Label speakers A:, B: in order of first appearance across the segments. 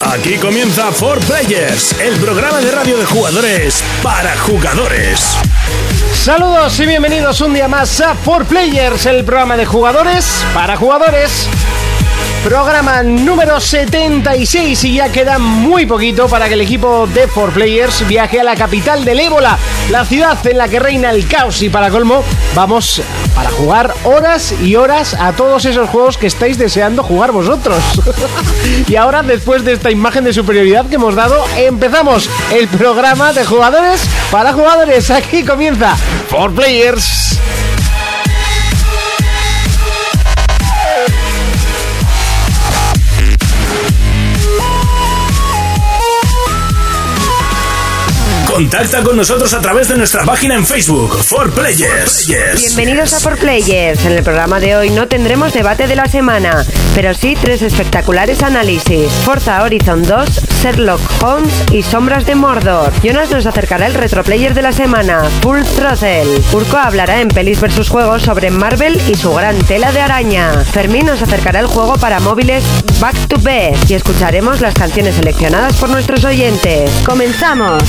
A: Aquí comienza For Players, el programa de radio de jugadores para jugadores.
B: Saludos y bienvenidos un día más a For Players, el programa de jugadores para jugadores. Programa número 76 y ya queda muy poquito para que el equipo de 4Players viaje a la capital del Ébola, la ciudad en la que reina el caos y para colmo vamos para jugar horas y horas a todos esos juegos que estáis deseando jugar vosotros. y ahora después de esta imagen de superioridad que hemos dado, empezamos el programa de jugadores para jugadores. Aquí comienza 4Players.
A: Contacta con nosotros a través de nuestra página en Facebook, For Players.
C: Bienvenidos a Por Players. En el programa de hoy no tendremos debate de la semana, pero sí tres espectaculares análisis. Forza Horizon 2, Sherlock Holmes y Sombras de Mordor. Jonas nos acercará el retroplayer de la semana, Full Throttle. Urco hablará en Pelis vs Juegos sobre Marvel y su gran tela de araña. Fermín nos acercará el juego para móviles Back to Bed y escucharemos las canciones seleccionadas por nuestros oyentes. ¡Comenzamos!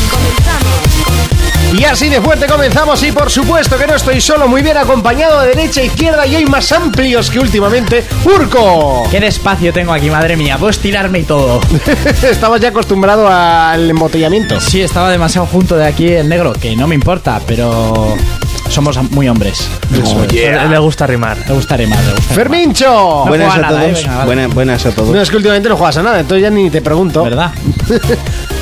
B: Y así de fuerte comenzamos y por supuesto que no estoy solo, muy bien acompañado de derecha e izquierda y hoy más amplios que últimamente. ¡Urco!
D: Qué despacio tengo aquí, madre mía. Puedo estirarme y todo.
B: Estabas ya acostumbrado al embotellamiento.
D: Sí, estaba demasiado junto de aquí el negro, que no me importa, pero somos muy hombres.
E: Le- Le gusta rimar.
D: Me gustaré más, me gustaré
B: ¡Fermincho!
D: No
F: buenas
D: juega
F: a
D: nada,
F: todos.
D: eh, venga, vale.
F: buenas, buenas a todos.
B: No es que últimamente no juegas a nada, entonces ya ni te pregunto.
D: más, ¿Verdad?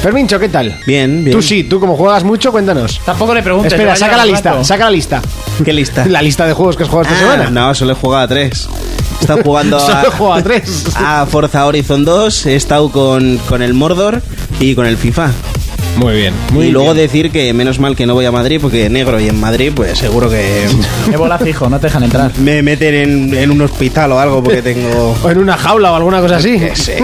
B: Fermincho, ¿qué tal?
F: Bien, bien.
B: Tú sí, tú como juegas mucho, cuéntanos.
D: Tampoco le preguntes.
B: Espera,
D: te va a
B: saca la
D: llevar un
B: lista,
D: rato.
B: saca la lista.
F: ¿Qué lista?
B: La lista de juegos que has jugado esta
F: Ah,
B: semana.
F: No, solo he jugado a tres. He estado jugando
B: Solo juego
F: a,
B: a tres.
F: a Forza Horizon 2, he estado con, con el Mordor y con el FIFA.
B: Muy bien.
F: y luego decir que menos mal que no voy a Madrid, porque negro y en Madrid, pues seguro que
D: Ébola fijo, no te dejan entrar.
F: me meten en, en un hospital o algo porque tengo
B: O en una jaula o alguna cosa así.
F: qué sé,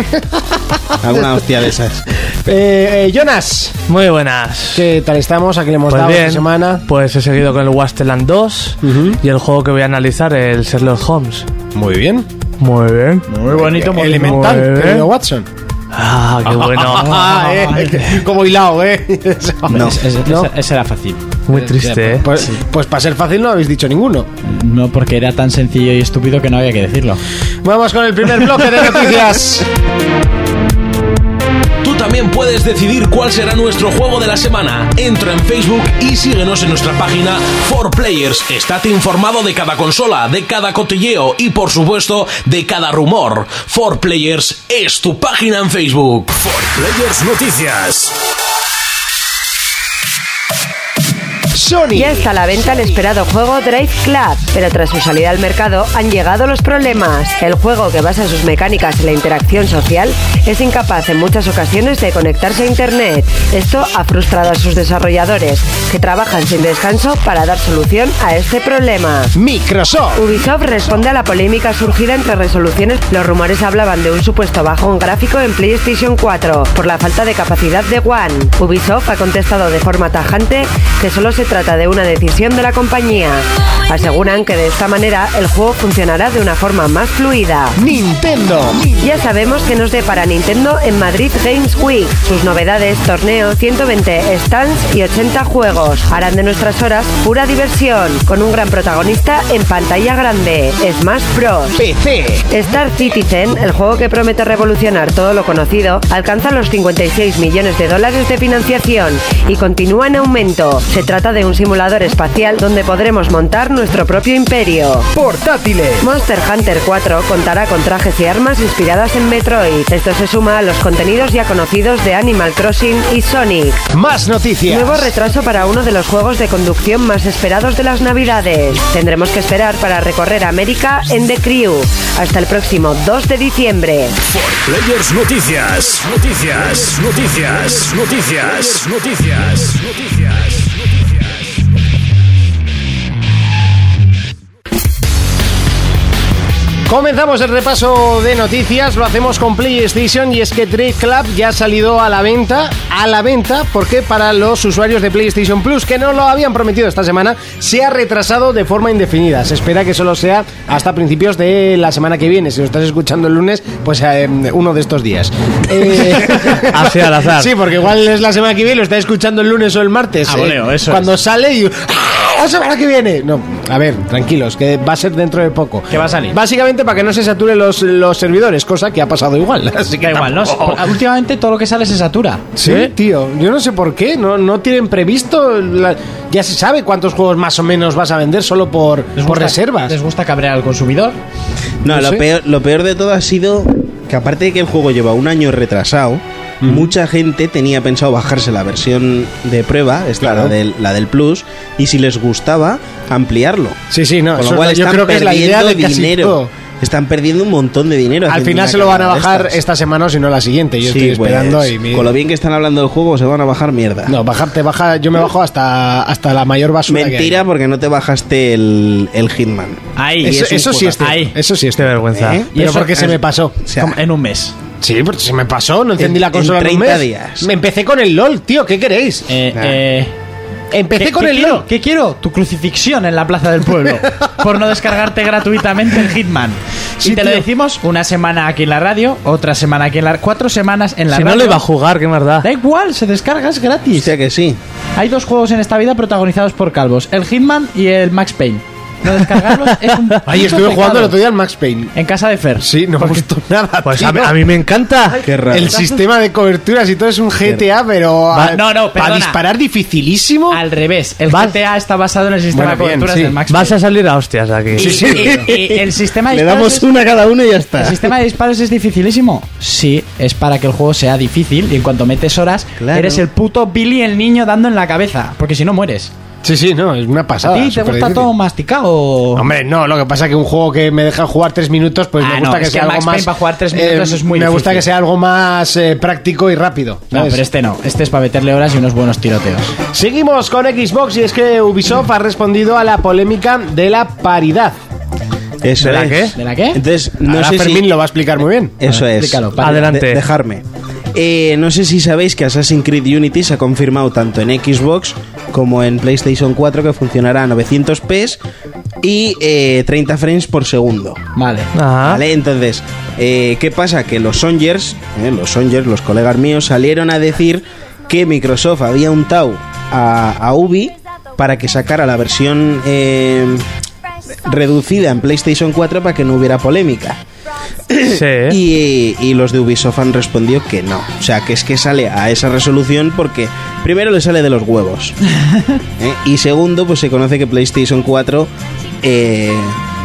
F: alguna hostia de esas.
B: Eh, eh, Jonas,
E: Muy buenas.
B: ¿qué tal estamos? Aquí le hemos
E: Pues
B: dado
E: bien,
B: esta semana.
E: pues he seguido con el Wasteland 2 y el juego que voy a analizar, el Sherlock Holmes.
B: Muy bien.
E: Muy bien.
D: Muy bonito, muy
B: Eh, Elemental,
E: Muy bien.
B: querido Watson.
E: Ah, qué bueno.
B: Ah, eh, como hilado, ¿eh?
D: No,
F: No,
B: no.
D: ese era fácil.
E: Muy triste, ¿eh?
B: Pues, pues para ser fácil no habéis dicho ninguno.
D: No, porque era tan sencillo y estúpido que no había que decirlo.
B: Vamos con el primer bloque de noticias.
G: Tú también puedes decidir cuál será nuestro juego de la semana. Entra en Facebook y síguenos en nuestra página 4Players. Estate informado de cada consola, de cada cotilleo y por supuesto de cada rumor. 4Players es tu página en Facebook.
A: Players Noticias.
B: Sony.
C: Ya está a la venta el esperado juego Drive Club, pero tras su salida al mercado han llegado los problemas. El juego que basa sus mecánicas en la interacción social es incapaz en muchas ocasiones de conectarse a Internet. Esto ha frustrado a sus desarrolladores, que trabajan sin descanso para dar solución a este problema.
B: Microsoft.
C: Ubisoft responde a la polémica surgida entre resoluciones. Los rumores hablaban de un supuesto bajón gráfico en PlayStation 4 por la falta de capacidad de One. Ubisoft ha contestado de forma tajante que solo se trata de una decisión de la compañía. Aseguran que de esta manera el juego funcionará de una forma más fluida.
B: Nintendo.
C: Ya sabemos que nos depara Nintendo en Madrid Games Week. Sus novedades, torneos, 120 stands y 80 juegos harán de nuestras horas pura diversión, con un gran protagonista en pantalla grande, Smash Bros.
B: PC.
C: Star Citizen, el juego que promete revolucionar todo lo conocido, alcanza los 56 millones de dólares de financiación y continúa en aumento. Se trata de un simulador espacial donde podremos montar nuestro propio imperio.
B: Portátiles.
C: Monster Hunter 4 contará con trajes y armas inspiradas en Metroid. Esto se suma a los contenidos ya conocidos de Animal Crossing y Sonic.
B: Más noticias.
C: Nuevo retraso para uno de los juegos de conducción más esperados de las Navidades. Tendremos que esperar para recorrer América en The Crew hasta el próximo 2 de diciembre.
A: Players Noticias. Noticias. Noticias. Noticias. Noticias. Noticias.
B: Comenzamos el repaso de noticias, lo hacemos con PlayStation y es que Trade Club ya ha salido a la venta, a la venta, porque para los usuarios de PlayStation Plus que no lo habían prometido esta semana, se ha retrasado de forma indefinida. Se espera que solo sea hasta principios de la semana que viene. Si lo estás escuchando el lunes, pues eh, uno de estos días. Eh,
E: Así al azar.
B: Sí, porque igual es la semana que viene, lo estás escuchando el lunes o el martes. eh,
D: Ah, voleo, eso
B: Cuando sale y... ¡Ah! ¡La semana que viene! No, a ver, tranquilos, que va a ser dentro de poco.
D: Que va a salir.
B: Básicamente para que no se saturen los, los servidores, cosa que ha pasado igual. Así que
D: Da igual, ¿no?
B: tampoco-
D: Últimamente todo lo que sale se satura.
B: Sí, tío, yo no sé por qué, no, no tienen previsto, la- ya se sabe cuántos juegos más o menos vas a vender solo por,
D: Les
B: por
D: gusta-
B: reservas.
D: Les gusta cabrear al consumidor.
F: No,
B: No
F: lo,
B: sé.
F: peor, lo peor de todo ha sido que aparte de que el juego lleva un año retrasado,
B: Mm.
F: mucha gente tenía pensado bajarse la versión de prueba, esta
B: Claro.
F: la, del, la del Plus, y si les gustaba, ampliarlo.
B: Sí, sí, no,
F: Con
B: eso
F: lo cual
B: yo
F: están
B: creo que es la idea de
F: perdiendo
B: casi todo.
F: dinero. Están perdiendo un montón de dinero.
B: Al
F: haciendo
B: final
F: una
B: se lo van a
F: cagada de
B: bajar
F: estas.
B: esta semana o si no la siguiente, yo
F: Sí,
B: estoy
F: pues,
B: esperando ahí. mi-
F: Con lo bien que están hablando del juego, se van a bajar mierda.
B: No, bajarte, baja, yo me bajo hasta, hasta la mayor basura. que hay.
F: Mentira, porque no te bajaste el, el Hitman.
D: Ahí.
B: Eso, eso sí es cierto.
D: Ahí.
B: Eso sí es
E: Qué
B: cierto.
E: vergüenza.
F: ¿Eh?
B: Pero
D: eso-
B: porque se me pasó.
F: O sea,
D: Como en un mes.
B: Sí, porque se me pasó, no encendí
F: En-
B: la consola
F: en
B: en un
F: 30
B: mes.
F: días.
B: Me empecé con el LOL, tío, ¿qué queréis?
D: Eh, eh,
B: Empecé
D: ¿qué-
B: con
D: qué
B: el
D: quiero?
B: LOL.
D: ¿Qué quiero? Tu crucifixión en la plaza del pueblo. por no descargarte gratuitamente el Hitman.
B: Sí,
D: y te lo
B: tío.
D: decimos una semana aquí en la radio, otra semana aquí en la Cuatro semanas en la
E: Si no
D: radio.
E: le va a jugar, qué más da.
D: Da igual, se descarga, es
F: o
D: gratis.
F: sea que sí.
D: Hay dos juegos en esta vida protagonizados por calvos: el Hitman y el Max Payne. No descargarlos es un.
B: Ahí
D: puto
B: estuve jugando el
D: pecado.
B: otro día al Max Payne.
D: En casa de Fer.
B: Sí, no me gustó nada.
E: Pues a,
B: tío.
E: mí- a mí me encanta.
F: Qué raro.
B: El sistema de coberturas y todo es un GTA, pero
D: Va-
B: a-
D: no, no,
B: para
D: perdona.
B: disparar dificilísimo.
D: Al revés, el
E: Vas-
D: GTA está basado en el sistema
B: Bueno,
D: de
B: bien,
D: coberturas
B: sí.
D: del Max
E: Vas
D: Payne.
E: a salir a hostias aquí.
D: Y- y- y- y el sistema de
F: Le
D: disparos
F: damos
D: es-
F: una a cada uno y ya
D: ¿El
F: está.
D: sistema de disparos es dificilísimo? Sí, es para que el juego sea difícil y en cuanto metes horas,
F: Claro.
D: eres el puto Billy el niño dando en la cabeza, porque si no mueres.
B: Sí, sí, no, es una
D: ¿A
B: pasada.
D: ti te
B: súper
D: gusta
B: difícil.
D: todo masticado?
B: Ah, Hombre, no, lo que pasa es que un juego que me deja jugar tres minutos, pues
D: Ah,
B: me
D: no,
B: gusta que
D: es que
B: sea algo
D: Max Payne
B: más. eh,
D: para jugar tres minutos es muy
B: Me gusta
D: difícil.
B: que sea algo más eh, práctico y rápido.
D: No,
B: ¿sabes?
D: pero este no. Este es para meterle horas y unos buenos tiroteos.
B: Seguimos con Xbox y es que Ubisoft ha respondido a la polémica de la paridad.
F: Eso
E: ¿De la
F: es.
E: qué?
D: ¿De la qué?
F: Entonces, no
B: Ahora
F: sé
B: Fermín
F: si... Eh,
B: lo va a explicar muy bien.
F: Eso es.
D: Explícalo. Vale,
E: Adelante.
F: De- dejarme. Eh, no sé si sabéis que Assassin's Creed Unity se ha confirmado tanto en Xbox como en PlayStation 4 que funcionará a 900p y eh, 30 frames por segundo.
D: Vale.
E: Ajá.
F: ¿Vale? Entonces, eh, ¿qué pasa? Que los Songers, eh, los Songers, los colegas míos, salieron a decir que Microsoft había untado a, a Ubi para que sacara la versión eh, reducida en PlayStation 4 para que no hubiera polémica.
E: Sí.
D: ¿eh?
F: Y, y los de Ubisoft han respondido que no. O sea, que es que sale a esa resolución porque primero le sale de los huevos. ¿eh? Y segundo, pues se conoce que PlayStation 4 eh,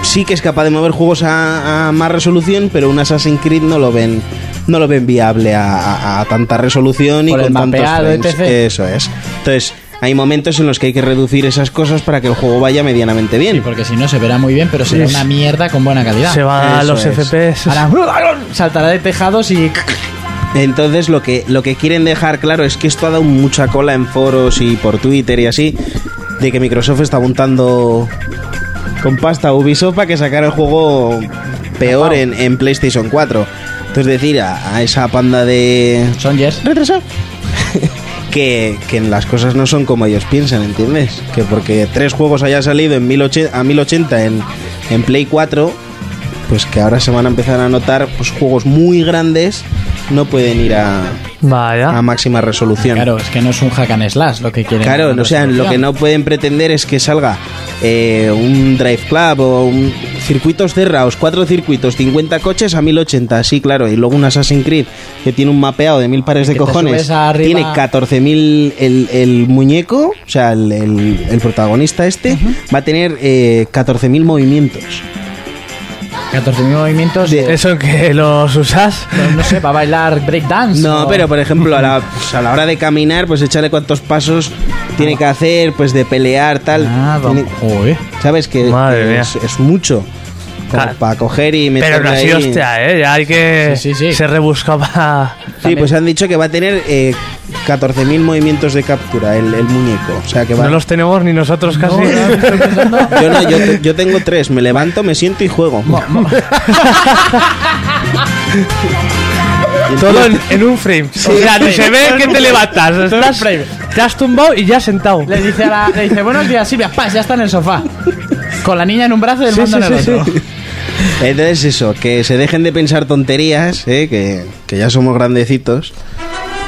F: sí que es capaz de mover juegos a, a más resolución, pero un Assassin's Creed no lo ven. No lo ven viable a, a- a tanta resolución y
D: Por el
F: con tantos
D: mapeado,
F: frames.
D: etc..
F: Eso es. Entonces, hay momentos en los que hay que reducir esas cosas para que el juego vaya medianamente bien.
D: Sí, porque si no se verá muy bien, pero será
E: Sí.
D: una mierda con buena calidad.
E: Se va a
F: Eso
E: los
F: es.
E: FPS.
D: Ahora, saltará de tejados y...
F: Entonces lo que, lo que quieren dejar claro es que esto ha dado mucha cola en foros y por Twitter y así, de que Microsoft está apuntando con pasta a Ubisoft para que sacara el juego peor en, en PlayStation 4. Entonces decir a, a esa panda de...
D: Son yes.
F: Que, que las cosas no son como ellos piensan, ¿entiendes? Que porque tres juegos hayan salido en 1080, a 1080 en, en Play 4, pues que ahora se van a empezar a notar pues juegos muy grandes no pueden ir a, a
E: Vaya.
F: máxima resolución.
D: Claro, es que no es un hack and slash lo que quieren.
F: Claro, o sea, lo que no pueden pretender es que salga eh, un Drive Club o un circuitos cerrados, cuatro circuitos, 50 coches a 1080, sí, claro, y luego un Assassin's Creed que tiene un mapeado de mil pares de
D: Que te
F: cojones,
D: subes arriba-
F: tiene 14.000 el, el muñeco, o sea, el, el- el protagonista este, va a tener eh, 14.000 movimientos.
D: 14.000 movimientos...
F: De-
E: Eso en que los usas.
D: No, no sé, va a bailar breakdance.
F: No,
D: o-
F: pero por ejemplo, a la, pues, a la hora de caminar, pues échale cuántos pasos tiene que hacer, pues de pelear, tal.
D: Ah, va-
F: Tiene-
D: Joder.
F: ¿Sabes? Que
E: Madre mía.
F: es, es mucho. Como
E: Claro.
F: para coger y meter
E: Pero este no así, hostia, ¿eh? Ya hay que
D: Sí, sí, sí.
E: se rebuscaba.
F: Sí, pues han dicho que va a tener eh, 14.000 movimientos de captura el, el muñeco. O sea que va.
E: No los tenemos ni nosotros casi.
F: Yo, no, yo, te- yo tengo tres. Me levanto, me siento y juego.
E: Todo en, en un frame. o sea, ni se ve que te levantas.
D: en
E: Estás,
D: frame.
E: te has tumbado y ya sentado.
D: Le dice, a la- le dice, buenos días, Silvia. Paz, ya está en el sofá. Con la niña en un brazo y el
E: Sí,
D: mando
E: sí,
D: en el
E: sí,
D: otro.
E: sí.
F: Entonces eso, que se dejen de pensar tonterías, ¿eh? que, que ya somos grandecitos.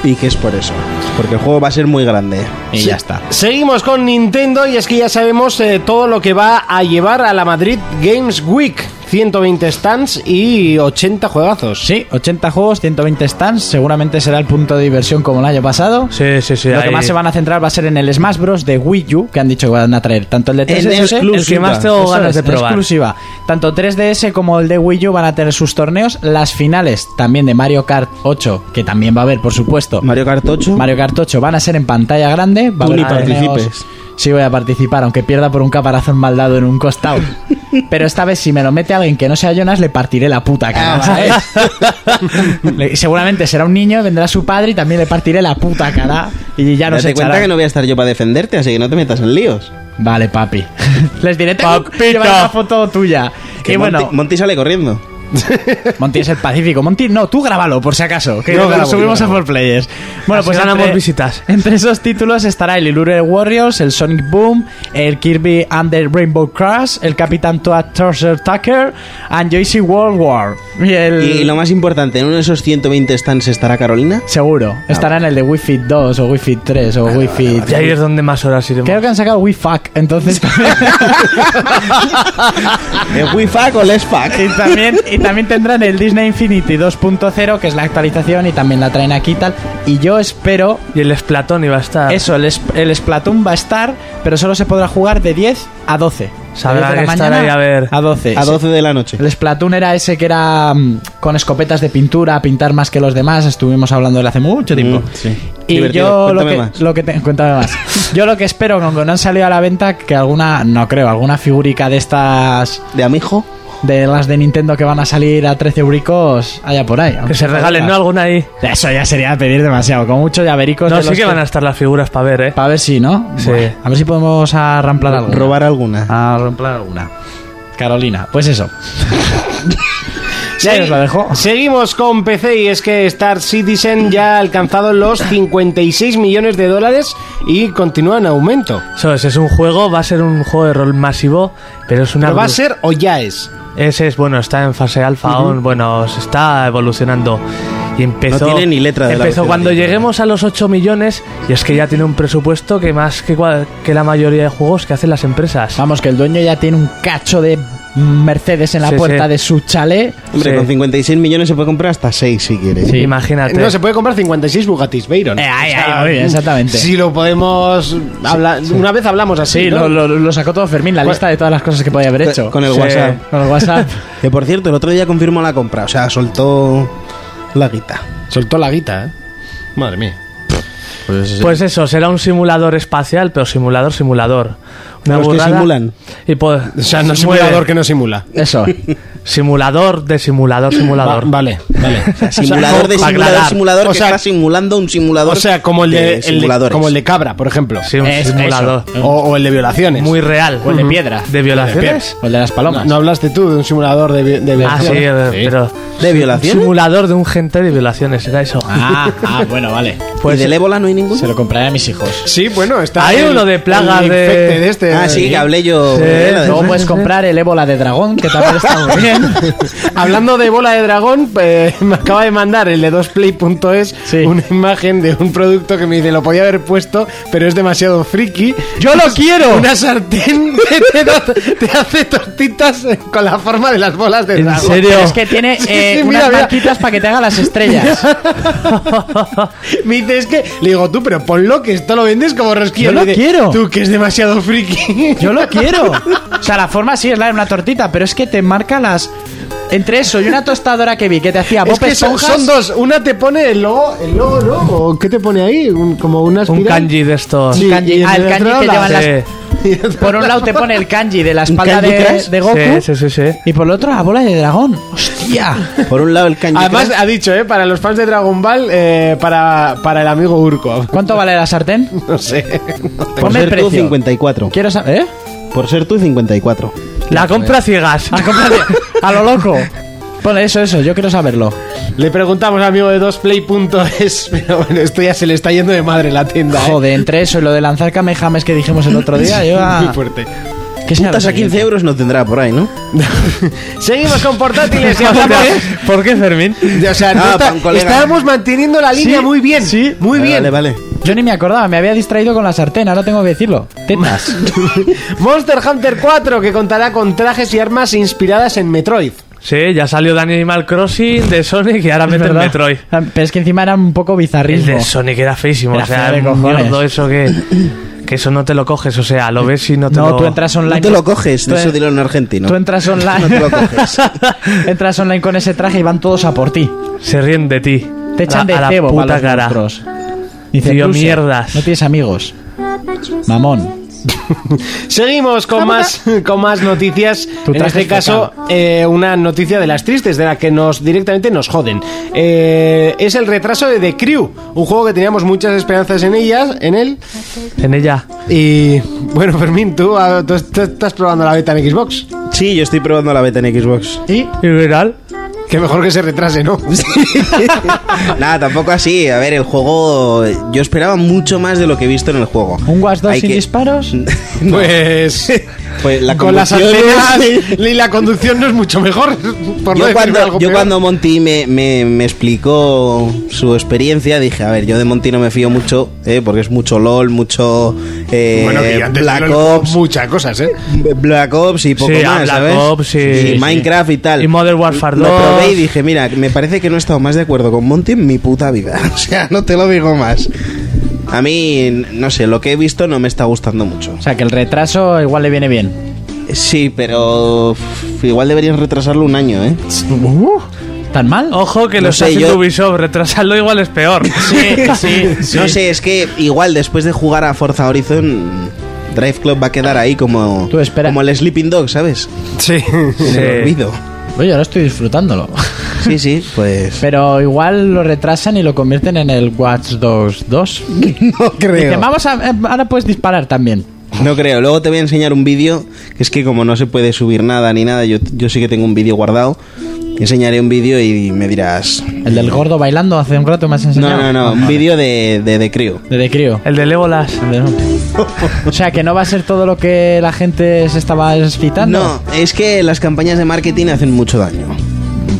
F: Y que es por eso. Porque el juego va a ser muy grande. eh.
D: Y ya está.
B: Seguimos con Nintendo y es que ya sabemos eh, todo lo que va a llevar a la Madrid Games Week. 120 stands y 80 juegazos.
D: Sí, 80 juegos, 120 stands. Seguramente será el punto de diversión como el año pasado.
E: Sí, sí, sí.
D: Lo que
E: ahí.
D: más se van a centrar va a ser en el Smash Bros. de Wii U, que han dicho que van a traer tanto el de 3DS,
E: el que más tengo
D: Eso
E: ganas
D: es,
E: de probar.
D: exclusiva. Tanto 3DS como el de Wii U van a tener sus torneos. Las finales también de Mario Kart 8, que también va a haber, por supuesto.
F: Mario Kart 8.
D: Mario Kart 8 van a ser en pantalla grande. Va a
F: Tú
D: haber
F: ni
D: torneos.
F: participes.
D: Sí, voy a participar, aunque pierda por un caparazón mal dado en un costado. Pero esta vez, si me lo mete alguien que no sea Jonas, le partiré la
F: Ah,
D: puta cara, ¿sabes? Le- Seguramente será un niño, vendrá su padre y también le partiré la puta cara. Y ya nos
F: Date cuenta
D: echará.
F: que no voy a estar yo para defenderte, así que no te metas en líos.
D: Vale, papi. Les diré, tengo
E: Papito.
D: que llevar una foto tuya.
F: Que
D: y bueno,
F: Monty, Monty sale corriendo.
D: Monty es el Pacífico. Monty, no, tú grábalo, por si acaso. Que
F: Yo
D: lo
F: grabo,
D: subimos
F: yo
D: a
F: grabo.
D: 4Players. Bueno,
E: Así
D: pues
E: ganamos
D: entre-
E: visitas.
D: Entre esos títulos estará el Illusion Warriors, el Sonic Boom, el Kirby and the Rainbow Crash, el Capitán Toad Torture Tucker, and Joyce World War. Y el...
F: Y lo más importante, en uno de esos 120 stands estará Carolina.
D: Seguro. estará en el de Wii Fit 2 o Wii Fit 3 o Wii Fit...
E: Y ahí es donde más horas iremos.
D: Creo que han sacado Wii Fuck, entonces...
F: ¿Es Wii Fuck o Let's Fuck?
D: Y también, y también tendrán el Disney Infinity 2.0, que es la actualización, y también la traen aquí y tal. Y yo espero.
E: Y el Splatón iba a estar.
D: Eso, el, Sp- el Splatoon va a estar, pero solo se podrá jugar de 10 a 12.
E: Sabrá
D: De 10 de la
E: que estar
D: mañana
E: ahí a ver.
D: A 12.
F: A 12 de la noche.
D: El Splatoon era ese que era mm, con escopetas de pintura, pintar más que los demás. Estuvimos hablando de él hace mucho tiempo.
F: Mm, sí.
D: Y
F: Divertido.
D: yo lo
F: Cuéntame
D: que,
F: más.
D: lo que te- cuéntame más. Yo lo que espero, aunque no han salido a la venta, que alguna, no creo, alguna figurica de estas
F: ¿De amigo?
D: de las de Nintendo que van a salir a 13 euricos allá por ahí.
E: Que se regalen, ¿no?
D: Ah.
E: Alguna ahí.
D: Eso ya sería pedir demasiado, con mucho llavericos.
E: No, sí que van a estar las figuras para ver, ¿eh?
D: Para ver si, ¿no?
E: Sí.
D: Buah, a ver si podemos arramplar algo.
F: Robar
D: Ah,
F: alguna.
D: Arramplar alguna. Carolina, pues eso. ya os la dejo.
B: Seguimos con PC y es que Star Citizen ya ha alcanzado los 56 millones de dólares y continúa en aumento.
E: Eso es, es un juego, va a ser un juego de rol masivo, pero es una.
B: ¿Pero va a
E: bru-
B: ser o ya es?
E: Ese es, bueno, está en fase alfa aún, bueno, se está evolucionando. Y empezó.
F: No tiene ni letra de la
E: Empezó
F: versión
E: cuando
F: original.
E: lleguemos a los 8 millones, y es que ya tiene un presupuesto que más que, cual- que la mayoría de juegos que hacen las empresas.
F: Ah,
D: Vamos, que el dueño ya tiene un cacho de Mercedes en la
E: Sí,
D: puerta
E: sí.
D: de su chalet.
F: Hombre,
E: Sí.
F: con 56 millones se puede comprar hasta 6 si quieres.
D: Sí.
E: Imagínate.
B: Eh, No, se puede comprar 56 Bugattis Veyron.
D: Eh, ahí, ahí, muy bien, exactamente.
B: Si lo podemos... hablar Una vez hablamos así,
D: Sí,
B: ¿no?
D: lo, lo- lo sacó todo Fermín, la lista de todas las cosas que podía haber
F: Con-
D: hecho.
F: con el WhatsApp.
D: Pues Con el WhatsApp.
F: Que por cierto, el otro día confirmó la compra. O sea, soltó la guita.
B: Soltó la guita, ¿eh? Madre mía.
E: Pues eso, será un simulador espacial, pero simulador, simulador. Una
F: Los que
E: burrada.
F: simulan.
E: Y pues,
B: O sea, no
E: se mueve.
B: simulador que no simula.
D: Eso.
E: Simulador de simulador,
B: Va-
E: simulador.
B: vale, vale.
F: Simulador de
E: para
F: simulador,
E: aclarar.
F: simulador
B: O
F: que
B: sea-
F: está simulando un
B: O
F: simulador.
B: sea, como el de, el de-
F: simuladores.
B: como el de cabra, por ejemplo.
E: Sí, un
D: Es-
E: simulador.
B: O, o el de violaciones.
E: Muy real.
B: O el de piedra.
E: ¿De violaciones?
D: O el de las
B: No,
D: palomas.
B: no hablaste tú de un simulador de, vi- de
E: Ah, sí,
B: violaciones.
E: eh, pero.
F: ¿De violaciones?
E: Simulador de un gente de violaciones, era eso.
D: Ah, ah, bueno, vale.
F: ¿Y del ébola no hay ninguno?
D: Se lo compraré a mis hijos.
B: Sí, bueno, está.
E: Hay uno de plaga
B: el
E: de-
B: infecte de este.
F: Ah, sí, que hablé yo.
E: Sí.
F: de la de-
D: Luego puedes comprar el ébola de dragón, que también está muy bien.
B: Hablando de bola de dragón, eh, me acaba de mandar el de 2play.es
D: Sí.
B: una imagen de un producto que me dice lo podía haber puesto, pero es demasiado friki.
D: ¡Yo lo quiero!
B: Una sartén que te, da- te hace tortitas eh, con la forma de las bolas de
E: ¿En
B: dragón.
E: serio?
D: Pero es que tiene
B: Sí,
D: eh,
B: sí,
D: unas
B: mira, mira.
D: marquitas para que te haga las estrellas.
B: Me dice, es que, le digo tú, pero ponlo que esto lo vendes como rosquillo.
D: Yo lo
B: Me dice,
D: quiero.
B: Tú, que es demasiado friki.
D: Yo lo quiero. O sea, la forma sí es la de una tortita, pero es que te marca las. Entre eso y una tostadora que vi que te hacía Bob
B: Es que son,
D: Esponjas,
B: son dos. Una te pone el logo, el logo, ¿no? ¿O qué te pone ahí? Un- como una
E: Un
B: espiral.
E: kanji de estos.
B: Sí,
D: kanji.
B: y en
D: Ah, el
B: el
D: kanji
B: otro
D: que
B: lado
D: llevan
E: Sí.
D: las. Por un lado te pone el kanji de la espalda
F: Candy
D: de,
F: Crush?
D: de Goku.
E: Sí, sí, sí, sí.
D: Y por el otro la bola de dragón. ¡Hostia!
F: Por un lado el Candy
B: Además,
F: Crush.
B: ha dicho, ¿eh? Para los fans de Dragon Ball, eh, para, para el amigo Urko.
D: ¿Cuánto vale la sartén?
B: No sé.
F: por
D: Ponme el
F: ser tú
D: precio.
F: 54.
D: Quiero saber. ¿Eh?
F: Por ser tú 54.
E: La compra ciegas.
D: A, comprarle- a lo loco. Pone eso, eso, yo quiero saberlo.
B: Le preguntamos al amigo de 2play.es, pero bueno, esto ya se le está yendo de madre la tienda. ¿eh?
D: Joder, entre eso y lo de lanzar kamehames que dijimos el otro día, yo
B: Muy
D: a...
B: fuerte.
D: ¿Qué será
F: Puntas
D: lo
F: a 15
D: siguiente?
F: euros no tendrá por ahí, ¿no?
B: Seguimos con portátiles y hablamos-
E: ¿Por qué, Fermín?
B: O sea, no
F: Ah,
B: está-
F: para un colega.
B: estábamos manteniendo la línea muy bien. Sí, muy
F: Vale,
B: bien.
F: Vale, vale.
D: Yo ni me acordaba, me había distraído con la sartén, ahora tengo que decirlo. Tetas.
B: Monster Hunter 4, que contará con trajes y armas inspiradas en Metroid.
E: Sí, ya salió de Animal Crossing, de Sonic y ahora
D: Es
E: meten
D: verdad.
E: Metroid.
D: Ah, Pero es que encima era un poco
E: El
D: bizarrismo.
E: de Sonic era feísimo,
D: Era
E: o sea,
D: feo de
E: un
D: cojones.
E: mierdo eso que, que eso no te lo coges, o sea, lo ves y no te
D: no,
E: lo...
D: tú entras online.
F: No te lo coges,
D: tú,
F: eso dilo en argentino.
D: tú entras online.
F: No te lo coges.
D: entras online con ese traje y van todos a por ti.
E: Se ríen de ti.
D: Te echan
E: A- a
D: de
E: la
D: cebo
E: puta
D: para los
E: cara.
D: monstruos. Dice,
E: Tío,
D: "Tú, sí,
E: mierdas".
D: No tienes amigos. Mamón.
B: Seguimos con más, con más noticias.
D: Tu
B: En
D: traje
B: este
D: es
B: caso, eh, una noticia de las tristes, de la que nos directamente nos joden. Eh, es el retraso de The Crew, un juego que teníamos muchas esperanzas en ellas, en él.
E: En ella.
B: Y bueno, Fermín, tú, ah, tú- tú estás probando la beta en Xbox.
F: Sí, yo estoy probando la beta en Xbox.
B: Y
E: ¿Y viral?
B: que mejor que se retrase, ¿no?
F: Nada, tampoco así. A ver, el juego. Yo esperaba mucho más de lo que he visto en el juego.
D: ¿Un Watch Dogs
F: Hay
D: sin
F: que-
D: disparos?
B: Pues,
F: Pues la
B: con las
F: conducción
B: antenas
F: es-
B: y la conducción no es mucho mejor. Por no
F: Yo
B: decir
F: cuando,
B: algo
F: yo
B: peor.
F: cuando Monty me, me- me explicó su experiencia, dije, a ver, yo de Monty no me fío mucho, eh, porque es mucho LOL, mucho eh,
A: Bueno, que yo antes
F: Black
A: del LOL
F: Ops,
B: Muchas cosas, ¿eh?
F: Black Ops y poco
E: Sí, a
F: más,
E: Black
F: ¿sabes?
E: Ops y-
F: Y
E: sí.
F: Minecraft y tal.
E: Y Modern Warfare
F: Lo
E: 2.
F: probé y dije, mira, me parece que no he estado más de acuerdo con Monty en mi puta vida. O sea, no te lo digo más. A mí, no sé, lo que he visto no me está gustando mucho.
D: O sea, que el retraso igual le viene bien.
F: Sí, pero uf, igual deberían retrasarlo un año, ¿eh?
D: ¿Tan mal?
E: Ojo que
F: No
E: lo
F: sé,
E: está haciendo
F: yo-
E: Ubisoft, retrasarlo igual es peor.
D: sí, sí,
F: No sé, es que igual después de jugar a Forza Horizon, Drive Club va a quedar ahí como,
D: Tú espera.
F: como el Sleeping Dog, ¿sabes?
B: Sí.
F: En el
E: Sí.
F: olvido.
D: Oye, ahora estoy disfrutándolo.
F: Sí, sí, pues.
D: Pero igual lo retrasan y lo convierten en el Watch Dogs 2.
F: No
D: Dicen,
F: creo.
D: vamos a. eh, Ahora puedes disparar también.
F: No creo. Luego te voy a enseñar un vídeo, que es que como no se puede subir nada ni nada, yo, yo sí que tengo un vídeo guardado. Te Enseñaré un vídeo y me dirás.
D: El del gordo bailando hace un rato me has
F: No,
D: enseñado.
F: no, no, un vídeo de, de, de Creo.
D: De The Crew.
E: El de Legolas.
D: O sea, que no va a ser todo lo que la gente se estaba excitando.
F: No, es que las campañas de marketing hacen mucho daño.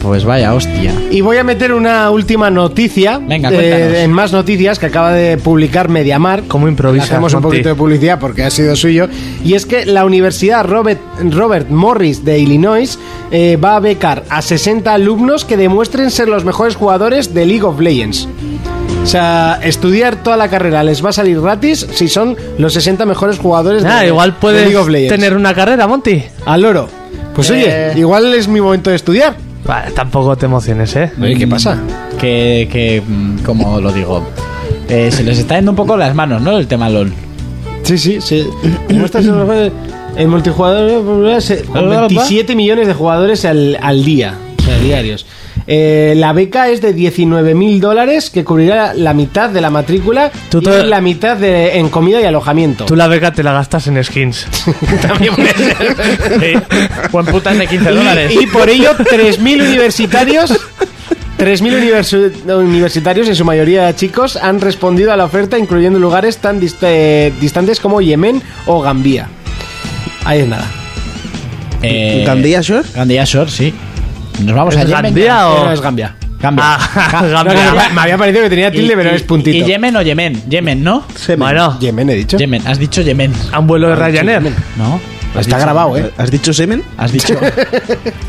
D: Pues vaya, hostia.
B: Y voy a meter una última noticia.
D: Venga,
B: eh,
D: cuéntanos.
B: en más noticias que acaba de publicar Mediamar.
E: Cómo improvisas,
B: Hacemos un
E: Monty.
B: poquito de publicidad porque ha sido suyo. Y es que la Universidad Robert, Robert Morris de Illinois eh, va a becar a 60 alumnos que demuestren ser los mejores jugadores de League of Legends. O sea, estudiar toda la carrera les va a salir gratis si son los 60 mejores jugadores
E: Ah,
B: de,
E: igual
B: de
E: puedes
B: League of Legends.
E: tener una carrera, Monty.
B: Al oro. Pues
D: Eh.
B: oye, igual es mi momento de estudiar.
E: Vale, tampoco te emociones, ¿eh?
B: Oye, ¿qué pasa?
D: Que, que mm, como lo digo, Eh, se les está yendo un poco las manos, ¿no? El tema LOL.
B: Sí, sí, sí. Demuestra ser mejor el- el multijugador bla, bla, bla, se- con 27 millones de jugadores al, al día, o sea, diarios. Eh, la beca es de 19 mil dólares que cubrirá la mitad de la matrícula
E: Tú
B: y
E: te-
B: la mitad de, en comida y alojamiento.
E: Tú la beca te la gastas en skins.
B: También puede ser.
E: Eh,
D: Buen putas de 15
B: y, y por ello 3.000 universitarios... 3.000 universu- universitarios, en su mayoría chicos, han respondido a la oferta, incluyendo lugares tan dist- eh, distantes como Yemen o Gambia. Ahí es nada.
E: Eh,
F: ¿Gandía Shore?
D: Eh, Gandía Shore, sí. Nos vamos
E: ¿Es
D: a Yemen.
E: Gandía
D: ya.
E: o-
B: No, es Gambia.
D: Gambia.
E: Ah,
D: Ga-
E: Gambia.
D: No, no,
B: Me había parecido que tenía tilde,
D: Y-
B: pero
D: y-
B: es puntito.
D: ¿Y Yemen o Yemen? Yemen, ¿no?
E: Bueno,
B: Yemen, he dicho.
D: Yemen, has dicho Yemen.
E: a un vuelo de Ryanair.
D: ¿No?
B: Está grabado, ¿eh?
F: ¿Has dicho semen?
D: ¿Has dicho?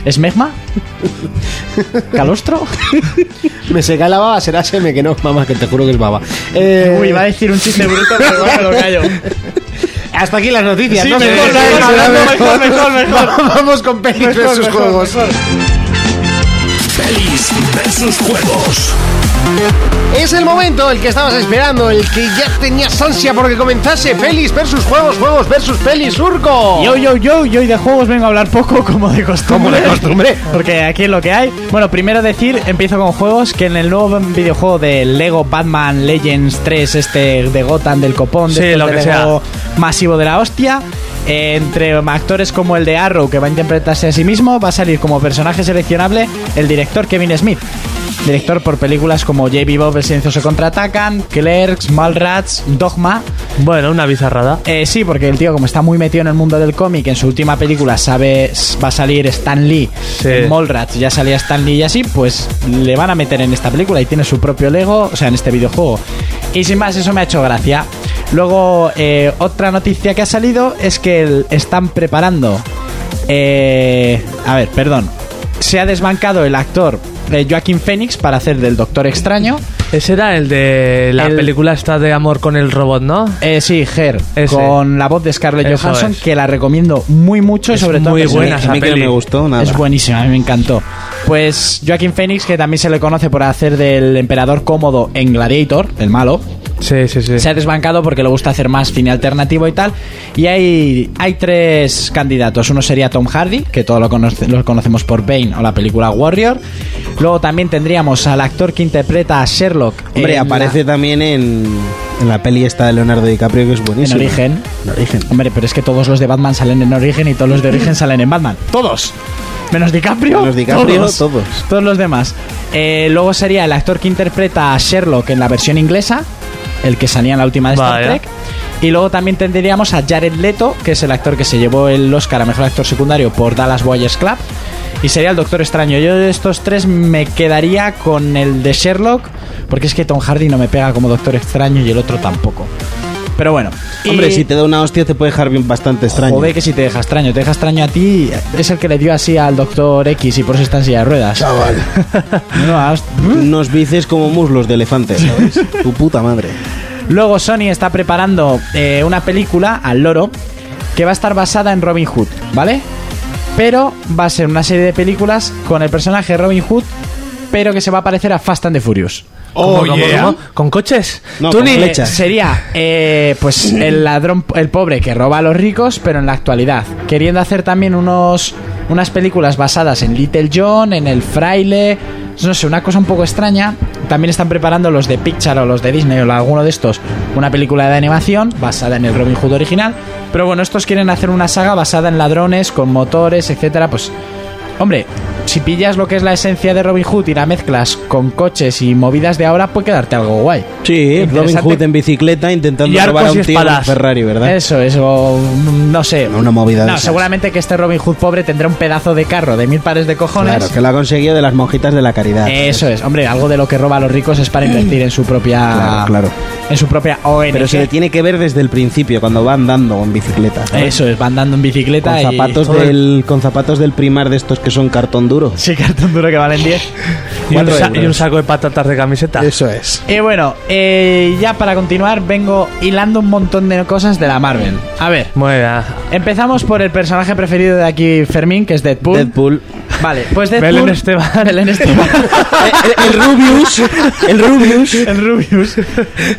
D: ¿Es Megma? ¿Calostro?
B: Me seca la baba, será seme que no, mamá, que te juro que es baba. Eh,
D: decir un chiste bruto, pero bueno, lo callo.
B: Hasta aquí las noticias.
D: Sí,
B: no sé
D: mejor,
B: qué
D: mejor,
B: estáis
D: mejor,
B: hablando.
D: mejor, mejor,
B: Vamos con pelis versus juegos.
A: Pelis versus juegos.
B: Es el momento, el que estabas esperando, el que ya tenías ansia porque comenzase Pelis versus Juegos, Juegos versus Pelis Surco.
D: Yo, yo, yo, yo hoy de juegos vengo a hablar poco como de costumbre.
B: Como de costumbre.
D: Porque aquí es lo que hay. Bueno, primero decir, empiezo con juegos, que en el nuevo videojuego de Lego Batman Legends 3, este de Gotham, del copón, de
E: Sí,
D: estos
E: lo
D: de
E: que
D: Lego masivo de la hostia, eh, entre actores como el de Arrow, que va a interpretarse a sí mismo, va a salir como personaje seleccionable el director Kevin Smith. Director por películas como J.B. Bob, El silencioso contraatacan, Clerks, Mallrats, Dogma,
E: Bueno, una bizarrada.
D: eh, sí, porque el tío, como está muy metido en el mundo del cómic, en su última película sabe va a salir Stan Lee,
E: Sí.
D: en Mallrats, ya salía Stan Lee y así, pues le van a meter en esta película y tiene su propio Lego, o sea, en este videojuego. Y sin más, eso me ha hecho gracia. Luego, eh, otra noticia que ha salido es que el- están preparando. eh, a ver, perdón. Se ha desbancado el actor eh, Joaquín Phoenix para hacer del Doctor Extraño.
E: Ese era el de la
D: El-
E: película esta de amor con el robot, ¿no?
D: Eh, sí, Her,
E: Ese.
D: con la voz de Scarlett
E: Eso
D: Johansson,
E: es.
D: que la recomiendo muy mucho y
E: Es
D: sobre todo
E: muy
D: a pesar de
E: buena
D: que
E: esa
F: a mí que no
E: peli.
F: me gustó nada.
D: es buenísima, a mí me encantó. Pues Joaquín Phoenix, que también se le conoce por hacer del emperador cómodo en Gladiator, el malo,
E: Sí, sí, sí.
D: se ha desbancado porque le gusta hacer más cine alternativo y tal. Y hay, hay tres candidatos. Uno sería Tom Hardy, que todos lo, conoce- lo conocemos por Bane o la película Warrior. Luego también tendríamos al actor que interpreta a Sherlock.
F: Hombre,
D: en la-
F: aparece también en, en la peli esta de Leonardo DiCaprio, que es
D: en
F: buenísimo.
D: Origen.
F: En origen.
D: Hombre, pero es que todos los de Batman salen en Origen y todos los de Origen salen en Batman. Todos. Menos DiCaprio.
F: Menos DiCaprio, todos.
D: Todos los demás. Eh, luego sería el actor que interpreta a Sherlock en la versión inglesa, el que salía en la última de Star
E: Vaya.
D: Trek. Y luego también tendríamos a Jared Leto, que es el actor que se llevó el Oscar a Mejor Actor Secundario por Dallas Buyers Club. Y sería el Doctor Extraño. Yo de estos tres me quedaría con el de Sherlock, porque es que Tom Hardy no me pega como Doctor Extraño y el otro tampoco. Pero bueno. y-
F: Hombre, si te da una hostia te puede dejar bien bastante extraño.
D: Joder, que si te deja extraño, te deja extraño a ti. Es el que le dio así al doctor X y por eso está en silla de ruedas. Chaval.
F: Nos bices como muslos de elefante, ¿sabes? tu puta madre.
D: Luego Sony está preparando eh, una película al loro que va a estar basada en Robin Hood, ¿vale? Pero va a ser una serie de películas con el personaje de Robin Hood, pero que se va a parecer a Fast and the Furious.
E: ¿Cómo, cómo, cómo? ¿Con coches?
F: No,
E: Tú
F: con
E: ni-
D: Eh,
F: flechas.
D: sería eh, pues el ladrón, el pobre que roba a los ricos, pero en la actualidad, queriendo hacer también unos unas películas basadas en Little John, en el fraile, no sé, una cosa un poco extraña. También están preparando los de Pixar o los de Disney o la- alguno de estos, una película de animación basada en el Robin Hood original. Pero bueno, estos quieren hacer una saga basada en ladrones, con motores, etcétera, pues Hombre, si pillas lo que es la esencia de Robin Hood y la mezclas con coches y movidas de ahora, puede quedarte algo guay.
F: Sí, Robin
D: Interesante.
F: Hood en bicicleta intentando
E: Y
F: robar a
E: arcos
F: un
E: y
F: tío en un
E: espadas.
F: Ferrari, ¿verdad?
D: Eso, eso, no sé.
F: Una movida de
D: No,
F: esas.
D: seguramente que este Robin Hood pobre tendrá un pedazo de carro de mil pares de cojones.
F: Claro, que la ha conseguido de las monjitas de la caridad.
D: Eso es, hombre, algo de lo que roba a los ricos es para invertir en su propia.
F: Claro, claro.
D: Ah. En su propia ONG.
F: Pero se le tiene que ver desde el principio, cuando va andando en bicicleta. ¿sabes?
D: Eso es, va andando en bicicleta
F: Con
D: y-
F: zapatos,
D: Joder,
F: del, con zapatos del primar de estos que son cartón duro.
D: Sí, cartón duro que valen 10.
E: y, un
F: cuatro
E: sa-
F: euros.
E: y un saco de patatas de camiseta.
F: es.
D: Y bueno, eh, ya para continuar, vengo hilando un montón de cosas de la Marvel. A ver,
E: Muy bien.
D: empezamos por el personaje preferido de aquí, Fermín, que es Deadpool.
F: Deadpool.
D: Vale, pues Deadpool.
E: Belén Esteban.
D: Belén Esteban. Eh,
F: el, el Rubius. El Rubius.
D: El Rubius.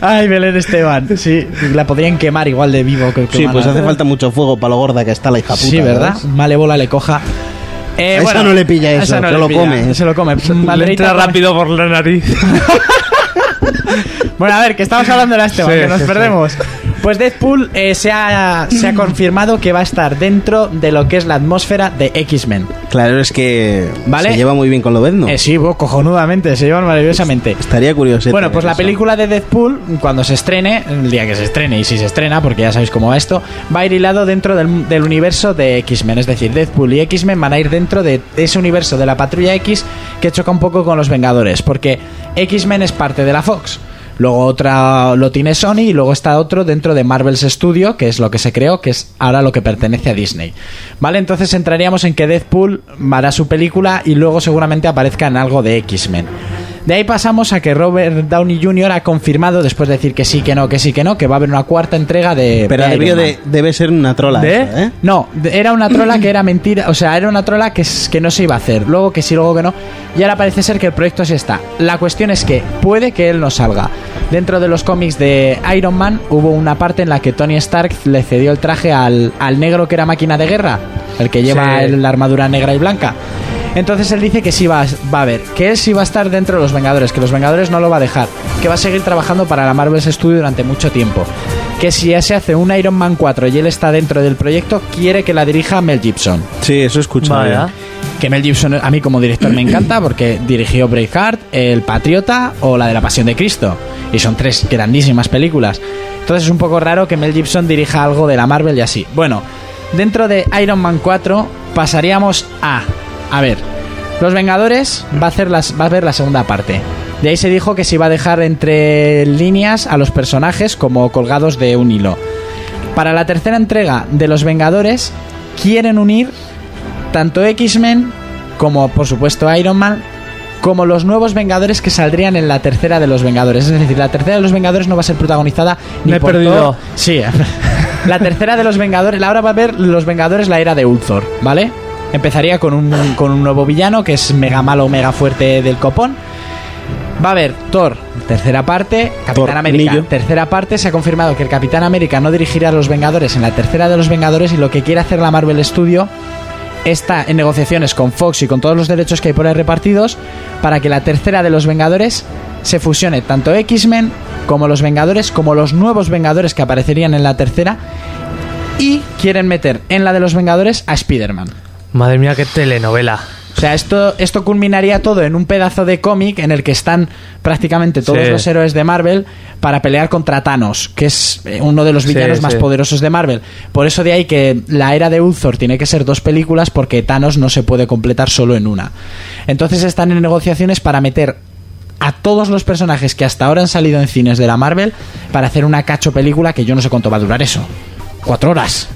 D: Ay, Belén Esteban. Sí, la podrían quemar igual de vivo que
F: Sí,
D: quemar
F: pues
D: a-
F: hace falta mucho fuego para lo gorda que está la hija puta.
D: Sí, ¿verdad?
F: ¿sabes?
D: Malévola le coja. Eh,
F: A esa no le pilla
D: a
F: eso,
D: esa
F: se
D: le
F: lo
D: pilla,
F: come.
D: Se lo come.
E: Le
D: Maderita
E: entra
D: come.
E: rápido por la nariz.
D: Bueno, a ver, que estamos hablando de la Esteban,
E: Sí,
D: que nos
E: sí, sí.
D: perdemos. Pues Deadpool eh, se, ha, se ha confirmado que va a estar dentro de lo que es la atmósfera de X-Men.
F: Claro, es que
D: Vale.
F: se lleva muy bien con lo ¿no?
D: Eh, sí, bo, cojonudamente, se llevan maravillosamente.
F: Estaría curioso.
D: Bueno,
F: tener
D: pues la
F: E eso.
D: película de Deadpool, cuando se estrene, el día que se estrene y si se estrena, porque ya sabéis cómo va esto, va a ir hilado dentro del, del universo de X-Men. Es decir, Deadpool y X-Men van a ir dentro de ese universo de la patrulla X que choca un poco con los Vengadores, porque X-Men es parte de la Fox. Luego otra lo tiene Sony y luego está otro dentro de Marvel's Studio, que es lo que se creó, que es ahora lo que pertenece a Disney. Vale, entonces entraríamos en que Deadpool hará su película y luego seguramente aparezca en algo de X-Men. De ahí pasamos a que Robert Downey Jr. ha confirmado, después de decir que sí, que no, que sí, que no, que va a haber una cuarta entrega de.
F: Pero
D: de
F: debió
D: Iron Man.
F: de- debe ser una trola.
E: ¿De?
F: eso, ¿eh?
D: No, de- era una trola que era mentira, o sea, era una trola que, s- que no se iba a hacer, luego que sí, luego que no, y ahora parece ser que el proyecto sí está. La cuestión es que puede que él no salga. Dentro de los cómics de Iron Man hubo una parte en la que Tony Stark le cedió el traje al, al negro que era máquina de guerra, el que lleva
E: Sí.
D: el- la armadura negra y blanca. Entonces él dice que sí va, a- va a haber, que él sí va a estar dentro de los Vengadores, que los Vengadores no lo va a dejar, que va a seguir trabajando para la Marvel Studio durante mucho tiempo. Que si ya se hace un Iron Man 4 y él está dentro del proyecto, quiere que la dirija Mel Gibson.
F: Sí, eso escucho.
E: Vaya.
D: Que Mel Gibson a mí como director me encanta porque dirigió Braveheart, El Patriota o la de la Pasión de Cristo. Y son tres grandísimas películas. Entonces es un poco raro que Mel Gibson dirija algo de la Marvel y así. Bueno, dentro de Iron Man 4 pasaríamos a... A ver, Los Vengadores va a, hacer las, va a ver la segunda parte. De ahí se dijo que se iba a dejar entre líneas a los personajes como colgados de un hilo. Para la tercera entrega de Los Vengadores quieren unir tanto X-Men como por supuesto Iron Man como los nuevos Vengadores que saldrían en la tercera de los Vengadores. Es decir, la tercera de los Vengadores no va a ser protagonizada ni
E: Me he
D: por
E: perdido.
D: Thor- Sí. la tercera de los Vengadores, ahora va a ver los Vengadores la era de Ulthor, ¿vale? Empezaría con un, con un nuevo villano que es mega malo, mega fuerte del copón. Va a haber Thor, tercera parte, Capitán América,
F: Tornillo.
D: tercera parte. Se ha confirmado que el Capitán América no dirigirá a los Vengadores en la tercera de los Vengadores y lo que quiere hacer la Marvel Studio está en negociaciones con Fox y con todos los derechos que hay por ahí repartidos para que la tercera de los Vengadores se fusione tanto X-Men como los Vengadores, como los nuevos Vengadores que aparecerían en la tercera. Y quieren meter en la de los Vengadores a Spider-Man.
E: Madre mía, qué telenovela.
D: O sea, esto, esto culminaría todo en un pedazo de cómic en el que están prácticamente todos
E: Sí.
D: los héroes de Marvel para pelear contra Thanos, que es eh, uno de los
E: Sí,
D: villanos más
E: sí.
D: poderosos de Marvel. Por eso de ahí que la era de Ulthor tiene que ser dos películas porque Thanos no se puede completar solo en una. Entonces están en negociaciones para meter a todos los personajes que hasta ahora han salido en cines de la Marvel para hacer una cacho película que yo no sé cuánto va a durar eso. Cuatro horas.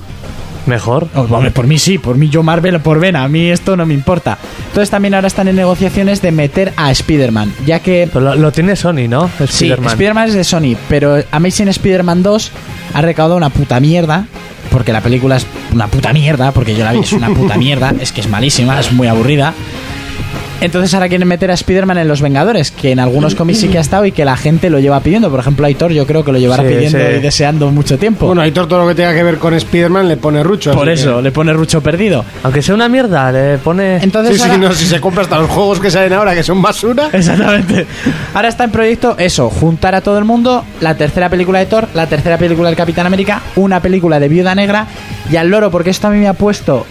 E: Mejor.
D: Oh, hombre, por mí sí, por mí yo Marvel por vena, a mí esto no me importa. Entonces también ahora están en negociaciones de meter a Spider-Man, ya que...
E: Pero lo, lo tiene Sony, ¿no?
D: Sí,
E: Spider-Man.
D: Spider-Man es de Sony, pero Amazing Spider-Man 2 ha recaudado una puta mierda, porque la película es una puta mierda, porque yo la vi, es una puta mierda, es que es malísima, es muy aburrida. Entonces ahora quieren meter a Spider-Man en Los Vengadores, que en algunos cómics sí que ha estado y que la gente lo lleva pidiendo. Por ejemplo, Aitor yo creo que lo llevará
E: Sí,
D: pidiendo
E: sí.
D: y deseando mucho tiempo.
B: Bueno, Aitor, todo lo que tenga que ver con Spider-Man le pone rucho.
D: por
B: así
D: eso,
B: que-
D: le pone rucho perdido.
E: Aunque sea una mierda, le pone.
D: Entonces
B: Sí, sí,
D: ahora-
B: no, si se compra hasta los juegos que salen ahora, que son basura.
D: Exactamente. Ahora está en proyecto eso, juntar a todo el mundo, la tercera película de Thor, la tercera película del Capitán América, una película de Viuda Negra y al loro, porque esto a mí me ha puesto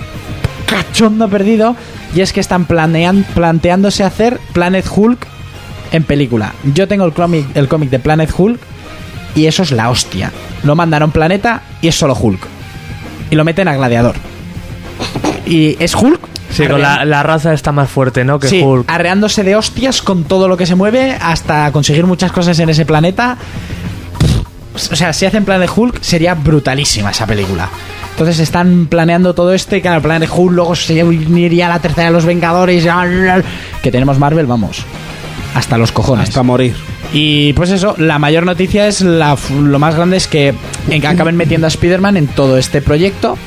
D: cachondo perdido, y es que están planean, planteándose hacer Planet Hulk en película. Yo tengo el cómic el cómic de Planet Hulk y eso es la hostia. Lo mandan a un planeta y es solo Hulk. Y lo meten a Gladiador. Y es Hulk.
E: Sí, con la, la raza está más fuerte, ¿no? Que
D: Sí,
E: Hulk.
D: arreándose de hostias con todo lo que se mueve hasta conseguir muchas cosas en ese planeta. O sea, si hacen Planet Hulk, sería brutalísima esa película. Entonces están planeando todo esto y claro, Planet Hulk luego se uniría a la tercera de los Vengadores. Que tenemos Marvel, vamos. Hasta los cojones.
F: Hasta morir.
D: Y pues eso, la mayor noticia es la, lo más grande es que en- acaben metiendo a Spider-Man en todo este proyecto.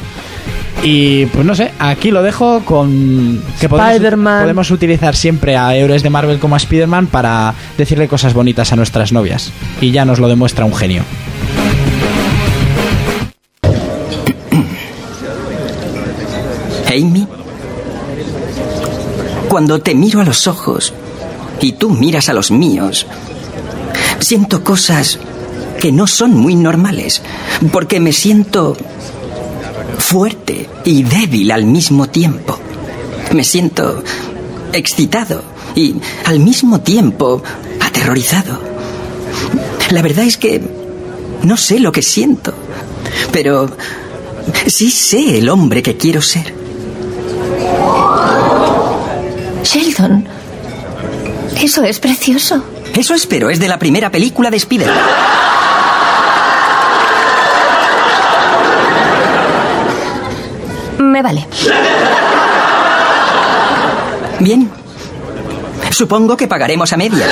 D: Y pues no sé, aquí lo dejo con que podemos,
E: Spider-Man.
D: podemos utilizar siempre a héroes de Marvel como a Spider-Man para decirle cosas bonitas a nuestras novias. Y ya nos lo demuestra un genio.
H: Amy, cuando te miro a los ojos y tú miras a los míos, siento cosas que no son muy normales, porque me siento fuerte y débil al mismo tiempo. Me siento excitado y al mismo tiempo aterrorizado. La verdad es que no sé lo que siento, pero sí sé el hombre que quiero ser.
I: Sheldon, eso es precioso.
H: Eso espero, es de la primera película de Spider-Man.
I: Me vale.
H: Bien. Supongo que pagaremos a medias.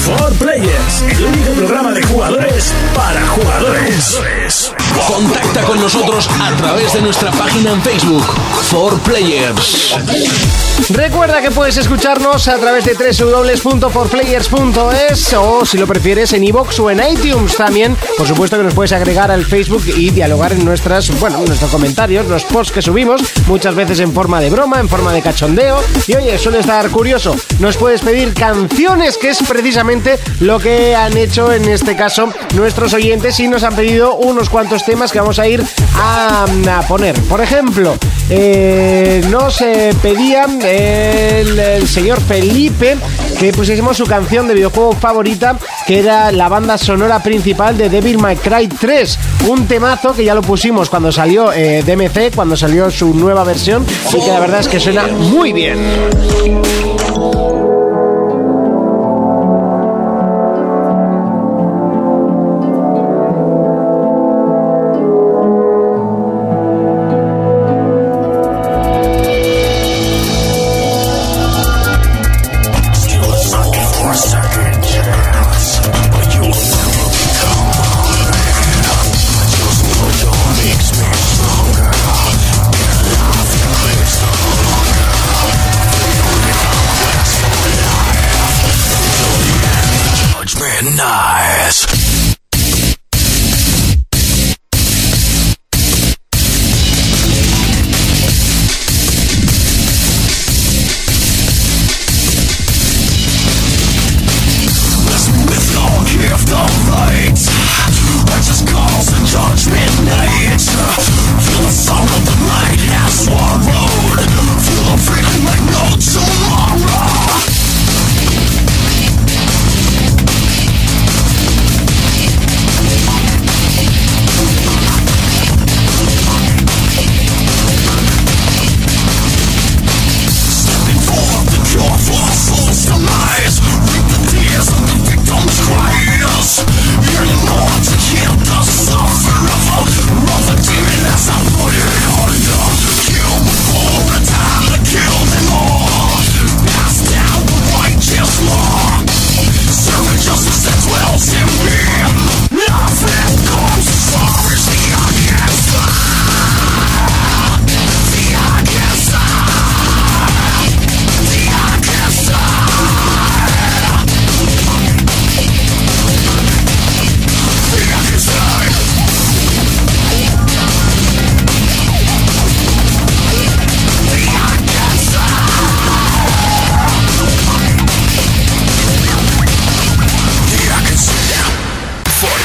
A: For Players, el único programa de jugadores para jugadores.
G: Contacta con nosotros a través de nuestra página en Facebook, For Players.
B: Recuerda que puedes escucharnos a través de www.forplayers.es o si lo prefieres en iVoox o en iTunes también. Por supuesto que nos puedes agregar al Facebook y dialogar en nuestras, bueno, en nuestros comentarios, los posts que subimos, muchas veces en forma de broma, en forma de cachondeo. Y oye, suele estar curioso. Nos puedes pedir canciones, que es precisamente lo que han hecho en este caso nuestros oyentes y nos han pedido unos cuantos temas que vamos a ir a, a poner. Por ejemplo, eh, nos eh, pedían el, el señor Felipe que pusiésemos su canción de videojuego favorita, que era la banda sonora principal de Devil May Cry 3. Un temazo que ya lo pusimos cuando salió eh, DMC, cuando salió su nueva versión, y que la verdad es que suena muy bien.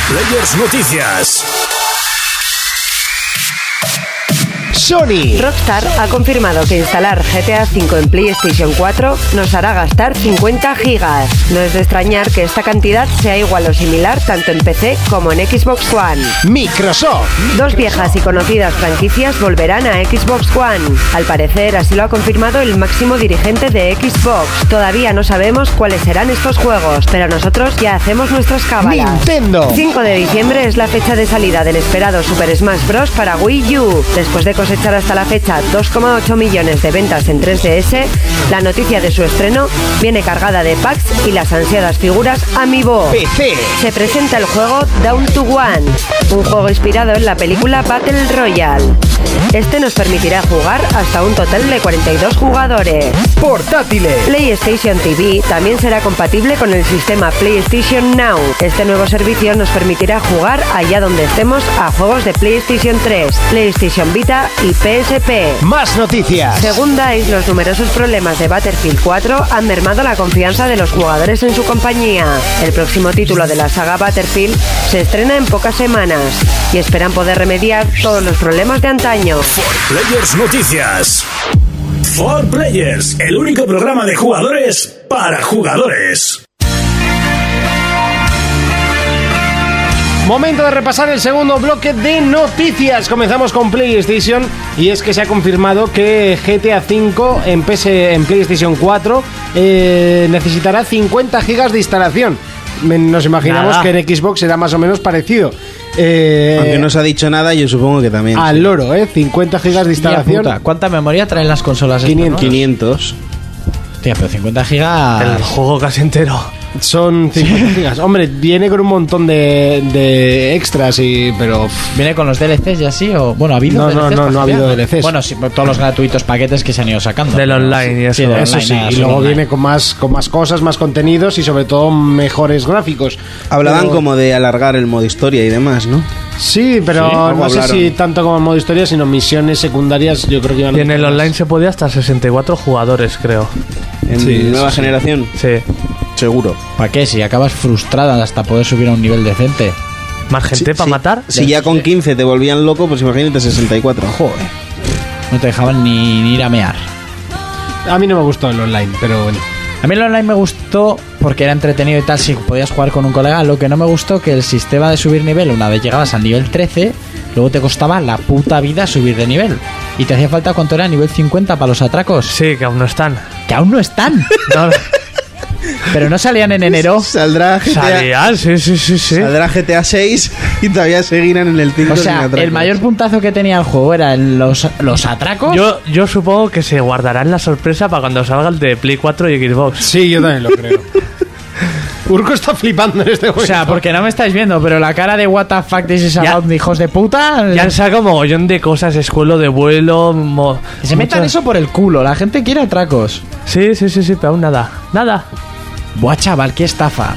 A: Players Noticias.
B: Sony.
C: Rockstar ha confirmado que instalar GTA V en PlayStation 4 nos hará gastar 50 gigas. No es de extrañar que esta cantidad sea igual o similar tanto en PC como en Xbox One.
B: Microsoft.
C: Dos viejas y conocidas franquicias volverán a Xbox One. Al parecer, así lo ha confirmado el máximo dirigente de Xbox. Todavía no sabemos cuáles serán estos juegos, pero nosotros ya hacemos nuestras cábalas.
B: Nintendo.
C: 5 de diciembre es la fecha de salida del esperado Super Smash Bros. para Wii U. Después de cosechar hasta la fecha 2,8 millones de ventas en 3DS, la noticia de su estreno viene cargada de packs y las ansiadas figuras Amiibo.
B: PC.
C: Se presenta el juego Down to One, un juego inspirado en la película Battle Royale. Este nos permitirá jugar hasta un total de 42 jugadores.
B: Portátiles.
C: PlayStation TV también será compatible con el sistema PlayStation Now. Este nuevo servicio nos permitirá jugar allá donde estemos a juegos de PlayStation 3, PlayStation Vita y PSP.
B: Más noticias.
C: Segunda es los numerosos problemas de Battlefield 4 han mermado la confianza de los jugadores en su compañía. El próximo título de la saga Battlefield se estrena en pocas semanas y esperan poder remediar todos los problemas de antaño.
A: Players Noticias. For Players, el único programa de jugadores para jugadores.
B: Momento de repasar el segundo bloque de noticias. Comenzamos con PlayStation y es que se ha confirmado que GTA V en, PS en PlayStation 4 eh, necesitará 50 gigas de instalación. Me- Nos imaginamos
E: Nada.
B: que en Xbox será más o menos parecido. Eh,
F: Aunque no se ha dicho nada, yo supongo que también.
B: al
F: sí.
B: loro, ¿eh? 50 gigas de
D: Hostia
B: instalación.
D: puta, ¿Cuánta memoria traen las consolas? estas
B: 500.
D: nuevas?
F: 500.
D: Hostia, pero 50 gigas...
E: El juego casi entero.
B: Son 50 gigas. Hombre, viene con un montón de, de extras y. Pero. pff,
D: ¿Viene con los DLCs y así? O, bueno, ¿ha habido
B: No, no,
D: DLCs?
B: no,
D: para
B: no ha habido
D: Hellblade?
B: DLCs.
D: Bueno, sí, por todos los gratuitos paquetes que se han ido sacando.
E: Del online y
D: Sí,
E: eso.
D: del
B: eso
D: online,
B: sí.
D: nada,
B: Y
D: solo
B: luego
D: online.
B: viene con más, con más cosas, más contenidos y sobre todo mejores gráficos.
F: Hablaban
B: Pero-
F: como de alargar el modo historia y demás, ¿no?
B: Sí, pero
F: Sí, algo
B: no sé
F: hablaron.
B: si tanto como en modo historia, sino misiones secundarias. Yo creo que iban a
E: Y en el
B: meter más.
E: online se podía hasta 64 jugadores, creo.
F: En nueva generación,
E: Sí.
F: seguro.
D: ¿Para qué? Si acabas frustrada hasta poder subir a un nivel decente.
E: Más gente
F: Sí,
E: para
F: sí.
E: matar.
F: Si ya con 15 te volvían loco, pues imagínate 64. Joder.
D: No te dejaban ni, ni ir a mear.
B: A mí no me gustó el online, pero bueno.
D: A mí el online me gustó porque era entretenido y tal, si podías jugar con un colega. Lo que no me gustó que el sistema de subir nivel, una vez llegabas al nivel 13, luego te costaba la puta vida subir de nivel. Y te hacía falta cuánto era nivel 50 para los atracos,
E: Sí, que aún no están.
D: que aún no están.
E: No,
D: Pero no salían en enero.
F: Saldrá GTA,
E: salían, sí, sí, sí, sí.
F: saldrá GTA 6 y todavía seguirán en el 5.
D: ¿eh? O sea,
F: sin atracos.
D: el mayor puntazo que tenía el juego era en los, los atracos.
E: Yo, yo supongo que se guardarán la sorpresa para cuando salga el de Play 4 y Xbox.
B: Sí, yo también lo creo. Urco está flipando en este
D: o
B: momento.
D: sea, porque no me estáis viendo, pero la cara de what the fuck this is
E: Ya-
D: about, hijos de puta.
E: Ya han sacado mogollón de cosas, escuelo de vuelo, mo-
D: Que se metan
E: muchas-
D: eso por el culo, la gente quiere atracos.
E: Sí, sí, sí, sí, pero aún nada. Nada.
D: Buah, chaval, qué estafa.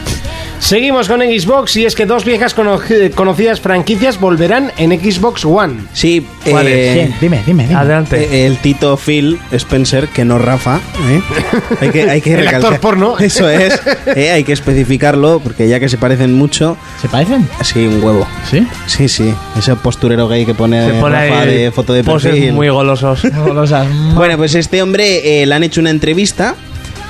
B: Seguimos con Xbox y es que dos viejas cono- conocidas franquicias volverán en Xbox One.
F: Sí,
E: ¿Cuál es?
F: eh,
D: Bien, dime, dime, dime.
E: Adelante.
F: Eh, El Tito Phil Spencer, que no Rafa. ¿eh? Hay que, hay que
B: El
F: recalcar.
B: actor porno.
F: Eso es. ¿eh? Hay que especificarlo porque ya que se parecen mucho,
D: ¿Se parecen?
F: sí, un huevo.
D: ¿Sí?
F: Sí, sí. Ese posturero gay que pone,
E: se pone
F: Rafa
E: ahí
F: de foto de
E: poses
F: perfil.
E: muy golosos.
D: Golosas.
F: Bueno, pues este hombre eh, le han hecho una entrevista,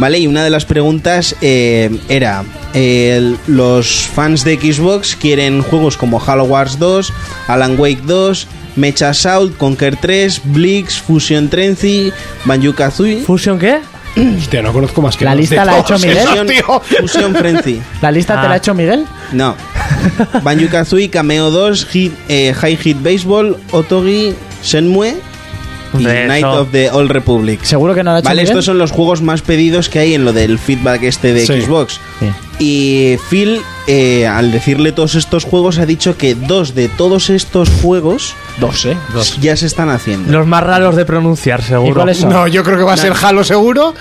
F: ¿vale? Y una de las preguntas eh, era, eh, los fans de Xbox quieren juegos como Halo Wars 2, Alan Wake 2, Mecha Assault, Conquer 3, Blix, Fusion Trenzy, Banjo Kazooie...
E: ¿Fusion qué?
B: Hostia, no conozco más que
D: La
B: los
D: lista
B: de
D: la ha
B: todos
D: hecho Miguel.
B: esos,
F: Fusion,
B: tío.
F: Fusion Frenzy.
D: ¿La lista te la
E: Ah.
D: ha hecho Miguel?
F: No. Banjo Kazooie, Cameo 2, Hit- eh, High Hit Baseball, Otogi, Shenmue y
E: Hombre, eso.
F: Night of the Old Republic.
D: Seguro que no la ha hecho
F: Vale,
D: Miguel.
F: estos son los juegos más pedidos que hay en lo del feedback este de
B: Sí.
F: Xbox.
D: Sí.
F: Y Phil, eh, al decirle todos estos juegos, ha dicho que dos de todos estos juegos
D: Dos, ¿eh? Dos.
F: ya se están haciendo.
E: Los más raros de pronunciar, seguro.
D: ¿Y cuáles son?
B: No, yo creo que va a ser Halo seguro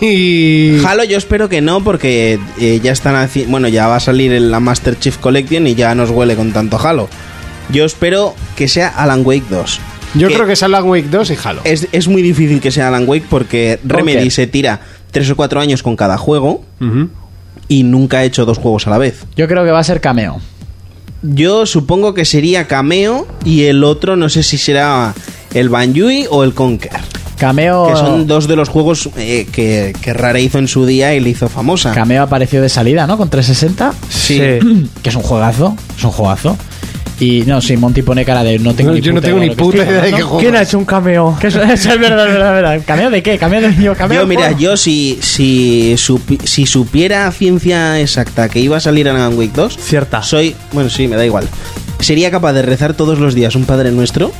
B: y...
F: Halo yo espero que no porque eh, ya están haci- bueno ya va a salir en la Master Chief Collection y ya nos huele con tanto Halo. Yo espero que sea Alan Wake 2.
B: Yo creo que es Alan Wake 2 y Halo.
F: es, es muy difícil que sea Alan Wake porque Remedy
D: Conker.
F: se tira 3 o 4 años con cada juego
B: Ujú.
F: y nunca ha hecho dos juegos a la vez.
D: Yo creo que va a ser cameo.
F: Yo supongo que sería Cameo y el otro no sé si será el Banjui o el Conker.
D: Cameo.
F: Que son dos de los juegos eh, que, que Rare hizo en su día y le hizo famosa.
D: Cameo apareció de salida, ¿no? Con 360.
F: Sí.
D: Que es un juegazo. Es un juegazo. Y no, sí, Monty pone cara de no tengo
B: No,
D: ni
B: yo no
D: puta
B: tengo
D: idea
B: ni
D: lo que estoy
B: puta idea de qué
D: hablando".
B: juego.
E: ¿Quién ha hecho un cameo?
D: Que eso- eso es verdad, verdad, verdad. ¿Cameo de qué? ¿Cameo de yo? ¿Cameo
F: Yo,
D: de
F: mira,
D: juego?
F: yo si, si, supi- si supiera a ciencia exacta que iba a salir Alan Wake 2,
E: Cierta.
F: soy. Bueno, sí, me da igual. Sería capaz de rezar todos los días un Padre Nuestro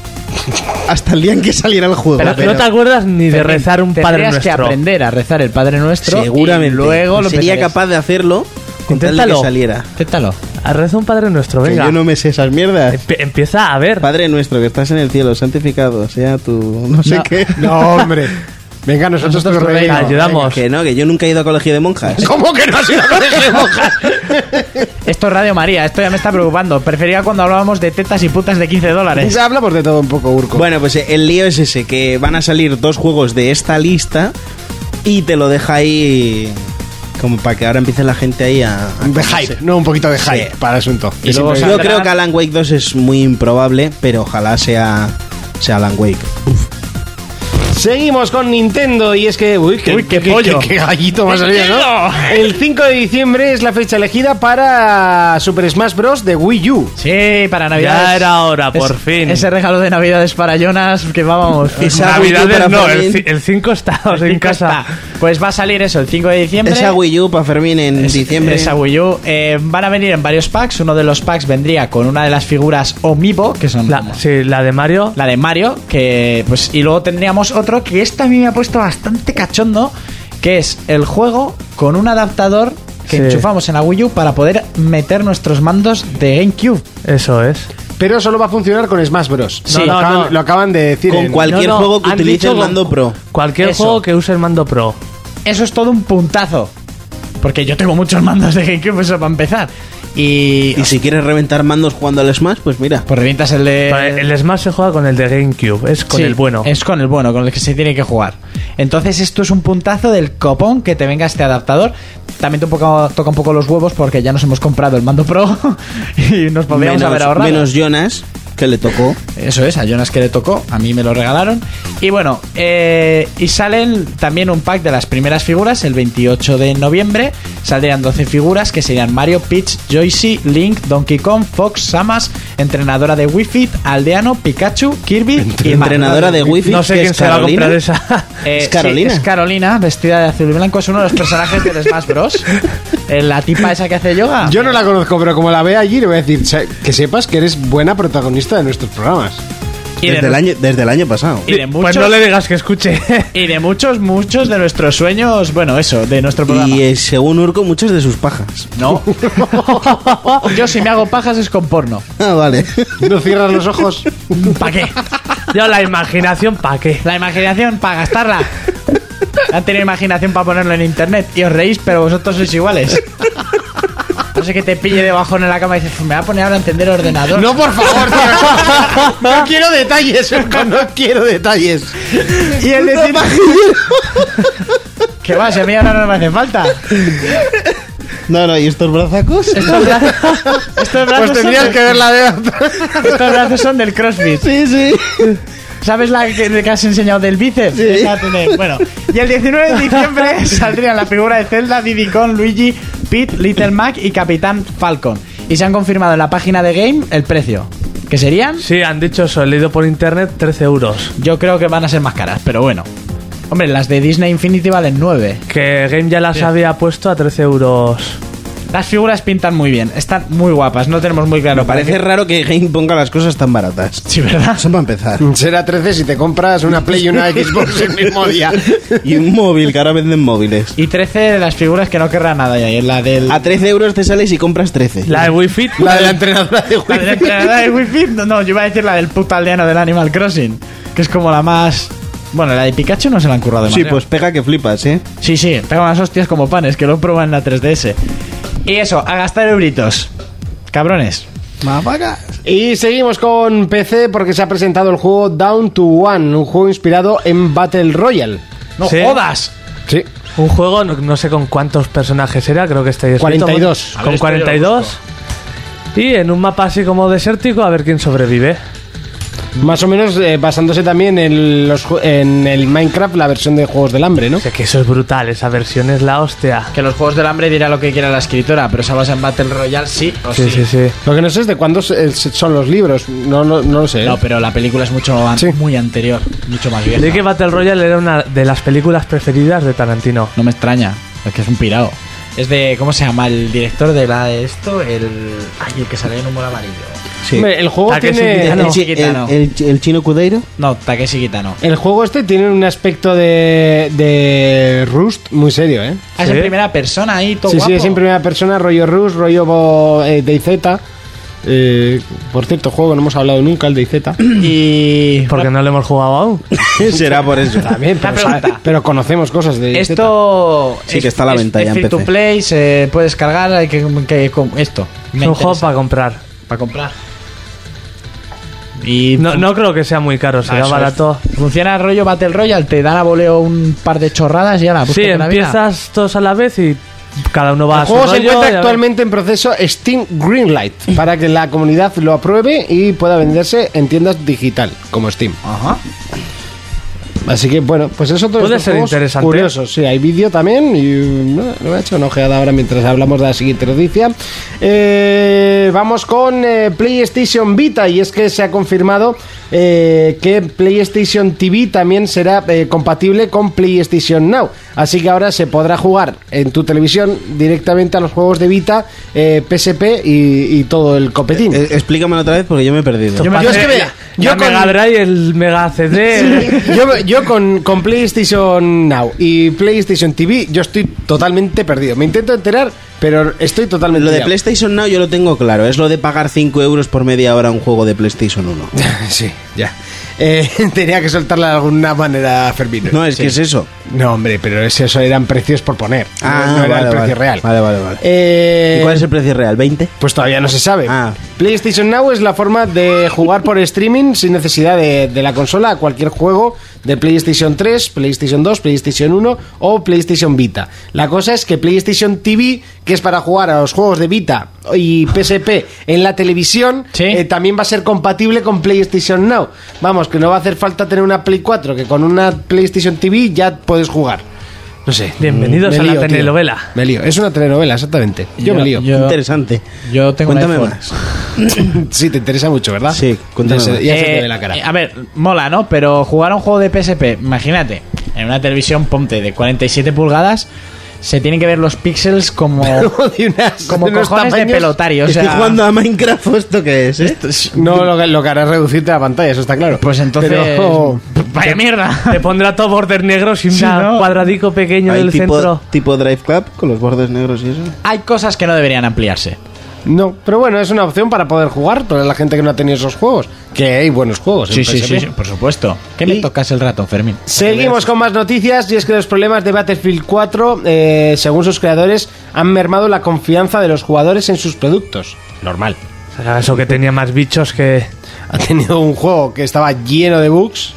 F: hasta el día en que saliera el juego.
E: Pero, no te acuerdas ni de rezar un Padre
D: Tendrías
E: Nuestro.
D: que aprender a rezar el Padre Nuestro.
F: seguramente.
D: y luego lo
F: sería
D: empezarías.
F: capaz de hacerlo con tal de
E: Inténtalo.
F: que saliera.
D: Inténtalo.
E: A Reza un Padre Nuestro,
F: Que
E: venga.
F: yo no me sé esas mierdas.
E: Empe- empieza a ver.
F: Padre nuestro que estás en el cielo, santificado sea tu no sé
D: No.
F: qué.
B: No, hombre. Venga, nosotros,
D: Nosotros
B: nos
D: tu reino.
B: reímos.
E: Ayudamos.
F: Que no, que yo nunca he ido a colegio de monjas.
B: ¿Cómo que no ha sido colegio de monjas?
D: Esto es Radio María, esto ya me está preocupando. Prefería cuando hablábamos de tetas y putas de 15 dólares.
B: Ya hablamos de todo un poco, Urco.
F: Bueno, pues eh, el lío es ese, que van a salir dos juegos de esta lista y te lo deja ahí como para que ahora empiece la gente ahí a... a
B: de hype, no, un poquito de hype
F: Sí.
B: para el asunto.
D: Y luego
F: yo
D: saldrán-
F: creo que Alan Wake 2 es muy improbable, pero ojalá sea, sea Alan Wake.
B: Seguimos con Nintendo y es que. Uy, qué,
D: Uy, qué
B: qué-
D: pollo.
B: qué- qué gallito más salido, ¿no? El 5 de diciembre es la fecha elegida para Super Smash Bros. de Wii U.
D: Sí, para Navidad.
E: Ya era hora, por fin.
D: Ese regalo de Navidades para Jonas, que vamos.
F: Esa Wii U para
E: Navidades no,
F: Fermín-
E: el ci- el 5 está o sea, en casa.
D: Pues va a salir eso el 5 de diciembre.
F: Esa Wii U para Fermín en diciembre.
D: Esa Wii U. Eh, van a venir en varios packs. Uno de los packs vendría con una de las figuras Omibo, que son
E: La, sí, la de Mario.
D: la de Mario, que pues y luego tendríamos otro que esta a mí me ha puesto bastante cachondo, que es el juego con un adaptador que
E: Sí.
D: enchufamos en la Wii U para poder meter nuestros mandos de GameCube.
E: Eso es.
B: Pero solo va a funcionar con con Smash Bros.
D: Sí.
B: lo,
D: No,
B: acaban,
E: no.
B: lo acaban de decir.
F: Con
B: en-
F: cualquier
E: No, no,
F: juego que
E: han
F: utilice
E: dicho
F: el mando
E: con-
F: pro.
E: Cualquier
D: Eso.
E: juego que use el mando pro.
D: Eso es todo un puntazo. Porque yo tengo muchos mandos de GameCube, eso para empezar. Y,
F: Y si quieres reventar mandos jugando al Smash, pues mira.
D: pues revientas el de
E: Vale, el Smash se juega con el de GameCube, es con
D: Sí,
E: el bueno.
D: Es con el bueno, con el que se tiene que jugar. Entonces esto es un puntazo del copón que te venga este adaptador. También te un poco- toca un poco los huevos porque ya nos hemos comprado el mando pro y nos podríamos haber
F: Menos,
D: ahorrado.
F: menos Jonas, que le tocó.
D: Eso es, a Jonas que le tocó, a mí me lo regalaron. Y bueno, eh, y salen también un pack de las primeras figuras el 28 de noviembre. Saldrían 12 figuras que serían Mario, Peach, Joycey, Link, Donkey Kong, Fox, Samas, entrenadora de Wii Fit, Aldeano, Pikachu, Kirby y Mario.
F: Entrenadora de Wi-Fi.
E: no sé
F: que
E: quién
F: es
E: se va a
F: Carolina.
E: comprar esa.
D: Eh,
F: ¿Es
D: sí,
F: Carolina?
D: es Carolina, vestida de azul y blanco. Es uno de los personajes del Smash Bros. Eh, la tipa esa que hace yoga.
B: Yo no la conozco, pero como la vea allí, le voy a decir "Se- que sepas que eres buena protagonista de nuestros programas.
D: y, de,
F: Desde el, año, desde el año pasado.
D: y de muchos,
E: Pues no le digas que escuche.
D: y de muchos, muchos de nuestros sueños. Bueno, eso, de nuestro programa.
F: Y eh, según Urco, muchas de sus pajas.
D: No. Yo si me hago pajas es con porno.
F: Ah, vale.
B: No cierras los ojos.
D: ¿Para qué?
E: Yo la imaginación, ¿pa' qué?
D: La imaginación, para gastarla. Han tenido imaginación para ponerlo en internet y os reís, pero vosotros sois iguales. No sé que te pille de bajón en la cama y dices, me va a poner ahora a entender ordenador.
B: No, por favor, tío. no quiero detalles, Urco, no quiero detalles.
D: Y el decir... ¿Qué va? Si a mí ahora no me hace falta.
F: No, no, ¿y estos brazacos?
D: Estos brazos, estos brazos
B: Pues tendrías
D: son,
B: que ver la de
D: del, estos brazos son del CrossFit.
F: Sí, sí.
D: ¿Sabes la que, que has enseñado del bíceps? Esa tiene- Bueno, y el 19 de diciembre saldrían la figura de Zelda, Diddy Kong, Luigi, Pete, Little Mac y Capitán Falcon. Y se han confirmado en la página de Game el precio. ¿Que serían?
E: Sí, han dicho eso, he leído por internet 13 euros.
D: Yo creo que van a ser más caras, pero bueno. Hombre, las de Disney Infinity valen 9.
E: Que Game ya las había puesto a 13 euros.
D: Las figuras pintan muy bien, están muy guapas, no tenemos muy claro.
F: Me parece raro que Game ponga las cosas tan baratas.
D: Sí, ¿verdad?
F: Eso para empezar.
B: Será 13 si te compras una Play y una Xbox el mismo día.
F: Y un móvil, que ahora venden móviles.
D: Y 13 de las figuras que no querrá nada ya, y es la
B: Ah,
D: del...
F: A 13 euros te sales y compras 13.
E: La de Wii Fit.
B: La de la entrenadora de
D: La de la entrenadora de Wii Fit, no, no, yo iba a decir la del puto aldeano del Animal Crossing, que es como la más... Bueno, la de Pikachu no se la han currado
F: Sí,
D: demasiado.
F: pues pega que flipas, ¿eh?
D: Sí, sí, pega unas hostias como panes, que lo prueban en la 3DS. Y eso, a gastar euritos. Cabrones.
B: Y seguimos con PC porque se ha presentado el juego Down to One, un juego inspirado en Battle Royale.
D: No
E: Sí.
D: jodas.
B: Sí.
E: Un juego, no, no sé con cuántos personajes era, creo que está ahí escrito.
B: 42.
E: Con 42. Y en un mapa así como desértico, a ver quién sobrevive.
B: Más o menos eh, basándose también en, los, ju- en el Minecraft, la versión de Juegos del Hambre, ¿no?
E: O sea, que eso es brutal, esa versión es la hostia.
D: Que los juegos del hambre dirá lo que quiera la escritora, pero esa base en Battle Royale sí o
E: Pues Sí, sí, sí.
B: Lo que no sé es de cuándo se- se- son los libros, no, no, no lo sé. ¿eh?
D: No, pero la película es mucho an-
B: Sí.
D: muy anterior, mucho más vieja.
E: Leí que Battle Royale era una de las películas preferidas de Tarantino.
D: No me extraña, es que es un pirado. Es de, ¿cómo se llama? El director de la de esto, el... Ay, el que sale en humor amarillo.
F: Sí.
B: Hombre, el juego
E: Ah, que
B: tiene...
E: sí,
F: el,
D: no,
F: chi-
D: chiquitano.
F: el- el chi- el chino Cudeiro.
D: No, Takeshi Kitano.
B: El juego este tiene un aspecto de, de Rust muy serio, ¿eh?
D: Ah, es
E: Sí.
D: en primera persona ahí, todo
B: Sí,
D: guapo.
B: sí, es en primera persona, rollo Rust, rollo bo- eh, DayZ. Eh, por cierto, juego no hemos hablado nunca, el DayZ.
D: Y...
E: Porque no lo hemos jugado aún.
F: Será por eso.
B: También, pero,
D: Una pregunta.
B: pero conocemos cosas de DayZ.
D: Esto
F: Sí, que está a la venta
D: es
F: ya en
D: free to
F: PC.
D: play, se puede descargar, hay que, que- com- esto.
E: Es
D: Me
E: un
D: interesa,
E: juego para comprar.
D: para comprar. Y
E: No, no creo que sea muy caro,
D: Ah,
E: será
D: eso
E: barato.
D: es. Funciona rollo Battle Royale, te dan a voleo un par de chorradas y ya la
E: Sí, empiezas todos a la vez y cada uno va
B: El
E: a su
B: juego se
E: rollo y a
B: encuentra
E: ver.
B: actualmente en proceso Steam Greenlight para que la comunidad lo apruebe y pueda venderse en tiendas digital como Steam.
D: Ajá.
B: Así que bueno, pues es otro de
E: Puede
B: estos
E: ser
B: juegos
E: interesante.
B: curiosos. Sí, hay vídeo también y mm, lo voy a echar una ojeada ahora mientras hablamos de la siguiente noticia. Eh, vamos con eh, PlayStation Vita y es que se ha confirmado eh, que PlayStation TV también será eh, compatible con PlayStation Now. Así que ahora se podrá jugar en tu televisión directamente a los juegos de Vita, eh, PSP y, y todo el copetín.
F: Eh, explícamelo otra vez porque yo me he perdido.
B: Yo es que vea, yo
E: la
B: con-
E: Mega Drive, el Mega CD.
B: yo, yo con, con PlayStation Now y PlayStation TV, yo estoy totalmente perdido. Me intento enterar, pero estoy totalmente
F: Lo de
B: liado.
F: PlayStation Now yo lo tengo claro. Es lo de pagar 5 euros por media hora un juego de PlayStation 1.
B: Sí, ya. Eh, tenía que soltarla de alguna manera, Fermín.
F: No, es
B: Sí.
F: que es eso.
B: No, hombre, pero es- eso eran precios por poner. No-
F: Ah,
B: no era
F: vale,
B: el precio
F: vale.
B: real.
F: Vale, vale, vale.
B: Eh,
F: ¿Y cuál es el precio real? ¿20?
B: Pues todavía no se sabe.
F: Ah.
B: PlayStation Now es la forma de jugar por streaming sin necesidad de, de la consola a cualquier juego de PlayStation 3, PlayStation 2, PlayStation 1 o PlayStation Vita. La cosa es que PlayStation TV, que es para jugar a los juegos de Vita y PSP en la televisión,
D: Sí.
B: eh, también va a ser compatible con PlayStation Now. Vamos, que no va a hacer falta tener una Play 4, que con una PlayStation TV ya puedes jugar. No sé. Mm,
E: Bienvenidos
B: Me
E: a la
B: lío, tío.
E: telenovela.
B: Me lío. Es una telenovela, exactamente. Yo, me lío.
F: Interesante.
D: Yo tengo un
F: Cuéntame
D: iPhone.
F: más.
B: Sí, te interesa mucho, ¿verdad?
F: Sí, cuéntame
B: Ya se-
F: más.
B: Ya se
D: Eh,
B: te ve la cara.
D: eh, a ver, mola, ¿no? Pero jugar a un juego de PSP, imagínate, en una televisión ponte de 47 pulgadas, se tienen que ver los píxeles como,
B: De unas-
D: como
B: de unos
D: cojones de
B: tamaños-
D: pelotario. O sea, este
F: Estoy jugando a Minecraft, ¿o ¿esto qué es? eh?
D: esto es-
B: No, lo que, lo que hará es reducirte la pantalla, eso está claro.
D: pues entonces.
B: Pero-
D: Vaya mierda.
E: Te pondrá todo border negro sin
D: Sí,
E: un
D: ¿no?
E: cuadradico pequeño
F: Hay
E: del
F: tipo,
E: centro.
F: tipo Drive Club con los bordes negros y eso.
D: Hay cosas que no deberían ampliarse.
B: no, pero bueno, es una opción para poder jugar para la gente que no ha tenido esos juegos. Que hay buenos juegos. en
D: Sí, sí,
B: PSP.
D: sí, sí, por supuesto. ¿Qué me
B: Y-
D: tocas el ratón, Fermín?
B: Seguimos con más noticias y es que los problemas de Battlefield 4, eh, según sus creadores, han mermado la confianza de los jugadores en sus productos. Normal.
E: O sea, Eso que tenía más bichos que.
B: Ha tenido un juego que estaba lleno de bugs.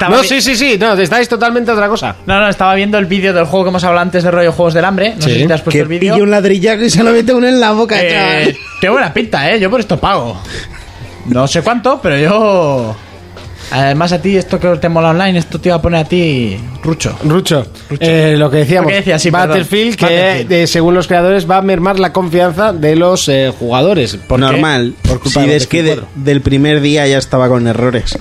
D: Ah,
B: No, sí, sí, sí, no, estáis totalmente a otra cosa.
D: No, no, estaba viendo el vídeo del juego que hemos hablado antes de rollo Juegos del Hambre. No
B: Sí.
D: sé si te has puesto
F: Que
D: el vídeo.
F: pille un ladrillaco y se lo mete uno en la boca.
D: Eh,
F: chaval.
D: qué buena pinta, ¿eh? Yo por esto pago. No sé cuánto, pero yo... Además a ti, esto que te mola online, esto te iba a poner a ti rucho.
B: Rucho, eh, lo que decíamos,
D: Lo que decía, sí,
B: Battlefield, que
D: perdón. Battlefield.
B: eh, según los creadores va a mermar la confianza de los eh, jugadores. ¿Por qué?
F: Normal.
B: Por culpa
F: si
B: de
F: es que de-
B: Battlefield
F: del primer día ya estaba con errores.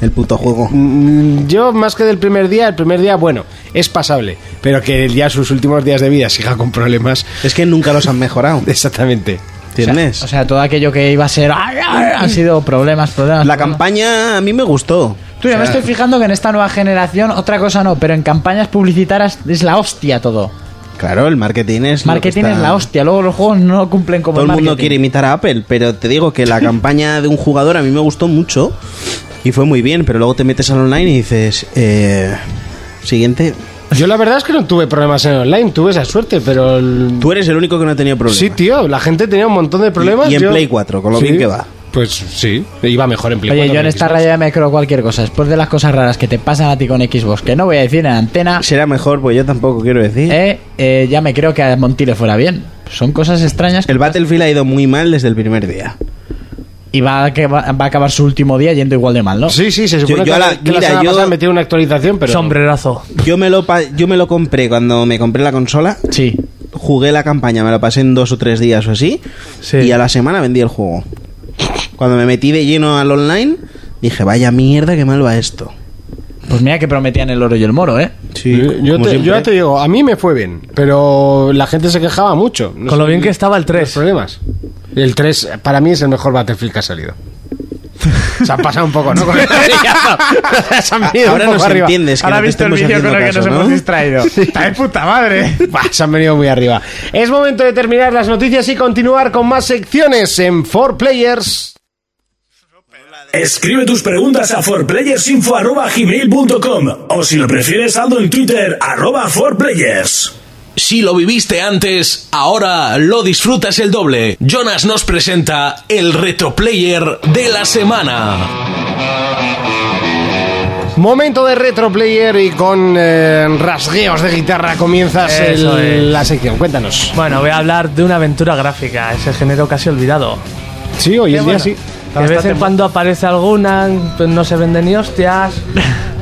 F: El puto juego.
B: 4. Mm, Yo, más que del primer día, el primer día, bueno, es pasable, pero que ya sus últimos días de vida siga con problemas.
F: Es que nunca los han mejorado.
B: Exactamente.
F: ¿Entiendes?
D: O sea, todo aquello que iba a ser... "Ay, ay", Han sido problemas, problemas.
F: la
D: problemas.
F: campaña a mí me gustó.
D: Tú, ya me estoy fijando que en esta nueva generación, otra cosa no, pero en campañas publicitarias es la hostia todo.
F: Claro, el marketing es. lo que
D: Marketing
F: está-
D: es la hostia, luego los juegos no cumplen como
F: Todo el mundo
D: marketing.
F: quiere imitar a Apple, pero te digo que la campaña de un jugador a mí me gustó mucho y fue muy bien, pero luego te metes al online y dices, eh, siguiente,
B: Yo la verdad es que no tuve problemas en online, tuve esa suerte, pero... el-
F: tú eres el único que no ha tenido problemas.
B: Sí, tío, la gente tenía un montón de problemas.
F: Y- y en
B: yo-
F: Play 4, con lo bien que va.
B: Pues sí, iba mejor en Play 4.
D: Oye, yo
B: que
D: en esta
B: Xbox.
D: raya me creo cualquier cosa. Después de las cosas raras que te pasan a ti con Xbox, que no voy a decir en antena,
F: Será mejor, pues yo tampoco quiero decir.
D: eh, eh, ya me creo que a Monty le fuera bien. Son cosas extrañas que
F: El Battlefield ha ido muy mal desde el primer día.
D: y va a, que va, va a acabar su último día yendo igual de mal, ¿no?
B: Sí, sí, se supone
F: yo
B: que,
F: a
B: la,
F: la-
B: que la
F: mira,
B: semana
F: yo-
B: pasada metieron una actualización, pero...
E: Sombrerazo.
F: Yo me lo pa- yo me lo compré cuando me compré la consola,
D: Sí.
F: jugué la campaña, me la pasé en dos o tres días o así,
E: Sí.
F: y a la semana vendí el juego. Cuando me metí de lleno al online, dije, vaya mierda, qué mal va esto.
D: Pues mira que prometían el oro y el moro, ¿eh?
F: Sí,
B: Yo- yo,
F: como
B: te, yo
F: siempre.
B: ya te digo, a mí me fue bien, pero la gente se quejaba mucho. No
E: Con lo
B: sé,
E: bien que estaba el
B: los
E: 3.
B: problemas. El 3 para mí es el mejor Battlefield que ha salido. Se ha pasado un poco, ¿no? Con el rodillazo. se han venido
F: Ahora
B: un poco
F: nos
B: arriba.
F: entiendes que no te estemos haciendo caso, ¿no?
D: distraído. ¡Está de puta madre!
B: Buah, se han venido muy arriba. Es momento de terminar las noticias y continuar con más secciones en 4Players.
A: Escribe tus preguntas a forplayersinfo.gmail.com o si lo prefieres, saldo en Twitter, arroba 4players.
G: Si lo viviste antes, ahora lo disfrutas el doble. Jonas nos presenta el Retro Player de la semana.
B: Momento de Retro Player y con eh, rasgueos de guitarra comienzas
E: Eso
B: el-
E: es.
B: la sección. Cuéntanos.
E: Bueno, voy a hablar de una aventura gráfica, ese género casi olvidado.
B: Sí, hoy
E: Qué
B: en día
E: bueno.
B: sí.
E: de vez
B: bastante
E: en cuando aparece alguna, pues no se vende ni hostias.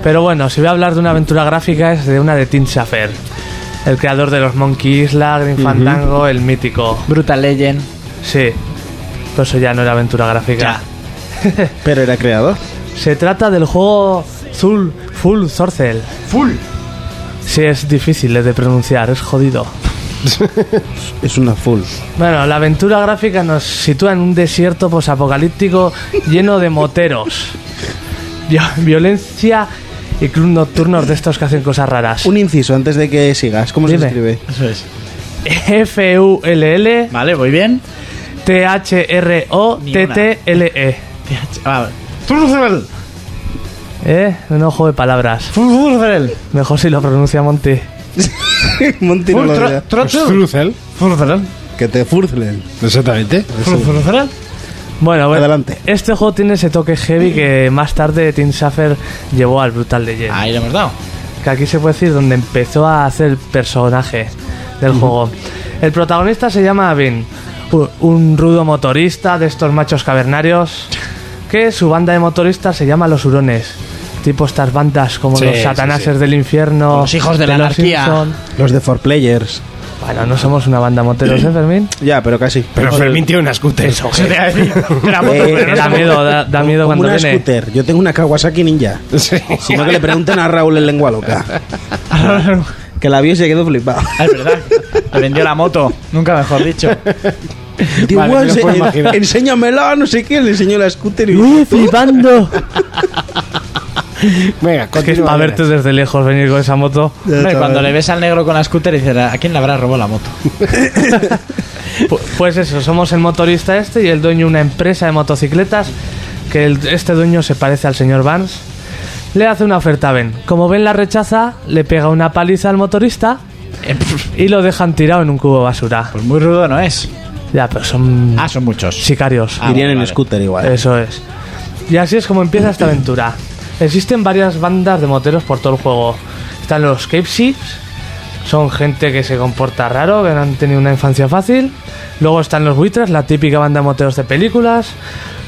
E: Pero bueno, si voy a hablar de una aventura gráfica es de una de Tim Schafer, el creador de los Monkey Isla, Green Fandango, el mítico.
D: Brutal Legend.
E: Sí, pero eso ya no era aventura gráfica.
F: Pero era creador.
E: Se trata del juego Zul, Full Sorcel.
B: Full.
E: Sí, es difícil de pronunciar, es jodido.
F: Es una full.
E: Bueno, la aventura gráfica nos sitúa en un desierto posapocalíptico lleno de moteros, Vio- violencia y club nocturnos de estos que hacen cosas raras.
F: Un inciso antes de que sigas. ¿Cómo se
E: Dime.
F: escribe?
D: Eso es.
E: F-U-L-L-T-H-R-O-T-T-L-E.
D: Vale, voy bien.
E: -L E.
D: Ah,
E: ¿Eh? Un ojo de palabras.
D: Furzel.
E: Mejor si lo pronuncia Monty.
F: Monty no lo dirá.
J: Pues Strudel.
F: Que te furzlen.
J: Exactamente.
E: Bueno, bueno.
F: Adelante.
E: Este juego tiene ese toque heavy que más tarde Tim Schafer llevó al Brutal Legend.
D: Ahí lo hemos dado.
E: que aquí se puede decir donde empezó a hacer el personaje del juego. El protagonista se llama Vin, u- un rudo motorista de estos machos cavernarios, que su banda de motoristas se llama Los Hurones. Tipo estas bandas como
J: Sí,
E: los
J: sí,
E: satanases
J: sí.
E: del infierno.
D: Los hijos de la
E: los
D: anarquía.
E: Simpson.
F: Los de 4Players.
E: Bueno, no somos una banda moteros, ¿eh, Fermín?
F: Ya, pero casi.
J: Pero Fermín tiene una scooter.
D: Eso te iba a decir. De la moto,
F: Eh,
D: pero no
E: da
D: sé cómo-
E: miedo, da, da miedo
F: Como
E: cuando
F: una
E: viene.
F: scooter. Yo tengo una Kawasaki Ninja.
J: Sí.
F: Si no, que le pregunten a Raúl el lengua loca. que la vio y se quedó flipado.
D: Ah, es verdad. Me vendió la moto. Nunca mejor dicho.
F: Digo,
J: Vale, me lo
F: "Ense-
J: puedo imaginar".
F: enséñamela, no sé qué. Le enseñó la scooter y...
E: flipando!
J: Venga,
E: Es que es
J: continúa,
E: para verte desde lejos venir con esa moto.
D: Hombre, cuando le ves al negro con la scooter, dices, ¿a quién le habrá robado la moto?
E: Pu- Pues eso, somos el motorista este y el dueño de una empresa de motocicletas, que el- este dueño se parece al señor Vance. Le hace una oferta a Ben. Como Ben la rechaza, le pega una paliza al motorista
D: Eh, pf,
E: y lo dejan tirado en un cubo de basura.
D: pues muy rudo no es.
E: Ya, pero son
D: Ah, son muchos.
E: sicarios.
D: Ah,
F: Irían en
D: vale.
F: scooter igual.
E: Eso es. Y así es como empieza esta aventura. Existen varias bandas de moteros por todo el juego. Están los Cape Ships, son gente que se comporta raro, que no han tenido una infancia fácil. Luego están los buitres, la típica banda de moteros de películas.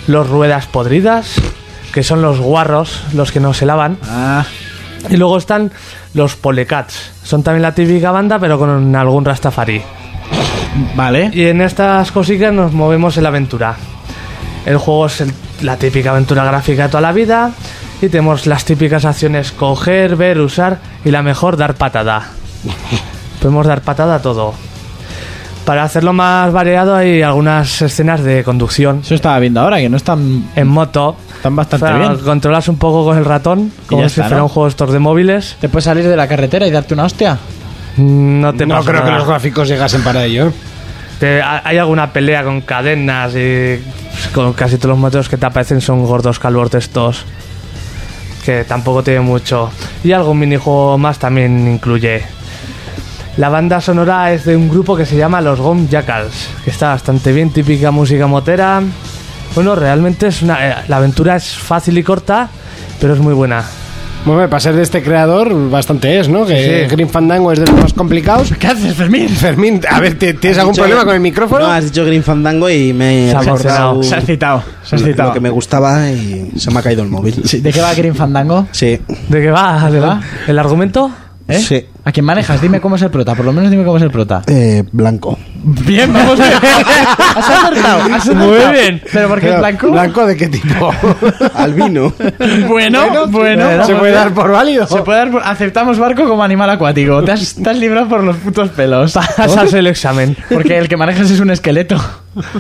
E: Los ruedas podridas, que son los guarros, los que no se lavan.
D: Ah,
E: Y luego están los polecats, son también la típica banda, pero con algún rastafari.
D: vale.
E: Y en estas cositas nos movemos en la aventura. El juego es el- la típica aventura gráfica de toda la vida. Y tenemos las típicas acciones coger, ver, usar y la mejor dar patada. Podemos dar patada a todo. Para hacerlo más variado hay algunas escenas de conducción
D: Eso estaba viendo ahora, que no están
E: en moto.
D: Están bastante bien.
E: Controlas un poco con el ratón, como
D: ya
E: si
D: está,
E: fuera
D: ¿no?
E: un juego estos de móviles.
D: ¿Te puedes salir de la carretera y darte una hostia?
E: No te
J: No
E: pasa
J: creo que
E: nada.
J: los gráficos llegasen para ello. ¿eh?
E: Te- ha- hay alguna pelea con cadenas y con casi todos los moteros que te aparecen son gordos calvos de estos que tampoco tiene mucho y algún minijuego más también incluye la banda sonora es de un grupo que se llama los Gom Jackals que está bastante bien típica música motera bueno realmente es una eh, la aventura es fácil y corta pero es muy buena
J: Bueno, para ser de este creador, bastante es, ¿no? Que
E: sí.
J: Green Fandango es de los más complicados.
D: ¿Qué haces, Fermín?
J: Fermín, a ver, ¿te- ¿tienes algún
F: Dicho-
J: problema con el micrófono?
F: No, has dicho Green Fandango y me he
E: Se ha
F: acordado
E: emocionado.
D: Se has citado, se Pues has
F: lo
D: citado.
F: que me gustaba y se me ha caído el móvil.
D: Sí, ¿De qué va Green Fandango?
F: Sí.
E: de qué va ¿De
D: va?
E: el argumento
D: ¿Eh?
F: Sí.
D: ¿A quién manejas? Dime cómo es el prota, por lo menos dime cómo es el prota.
F: Eh, blanco.
D: Bien, vamos bien. Has acertado, has acertado.
E: Muy bien.
D: ¿Pero por qué
J: Pero,
D: es blanco?
J: ¿Blanco de qué tipo?
F: Albino.
D: Bueno, bueno.
J: ¿Se puede dar por válido?
D: Se puede dar por- Aceptamos barco como animal acuático. Te has, te has librado por los putos pelos.
E: pasas el examen
D: Porque el que manejas es un esqueleto.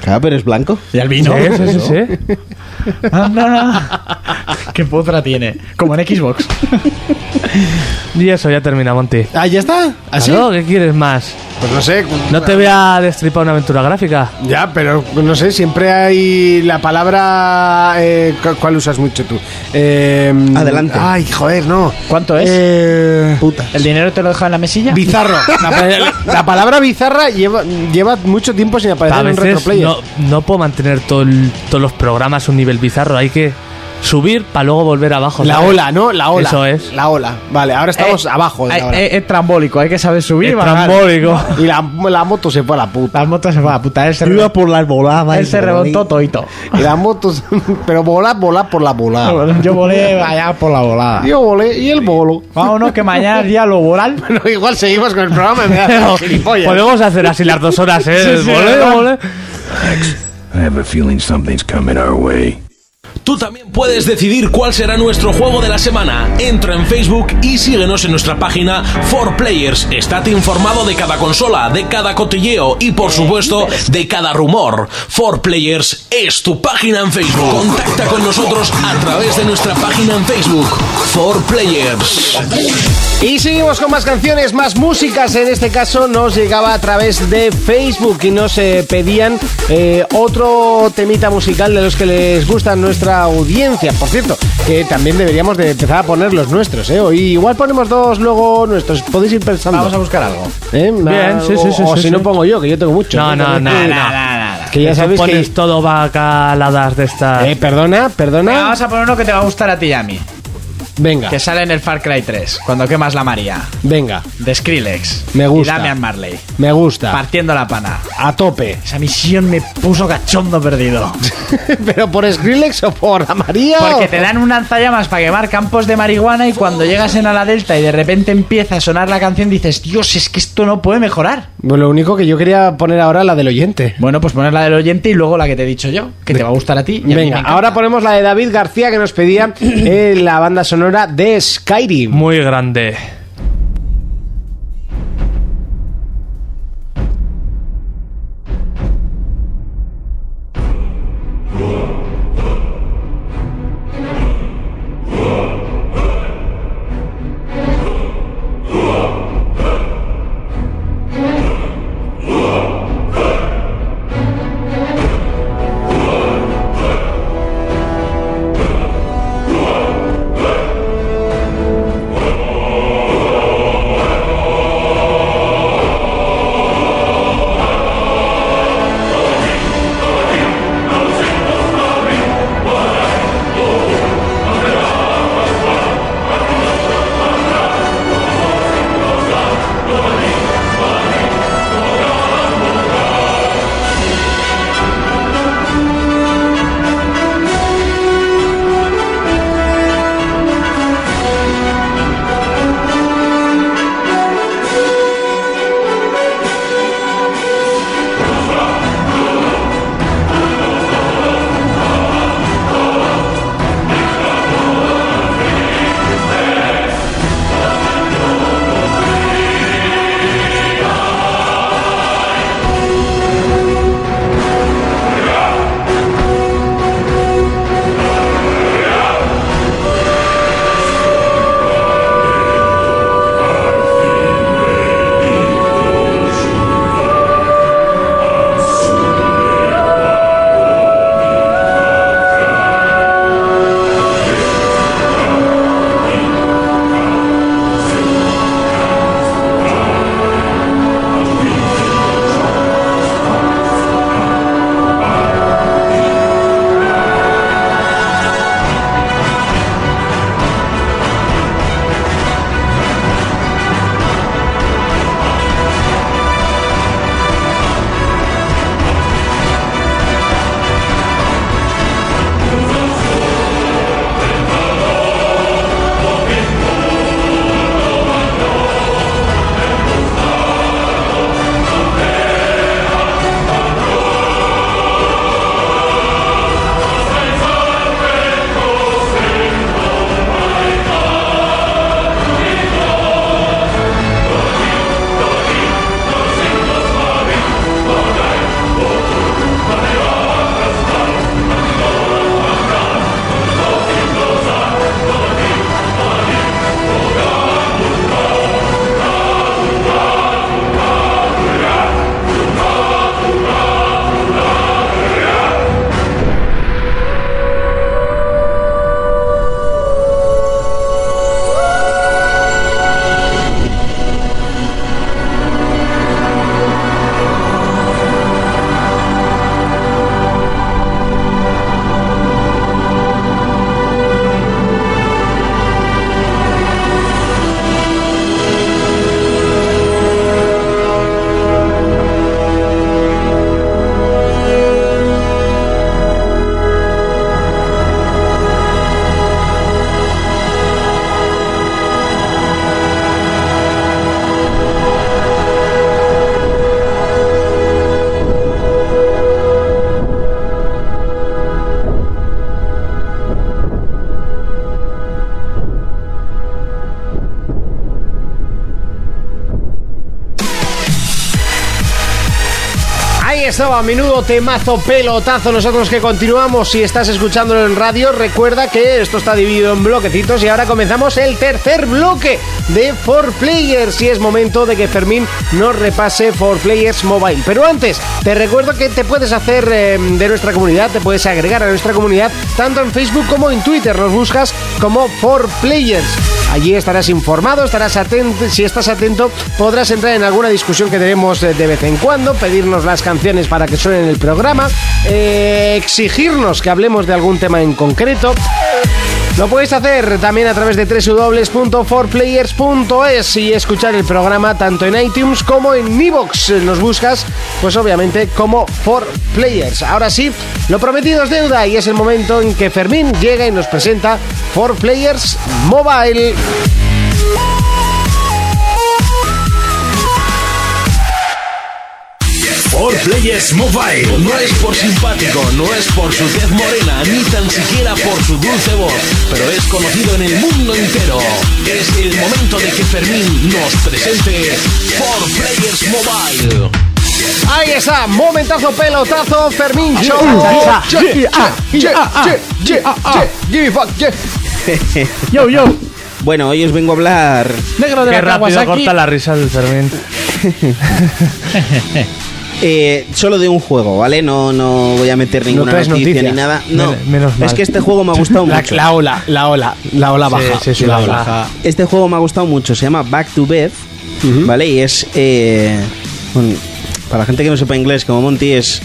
F: Claro, pero es blanco.
D: Y albino.
E: Sí, sí, sí, sí.
D: Anda, Ah, no. Qué potra tiene. Como en Xbox.
E: Y eso ya termina, Monty.
J: Ah, ¿ya está? ¿Así?
E: Claro, ¿Qué quieres más?
J: Pues no sé.
E: No te voy a destripar una aventura gráfica.
J: Ya, pero no sé, siempre hay la palabra... eh, cu- ¿Cuál usas mucho tú? Eh,
F: Adelante.
J: Ay, joder, no.
D: ¿Cuánto es?
J: Eh,
F: Puta.
D: ¿El dinero te lo deja en la mesilla? Eh,
J: bizarro. La, pa- la palabra bizarra lleva, lleva mucho tiempo sin aparecer
E: A
J: en
E: veces
J: retroplayer.
E: no, no puedo mantener todo el- todos los programas a un nivel bizarro. Hay que subir para luego volver abajo.
J: La
E: ¿sabes?
J: ola, ¿no? La ola.
E: Eso es.
J: La ola. Vale, ahora estamos
D: Eh,
J: abajo. de
D: hay-
J: la ola.
D: Es, es trambólico, hay que saber subir y
E: Es
D: bajar.
E: trambólico.
J: Y la, la moto se fue a la puta.
D: Las motos se va a puta. Él se,
F: Iba
D: re-
F: por las voladas.
D: él se rebotó toito.
J: Y la moto. se- Pero volar, volar por la
B: Ah.
J: volada.
D: Yo volé allá por la volada.
J: Yo volé y el bolo.
D: Vámonos que mañana ya lo volar.
J: Bueno, igual seguimos con el programa. Me da gilipollas.
E: Podemos hacer así las dos horas, ¿eh?
D: Sí, sí,
E: Volé,
D: ¿verdad?
E: volé.
A: I have a feeling something's coming our way.
G: Tú también puedes decidir cuál será nuestro juego de la semana. Entra en Facebook y síguenos en nuestra página For Players. Estate informado de cada consola, de cada cotilleo y por supuesto de cada rumor. For Players es tu página en Facebook. Contacta con nosotros a través de nuestra página en Facebook. For Players.
B: Y seguimos con más canciones, más músicas. En este caso nos llegaba a través de Facebook y nos eh, pedían eh, otro temita musical de los que les gusta a nuestra audiencia. Por cierto, que también deberíamos de empezar a poner los nuestros, ¿eh? Hoy igual ponemos dos luego nuestros. Podéis ir pensando.
D: Vamos a buscar algo.
B: ¿Eh?
E: Bien, sí, sí,
B: o-
E: sí,
B: O
E: sí,
B: si no
E: sí.
B: pongo yo, que yo tengo mucho.
E: No, no, no,
B: También-
E: no.
B: Que ya
E: Eso
B: sabéis
E: pones
B: que...
E: todo bacaladas de estas.
B: Eh, perdona,
D: Venga,
B: perdona.
D: vamos a poner uno que te va a gustar a ti y a mí.
B: Venga,
D: Que sale en el Far Cry 3, cuando quemas la María.
B: venga.
D: De Skrillex.
B: Me gusta.
D: Y Damian Marley.
B: Me gusta.
D: Partiendo la pana.
B: A tope.
D: Esa misión me puso cachondo perdido.
B: ¿Pero por Skrillex o por la María?
D: Porque te dan un lanzallamas para quemar campos de marihuana y cuando llegas en a la delta y de repente empieza a sonar la canción dices, Dios, es que esto no puede mejorar.
B: Lo único que yo quería poner ahora la del oyente.
D: Bueno, pues poner la del oyente y luego la que te he dicho yo, que te va a gustar a ti. y a mí me
B: Venga,
D: encanta.
B: ahora ponemos la de David García que nos pedía eh, la banda sonora de Skyrim.
E: Muy grande.
K: Thank
B: Ahí estaba, menudo temazo, pelotazo. Nosotros que continuamos, si estás escuchándolo en radio, recuerda que esto está dividido en bloquecitos y ahora comenzamos el tercer bloque de 4Players. Y es momento de que Fermín nos repase 4Players Mobile. Pero antes, te recuerdo que te puedes hacer eh, de nuestra comunidad, te puedes agregar a nuestra comunidad, tanto en Facebook como en Twitter. Nos buscas como 4Players. Allí estarás informado, estarás atento. Si estás atento, podrás entrar en alguna discusión que tenemos eh, de vez en cuando, pedirnos las canciones para que suenen en el programa, eh, exigirnos que hablemos de algún tema en concreto. Lo puedes hacer también a través de www.forplayers.es y escuchar el programa tanto en iTunes como en Evox. Nos buscas, pues obviamente, como 4Players. Ahora sí, lo prometido es deuda y es el momento en que Fermín llega y nos presenta 4Players Mobile.
A: All Players Mobile.
G: No es por simpático, no es por su tez morena, ni tan siquiera por su dulce voz, pero es conocido en el mundo entero. Es el momento de que Fermín nos presente For Players Mobile.
B: Ahí está, momentazo, pelotazo, Fermín Show.
D: Yo, yo.
F: Bueno, hoy os vengo a hablar
D: Negro de
E: Qué
D: la
E: rápido
D: Kawasaki.
E: corta la risa del Fermín.
F: eh, solo de un juego, ¿vale? No, no voy a meter ninguna
E: traes
F: noticia,
E: noticia.
F: ni nada. No,
E: Men- menos mal.
F: es que este juego me ha gustado
J: La,
F: mucho.
J: la ola, la ola, la ola baja.
E: sí, sí,
J: la
E: la
J: ola
E: baja.
J: baja.
F: Este juego me ha gustado mucho, se llama Back to Bed, ¿vale? Y es. eh, un- para la gente que no sepa inglés, como Monty, es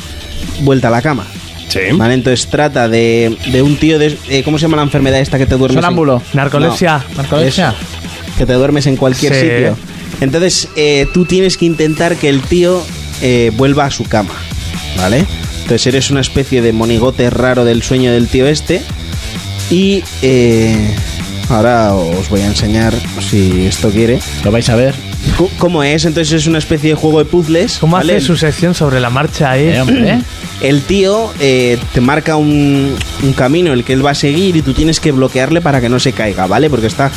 F: vuelta a la cama.
A: Sí.
E: ¿Eh?
F: ¿Vale? Entonces trata de, de un tío de. eh, ¿Cómo se llama la enfermedad esta que te duermes? en-
D: Sonámbulo.
E: Narcolepsia.
D: Narcolepsia.
F: que te duermes en cualquier
E: Sí.
F: sitio. Entonces, eh, tú tienes que intentar que el tío eh, vuelva a su cama, ¿vale? Entonces, eres una especie de monigote raro del sueño del tío este. Y eh, ahora os voy a enseñar, si esto quiere,
D: Lo vais a ver. eh,
F: cu- cómo es. Entonces, es una especie de juego de puzzles.
E: ¿Cómo
F: ¿vale?
E: hace su sección sobre la marcha ahí?
F: Este
D: Eh, hombre, ¿eh?
F: El tío eh, te marca un, un camino el que él va a seguir y tú tienes que bloquearle para que no se caiga, ¿vale? Porque está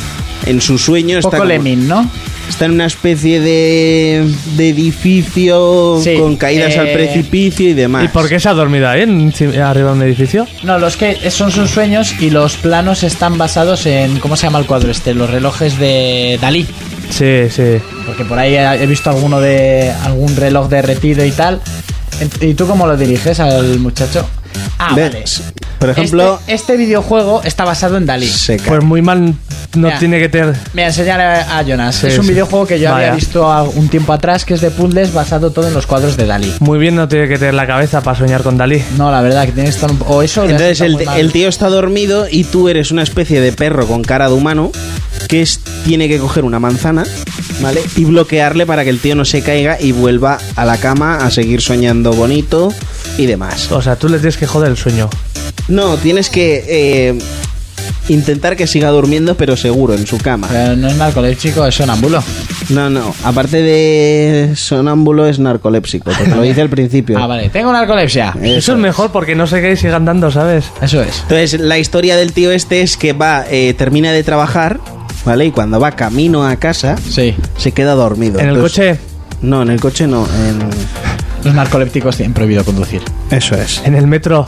F: en su sueño.
D: Un
F: está
D: poco
F: como- este.
D: Lemin, ¿no?
F: Está en una especie de, de edificio
D: Sí,
F: con caídas
D: eh,
F: al precipicio y demás.
E: ¿Y por qué se ha dormido ahí en- arriba de un edificio?
D: No, los que son sus sueños y los planos están basados en. ¿Cómo se llama el cuadro este? Los relojes de Dalí.
E: Sí, sí.
D: Porque por ahí he he visto alguno de. algún reloj derretido y tal. Ent- ¿Y tú cómo lo diriges al muchacho? Ah, vale.
F: ¿Ves? Por ejemplo,
D: este, este videojuego está basado en Dalí.
F: se cae.
E: Pues muy mal no
D: Ya.
E: tiene que tener.
D: Mira, enseñaré a Jonas.
E: Sí,
D: es un
E: sí.
D: videojuego que yo
E: Vaya.
D: había visto a- un tiempo atrás que es de puzzles basado todo en los cuadros de Dalí.
E: Muy bien no tiene que tener la cabeza para soñar con Dalí.
D: No, la verdad, que tienes que estar un- O eso. le has
F: Entonces
D: estado
F: el,
D: muy mal.
F: el tío está dormido y tú eres una especie de perro con cara de humano que es- tiene que coger una manzana, ¿vale? Y bloquearle para que el tío no se caiga y vuelva a la cama a seguir soñando bonito y demás.
E: O sea, tú le tienes que joder el sueño.
F: No, tienes que eh, intentar que siga durmiendo pero seguro en su cama.
D: Pero Eh, no es narcoléptico, es sonámbulo.
F: No, no, aparte de sonámbulo es narcolépsico, porque lo dice al principio.
D: Ah, vale. Tengo narcolepsia.
F: Eso
E: Eso, es mejor porque no sé qué y sigue andando, ¿sabes?
D: Eso es.
F: Entonces, la historia del tío este es que va, eh, termina de trabajar, ¿vale? Y cuando va camino a casa,
D: Sí.
F: se queda dormido.
E: En el
F: Entonces-
E: coche,
F: No, en el coche no. en-
D: Los narcolépticos tienen prohibido conducir.
F: Eso es.
E: en el metro.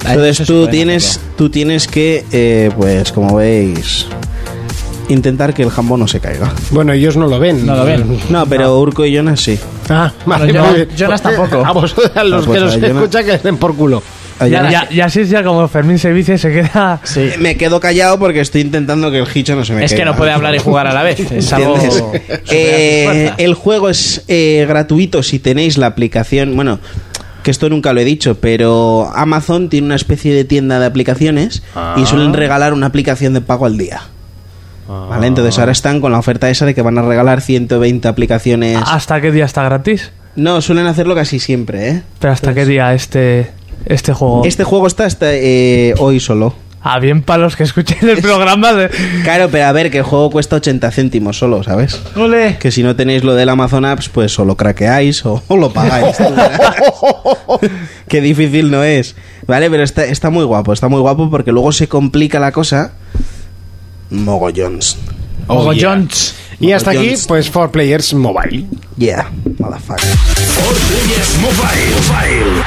D: Eso
F: Entonces
D: sí
F: tú
D: pueden
F: tienes,
D: hacerlo.
F: tú tienes que, eh, pues, como veis, intentar que el jambón no se caiga.
J: Bueno, ellos no lo ven.
D: No lo ven.
F: No, pero Urco y Jonas sí.
J: Ah, vale,
D: Bueno, yo-
J: vale.
D: Jonas tampoco.
J: A vosotros, a los
F: Ah, pues
J: que nos
F: a Jonas.
J: escuchan, que les den por culo.
F: A
E: Y
F: Jonas-
E: ya, ya así es ya como Fermín se vicia y se queda.
D: Sí.
F: Eh, Me quedo callado porque estoy intentando que el hicho no se me
D: Es que
F: caiga.
D: no puede hablar y jugar a la vez. Es algo.
F: ¿Entiendes?
D: supera sus
F: Eh,
D: fuerzas.
F: el juego es eh, gratuito si tenéis la aplicación. Bueno, que esto nunca lo he dicho, pero Amazon tiene una especie de tienda de aplicaciones y suelen regalar una aplicación de pago al día. Vale, entonces ahora están con la oferta esa de que van a regalar 120 aplicaciones.
E: ¿Hasta qué día está gratis?
F: No, suelen hacerlo casi siempre, ¿eh?
E: Pero ¿hasta qué día este, este juego?
F: Este juego está hasta eh, hoy solo.
E: Ah, bien para los que escuchen el programa de.
F: Claro, pero a ver, que el juego cuesta 80 céntimos solo, ¿sabes?
E: ¡Ole!
F: Que si no tenéis lo del Amazon Apps, pues o lo craqueáis o, o lo pagáis. Qué difícil no es. Vale, pero está, está muy guapo, está muy guapo porque luego se complica la cosa. Mogollons.
D: Ojo, Oh, Jones.
J: Y hasta aquí,
F: Jones.
J: pues, For Players Mobile.
F: Yeah, motherfucker.
A: All Players Mobile. Mobile.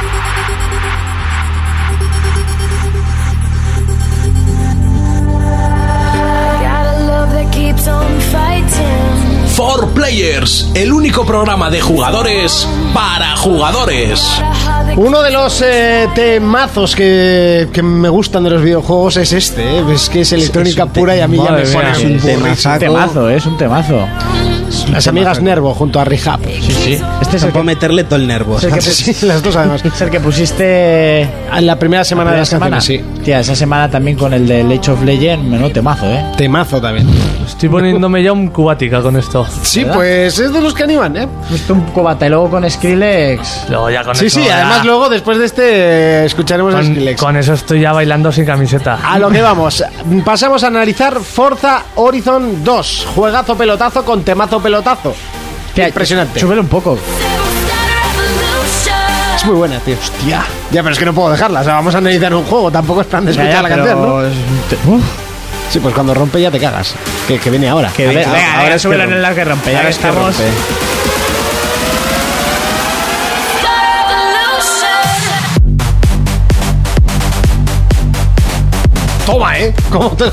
G: For Players, el único programa de jugadores para jugadores.
B: Uno de los eh, temazos que, que me gustan de los videojuegos es este, ¿eh? es que es electrónica pura y a mí ya me
E: madre mía,
B: pone
E: es
B: un
F: un
B: burro.
F: tema.
D: Es un temazo, eh, es un temazo.
B: Las amigas Nervo junto a Rehab.
D: Este es el
F: Tampoco
D: que,
F: meterle todo el nervo.
D: es el que
B: Sí, las dos además.
D: es el que pusiste
B: En la primera semana de las canciones, sí.
D: Tía, esa semana también con el del Age of Legend, menudo temazo, eh.
J: Temazo también.
E: Estoy poniéndome ya un cubática con esto.
J: Sí, pues es de los que animan, ¿eh?
D: Pusiste un cobata y luego con Skrillex.
E: Luego ya con
B: Sí,
E: eso
B: sí,
E: ya-
B: además luego después de este eh, escucharemos el
E: con,
B: Skrillex.
E: con eso estoy ya bailando sin camiseta.
B: A lo que vamos, pasamos a analizar Forza Horizon 2, juegazo pelotazo con temazo pelotazo.
D: Tía,
B: Impresionante.
D: Súbelo un poco.
B: Es muy buena, tío. Hostia. Ya, pero es que no puedo dejarla. O sea, vamos a analizar un juego. Tampoco es plan de escuchar
D: Ya, ya,
B: la
D: pero-
B: canción, ¿no?
D: Uf.
B: Sí, pues cuando rompe ya te cagas. Que, que viene ahora.
D: Que
B: A
D: venga,
B: ver,
D: venga,
B: ahora es
D: venga,
B: que
D: súbelo
B: rompe.
D: en la que rompe. Ya
B: Ahora
D: que
B: es que
D: estamos.
B: rompe. Toma, ¿eh? ¿Cómo te...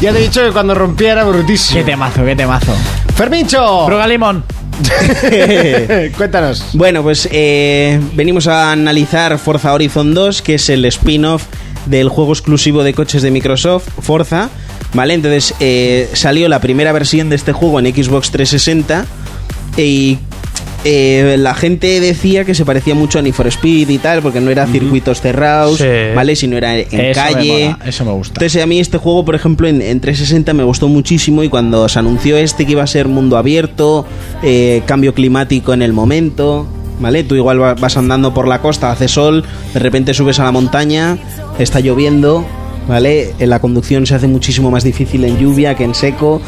B: ya te he dicho que cuando rompía era
D: Qué
B: brutísimo.
D: temazo, qué temazo.
B: ¡Fermincho!
D: Fruga limón.
B: Cuéntanos.
F: Bueno, pues eh, venimos a analizar Forza Horizon 2, que es el spin-off del juego exclusivo de coches de Microsoft, Forza. Vale, entonces eh, salió la primera versión de este juego en Xbox 360 y eh, la gente decía que se parecía mucho a Need for Speed y tal, porque no era circuitos cerrados,
E: Sí.
F: ¿vale? Sino era en
D: Eso me
F: calle.
D: mola, eso me gusta.
F: Entonces a mí este juego, por ejemplo, en, en 360 me gustó muchísimo y cuando se anunció este que iba a ser mundo abierto, eh, cambio climático en el momento, ¿vale? Tú igual va- vas andando por la costa, hace sol, de repente subes a la montaña, está lloviendo, ¿vale? Eh, La conducción se hace muchísimo más difícil en lluvia que en seco.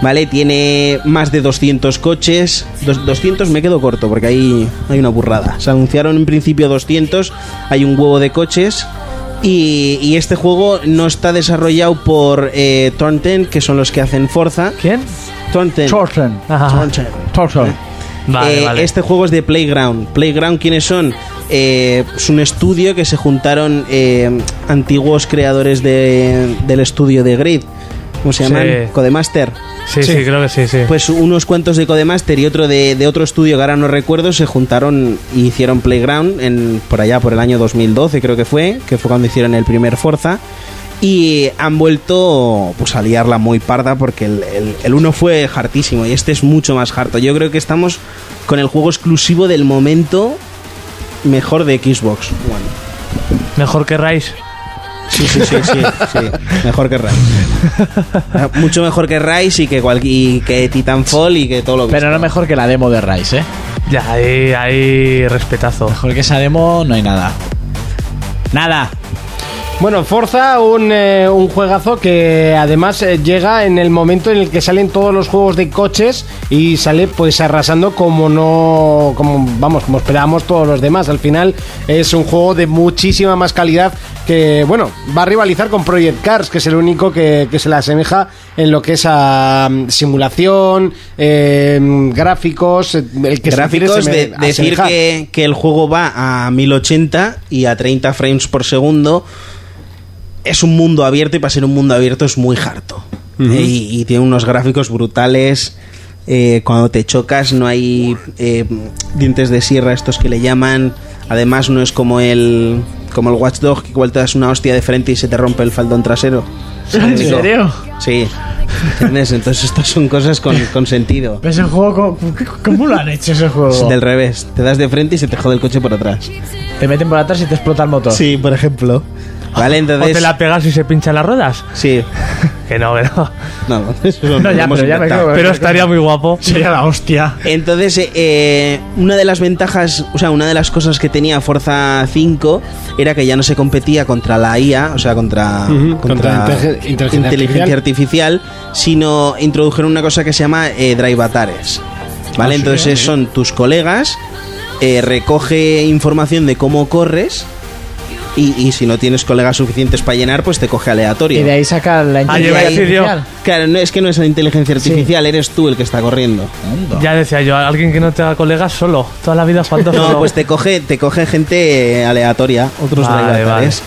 F: Vale, tiene más de 200 coches. Dos- 200 me quedo corto porque ahí hay una burrada. Se anunciaron en principio 200, hay un huevo de coches. Y, y este juego no está desarrollado por eh, Thornton, que son los que hacen Forza.
E: ¿Quién? Ah.
F: Thornton.
D: Torsen.
E: Ajá.
F: Thornton.
D: Torsen.
E: Vale,
F: Eh,
E: vale.
F: Este juego es de Playground. Playground, ¿quiénes son? Eh, es un estudio que se juntaron eh, antiguos creadores de- del estudio de Grid. ¿Cómo se
E: Sí.
F: llaman? Codemaster.
E: Sí, sí, creo que sí, sí.
F: Pues unos cuantos de Codemaster y otro de, de otro estudio que ahora no recuerdo se juntaron y hicieron Playground en, por allá, por el año 2012 creo que fue, que fue cuando hicieron el primer Forza. Y han vuelto pues, a liarla muy parda porque el, el, el uno fue hartísimo y este es mucho más harto. Yo creo que estamos con el juego exclusivo del momento mejor de Xbox. Bueno,
E: Mejor que Rice.
F: Sí, sí, sí, sí, sí. Mejor que Rise. Mucho mejor que Rise y que, cual- y que Titanfall y que todo lo que
D: Pero no mejor que la demo de Rise, eh.
E: Ya, ahí, ahí, respetazo.
D: Mejor que esa demo no hay nada. Nada.
B: Bueno, Forza, un, eh, un juegazo que además eh, llega en el momento en el que salen todos los juegos de coches y sale pues arrasando como no, como vamos, como esperábamos todos los demás. Al final es un juego de muchísima más calidad que, bueno, va a rivalizar con Project Cars, que es el único que, que se le asemeja en lo que es a mm, simulación, eh, gráficos, eh, el que se
F: gráficos
B: quiere
F: de,
B: seme-
F: decir
B: asemejar.
F: que, que el juego va a 1080 y a 30 frames por segundo es un mundo abierto y para ser un mundo abierto es muy harto Eh, y, y tiene unos gráficos brutales eh, cuando te chocas no hay eh, dientes de sierra estos que le llaman además no es como el como el Watchdog que igual te das una hostia de frente y se te rompe el faldón trasero
D: ¿En serio?
F: sí ¿Entiendes? entonces estas son cosas con, con sentido
D: Ese juego, ¿cómo, cómo lo han hecho ese juego?
F: del revés, te das de frente y se te jode el coche por atrás.
D: Te meten por atrás y te explota el motor.
F: Sí, por ejemplo. Vale,
E: ¿O
F: entonces.
E: te la pegas y se pinchan las ruedas?
F: Sí.
E: Que no, que no.
F: No, eso no,
D: No,
F: lo
D: ya,
F: hemos
D: pero ya me
F: inventado.
D: creo
E: Pero estaría muy guapo.
D: Sería la hostia.
F: Entonces, eh, eh, una de las ventajas, o sea, una de las cosas que tenía Forza 5 era que ya no se competía contra la IA, o sea, contra,
J: Ujú, contra inteligen- inteligencia
F: inteligencia artificial. sino introdujeron una cosa que se llama eh, Drive Atares. ¿Vale? Entonces son tus colegas, eh, recoge información de cómo corres y, y si no tienes colegas suficientes para llenar, pues te coge aleatorio.
D: Y de ahí saca la
E: Ah, yo iba
D: inteligencia
E: a decir yo.
D: artificial.
F: Claro, no, es que no es la inteligencia artificial, eres tú el que está corriendo.
E: Ya decía yo, alguien que no tenga colegas solo, toda la vida jugando
F: No,
E: solo.
F: pues te coge, te coge gente eh, aleatoria, otros
E: Vale,
F: drivers.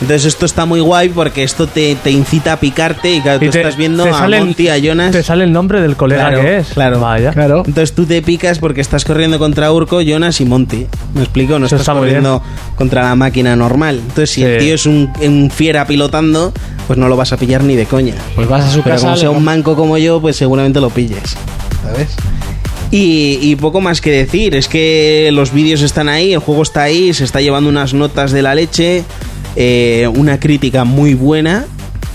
F: Entonces esto está muy guay porque esto te, te incita a picarte y claro, tú estás viendo a
E: sale el-
F: Monty, a Jonas.
E: Te sale el nombre del colega
F: Claro,
E: que es.
F: claro.
E: Vaya.
D: Claro.
F: Entonces tú te picas porque estás corriendo contra Urco, Jonas y Monty. ¿Me explico? No
E: Eso
F: estás
E: está muy
F: corriendo contra la máquina normal. Entonces si el
E: Sí.
F: tío es un, un fiera pilotando, pues no lo vas a pillar ni de coña.
D: Pues vas a su
F: Pero
D: casa.
F: como
D: le
F: sea un
D: com-
F: manco como yo, pues seguramente lo pilles. ¿Sabes? Y, y poco más que decir, es que los vídeos están ahí, el juego está ahí, se está llevando unas notas de la leche, eh, una crítica muy buena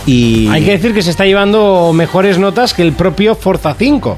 F: y...
B: Hay que decir que se está llevando mejores notas que el propio Forza 5.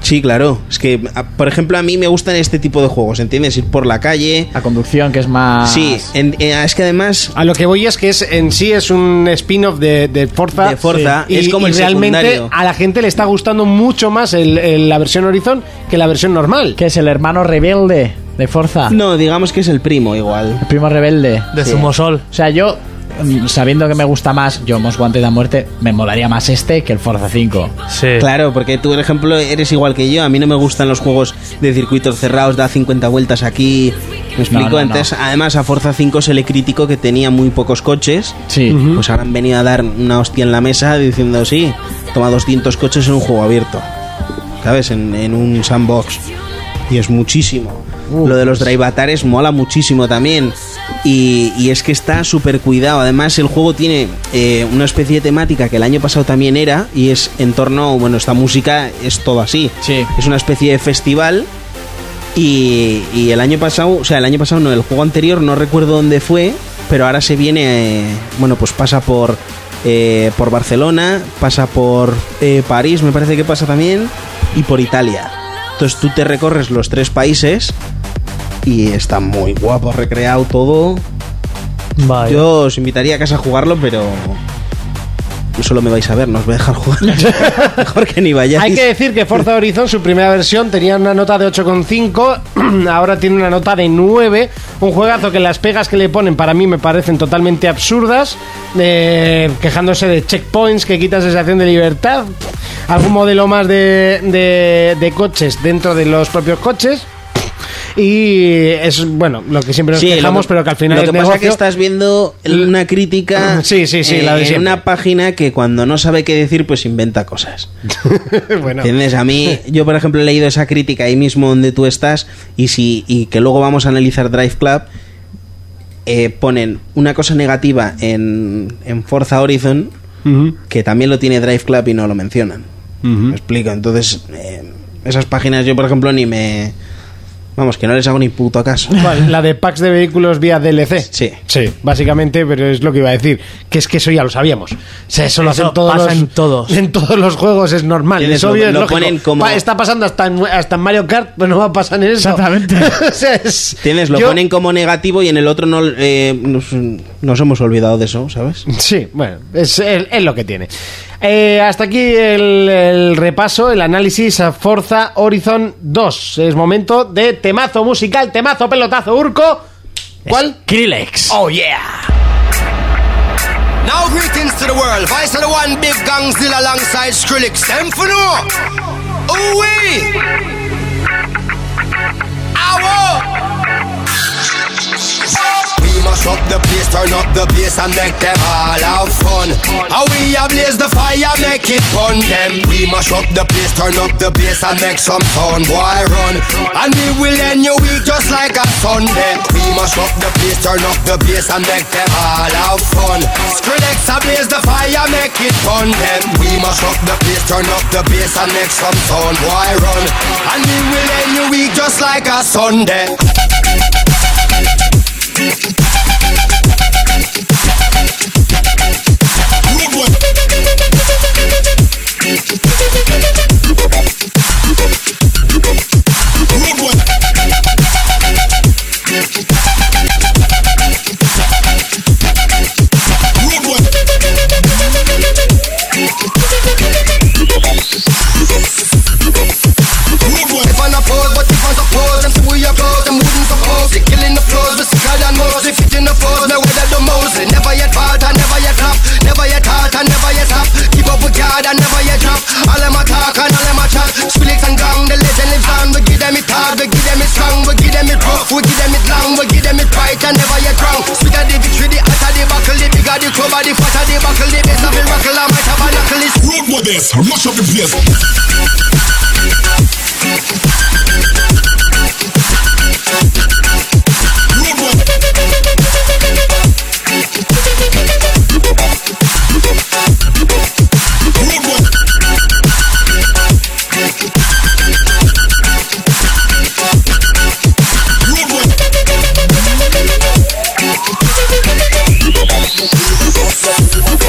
F: Sí, claro, es que, a- por ejemplo, a mí me gustan este tipo de juegos, ¿entiendes? Ir por la calle...
D: La conducción que es
B: Ah.
D: más.
F: Sí, en- eh, es que además...
B: A lo que voy es que es en sí es un spin-off de, de Forza.
F: De Forza,
B: Sí.
F: es como el
B: realmente
F: secundario.
B: a la gente le está gustando mucho más el- el- la versión Horizon que la versión normal.
D: Que es el hermano rebelde de
B: Ah.
D: Forza.
F: No, digamos que es el primo igual.
D: El primo rebelde.
E: De Zumosol.
D: O sea, yo, mm, sabiendo que me gusta más yo Most Wanted a muerte, me molaría más este que el Forza 5.
E: Sí.
F: Claro, porque tú, por ejemplo, eres igual que yo. A mí no me gustan los juegos de circuitos cerrados, da 50 vueltas aquí. ¿Me explico?
D: no, no.
F: Entonces, además, a Forza 5 se le criticó que tenía muy pocos coches.
D: Sí.
F: Pues ahora han venido a dar una hostia en la mesa diciendo, sí, toma 200 coches en un juego abierto. ¿Sabes? En, en un sandbox. Y es muchísimo. Lo de los drive avatares mola muchísimo también. Y, y es que está súper cuidado. Además, el juego tiene eh, una especie de temática que el año pasado también era. Y es en torno. Bueno, esta música es todo así.
D: Sí.
F: Es una especie de festival. Y, y el año pasado, o sea, el año pasado no, el juego anterior no recuerdo dónde fue, pero ahora se viene, eh, bueno, pues pasa por eh, por Barcelona, pasa por eh, París, me parece que pasa también, y por Italia. Entonces tú te recorres los tres países y está muy guapo recreado todo.
E: Vaya.
F: Yo os invitaría a casa a jugarlo, pero solo me vais a ver, no os voy a dejar jugar. Mejor que ni vayáis.
B: Hay que decir que Forza Horizon, su primera versión, tenía una nota de 8,5, ahora tiene una nota de 9. Un juegazo que las pegas que le ponen para mí me parecen totalmente absurdas, eh, quejándose de checkpoints que quitan sensación de libertad, algún modelo más de, de- de coches dentro de los propios coches. Y es, bueno, lo que siempre nos
F: Sí, lo
B: quejamos,
F: que-
B: pero que al final
F: lo
B: es
F: que pasa es que
B: negocio.
F: estás viendo una crítica
B: Sí, sí, sí, la de
F: en
B: siempre.
F: una página que cuando no sabe qué decir pues inventa cosas
B: Bueno.
F: ¿Entiendes? A mí, yo por ejemplo he leído esa crítica ahí mismo donde tú estás y si y que luego vamos a analizar Drive Club. eh, ponen una cosa negativa en, en Forza Horizon que también lo tiene Drive Club y no lo mencionan. Me explico. Entonces, eh, esas páginas yo por ejemplo ni me... Vamos, que no les hago ni puto caso.
B: ¿Cuál? La de packs de vehículos vía DLC.
F: Sí.
B: Sí, básicamente, pero es lo que iba a decir. Que es que eso ya lo sabíamos. O sea, eso lo
E: Eso
B: hacen todos
E: pasa
B: los,
E: en todos.
B: En todos los juegos es normal.
F: Tienes
B: Es obvio,
F: lo-
B: es
F: lo
B: lógico.
F: ponen como-
B: Pa- está pasando hasta en, hasta en Mario Kart, pero no va a pasar en eso.
D: Exactamente.
B: O sea, es-
F: Tienes, lo
B: yo-
F: ponen como negativo y en el otro no eh, nos, nos hemos olvidado de eso, ¿sabes?
B: Sí, bueno, es, es- es lo que tiene. Eh, hasta aquí el, el repaso, el análisis a Forza Horizon 2. Es momento de temazo musical, temazo, pelotazo, urco. ¿Cuál?
D: Skrillex.
B: Oh yeah.
K: Now greetings to the world. Vice of the one big gangzilla alongside Skrillex. Them for no. Ooh wee. Ow. We must up the place, turn up the bass and make them all have fun. How we a blaze the fire, make it fun them. We must up the place, turn up the bass and make some sound, boy run. And we will end your week just like a Sunday. We must up the place, turn up the bass and make them all have fun. Skrillex a blaze the fire, make it fun them. We must up the place, turn up the bass and make some sound, boy run. And we will end your week just like a Sunday. If I not pose, but if I suppose, them say we are close, them wouldn't suppose. They them it long, we give them it right and never yet wrong. Sweeter the victory, the hotter the buckle, the bigger the club, the fatter the buckle, the better the rockle, and my tabernacle is. Road with this, mash up the place.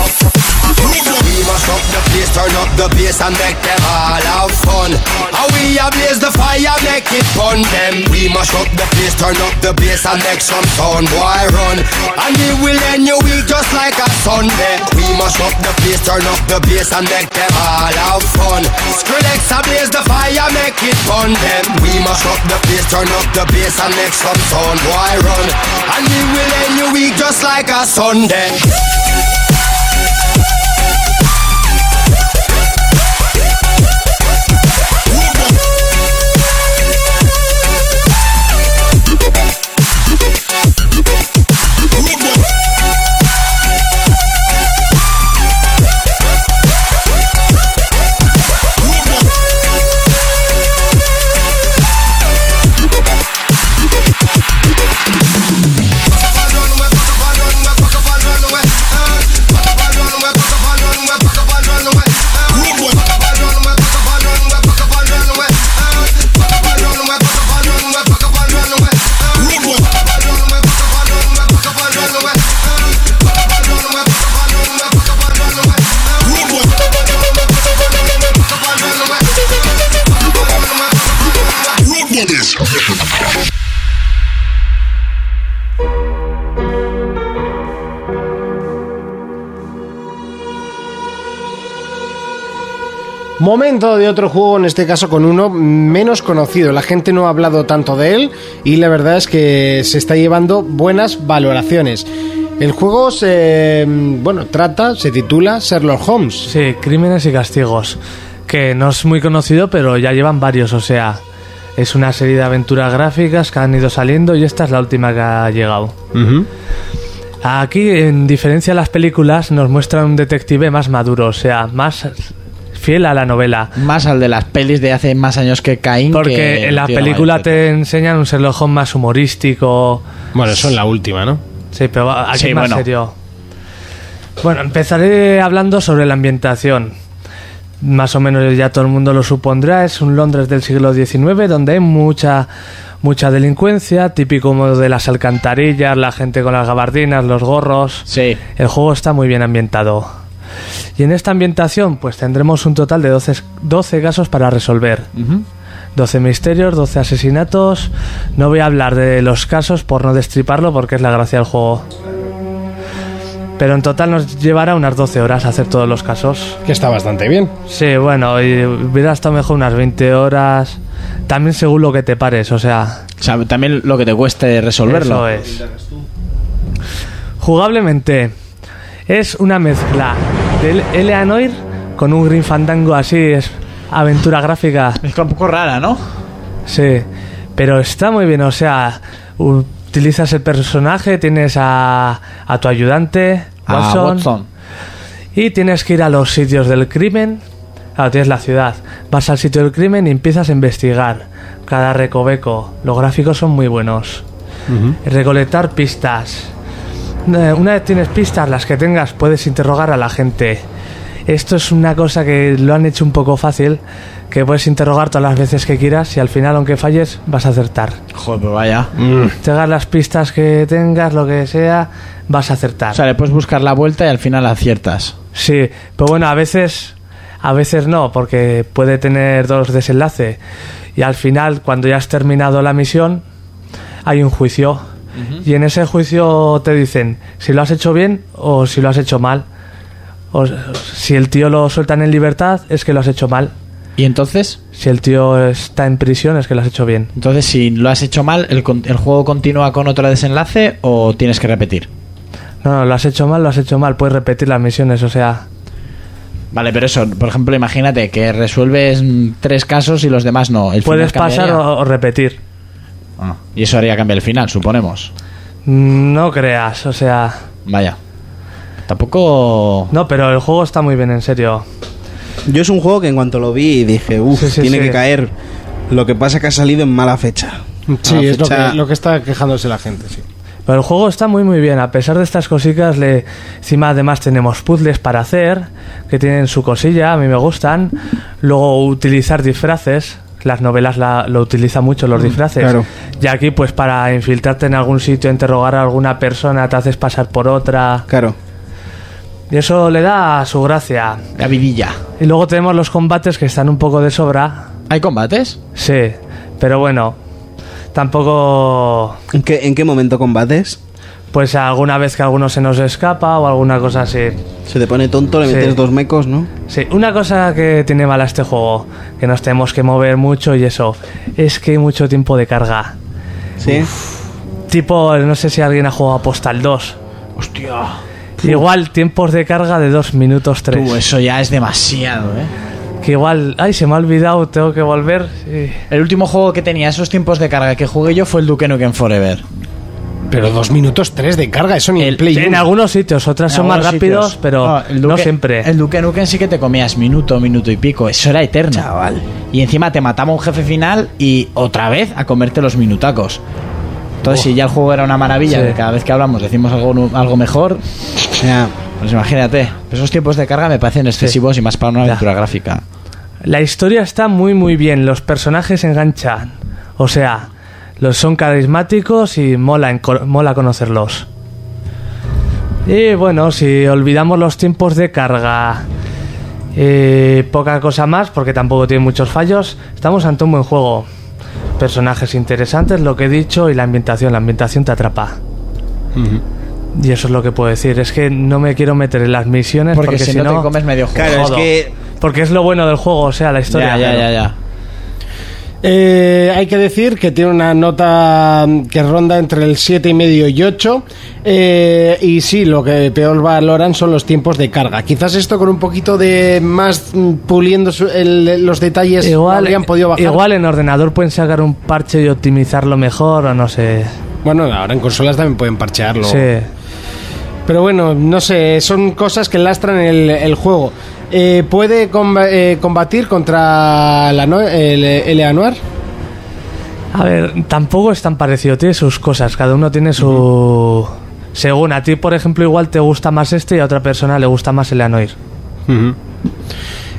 K: We must up the place, turn up the bass and make them all have fun. And we ablaze the fire, make it fun them. We must up the place, turn up the bass and make some sound, boy run. And we will end your week just like a Sunday. We must up the place, turn up the bass and make them all have fun. Skrillex ablaze the fire, make it fun them. We must up the place, turn up the bass and make some sound, boy run. And we will end your week just like a Sunday.
B: Momento de otro juego, en este caso con uno menos conocido. La gente no ha hablado tanto de él y la verdad es que se está llevando buenas valoraciones. El juego se, bueno, trata, se titula Sherlock Holmes.
E: Sí, Crímenes y Castigos, que no es muy conocido, pero ya llevan varios, o sea, es una serie de aventuras gráficas que han ido saliendo y esta es la última que ha llegado. Aquí, en diferencia de las películas, nos muestra un detective más maduro, o sea, más fiel a la novela.
D: Más al de las pelis de hace más años que este. Caín.
E: Porque en la película te enseñan un Sherlock Holmes más humorístico.
J: Bueno, eso en la última, ¿no?
E: Sí, pero aquí
J: Sí,
E: más
J: bueno.
E: serio. Bueno, empezaré hablando sobre la ambientación. Más o menos ya todo el mundo lo supondrá. Es un Londres del siglo XIX donde hay mucha mucha delincuencia, típico como de las alcantarillas, la gente con las gabardinas, los gorros.
D: Sí.
E: El juego está muy bien ambientado. Y en esta ambientación, pues tendremos un total de 12, 12 casos para resolver. 12 misterios, 12 asesinatos. No voy a hablar de los casos por no destriparlo porque es la gracia del juego. Pero en total nos llevará unas 12 horas hacer todos los casos.
J: Que está bastante bien.
E: Sí, bueno, y hubiera estado mejor unas 20 horas. También según lo que te pares, o sea.
D: también lo que te cueste resolverlo.
E: Eso es. Jugablemente, es una mezcla del Eleanor con un Green Fandango así, es aventura gráfica.
D: Mezcla un poco rara, ¿no?
E: Sí, pero está muy bien, o sea, utilizas el personaje, tienes a, a tu ayudante,
D: A
E: Watson,
D: Ah, Watson.
E: y tienes que ir a los sitios del crimen. Claro, tienes la ciudad, vas al sitio del crimen y empiezas a investigar cada recoveco. Los gráficos son muy buenos recolectar pistas. Eh, Una vez tienes pistas, las que tengas, puedes interrogar a la gente. Esto es una cosa que lo han hecho un poco fácil, que puedes interrogar todas las veces que quieras y al final, aunque falles, vas a acertar.
D: Joder, pues vaya.
E: Tengas las pistas que tengas, lo que sea, vas a acertar.
D: O sea, le puedes buscar la vuelta y al final aciertas.
E: Sí, pero bueno, a veces, a veces no, porque puede tener dos desenlaces. Y al final, cuando ya has terminado la misión, hay un juicio. Y en ese juicio te dicen si lo has hecho bien o si lo has hecho mal. O s- si el tío lo sueltan en libertad, es que lo has hecho mal.
D: ¿Y entonces?
E: Si el tío está en prisión, es que lo has hecho bien.
D: Entonces, si lo has hecho mal, ¿el, con- el juego continúa con otro desenlace o tienes que repetir?
E: No, no, lo has hecho mal, lo has hecho mal. Puedes repetir las misiones, o sea.
D: Vale, pero eso, por ejemplo, imagínate que resuelves mm, tres casos y los demás no. El
E: Puedes
D: final
E: pasar
D: cambiaría.
E: o, o repetir.
D: Y eso haría cambiar el final, suponemos.
E: No creas, o sea.
D: Vaya. Tampoco.
E: No, pero el juego está muy bien, en serio.
F: Yo es un juego que en cuanto lo vi dije, uff,
E: Sí, sí,
F: tiene
E: sí.
F: que caer. Lo que pasa que ha salido en mala fecha.
B: Sí,
F: Mala
B: es lo
F: fecha-
B: que, lo que está quejándose la gente, sí.
E: Pero el juego está muy muy bien, a pesar de estas cositas, le... encima además tenemos puzzles para hacer, que tienen su cosilla, a mí me gustan. Luego utilizar disfraces, las novelas la- lo utilizan mucho los disfraces.
B: claro.
E: Y aquí pues para infiltrarte en algún sitio, interrogar a alguna persona, te haces pasar por otra.
F: Claro.
E: Y eso le da su gracia.
D: La vidilla.
E: Y luego tenemos los combates que están un poco de sobra.
D: ¿Hay combates?
E: Sí, pero bueno, tampoco...
F: ¿En qué, en qué momento combates?
E: Pues alguna vez que alguno se nos escapa o alguna cosa así.
F: Se te pone tonto, le
E: Sí.
F: metes dos mecos, ¿no?
E: Sí, una cosa que tiene mala este juego, que nos tenemos que mover mucho y eso, es que hay mucho tiempo de carga.
F: Sí.
E: Tipo, no sé si alguien ha jugado a Postal 2. Hostia. Igual tiempos de carga de 2 minutos 3.
D: Tú, eso ya es demasiado, ¿eh?
E: Que igual, ay, se me ha olvidado, tengo que volver. Sí.
D: El último juego que tenía esos tiempos de carga que jugué yo fue el Duke Nukem Forever.
B: Pero dos minutos tres de carga, eso ni el, Play
E: En
B: uno.
E: algunos sitios, otras son más
D: algunos
E: rápidos,
D: sitios. Ah,
E: pero
D: el
E: no
D: Duke-
E: siempre.
D: El Duke Nukem sí que te comías minuto, minuto y pico. Eso era eterno. Chaval. Y encima te mataba un jefe final y otra vez a comerte los minutacos. Entonces, si ya el juego era una maravilla,
E: Sí.
D: que cada vez que hablamos decimos algo, nu- algo mejor,
F: Ya.
D: pues imagínate. Esos tiempos de carga me parecen excesivos y más para una aventura gráfica.
E: La historia está muy muy bien, los personajes enganchan. O sea, los son carismáticos y mola, en- mola conocerlos. Y bueno, si olvidamos los tiempos de carga y poca cosa más, porque tampoco tiene muchos fallos, estamos ante un buen juego. Personajes interesantes, lo que he dicho, y la ambientación. La ambientación te atrapa. Y eso es lo que puedo decir. Es que no me quiero meter en las misiones
D: Porque,
E: porque,
D: si no, te comes medio juego.
F: Claro, es
E: Jodo.
F: que.
E: Porque es lo bueno del juego, o sea, la historia.
D: ya, ya,
E: pero-
D: ya, ya.
B: Eh, hay que decir que tiene una nota mm, que ronda entre el 7,5 y 8. eh, y sí, lo que peor valoran son los tiempos de carga. Quizás esto con un poquito de más mm, puliendo su- el- los detalles
E: Igual,
B: habrían podido bajar.
E: igual en ordenador pueden sacar un parche y optimizarlo mejor o no sé.
B: Bueno, ahora en consolas también pueden parchearlo.
E: Sí.
B: Pero bueno, no sé, son cosas que lastran el, el juego. Eh, ¿Puede comba- eh, combatir contra la no- el, el Anuar?
E: A ver, tampoco es tan parecido, tiene sus cosas, cada uno tiene su... Según a ti, por ejemplo, igual te gusta más este y a otra persona le gusta más el Anoir.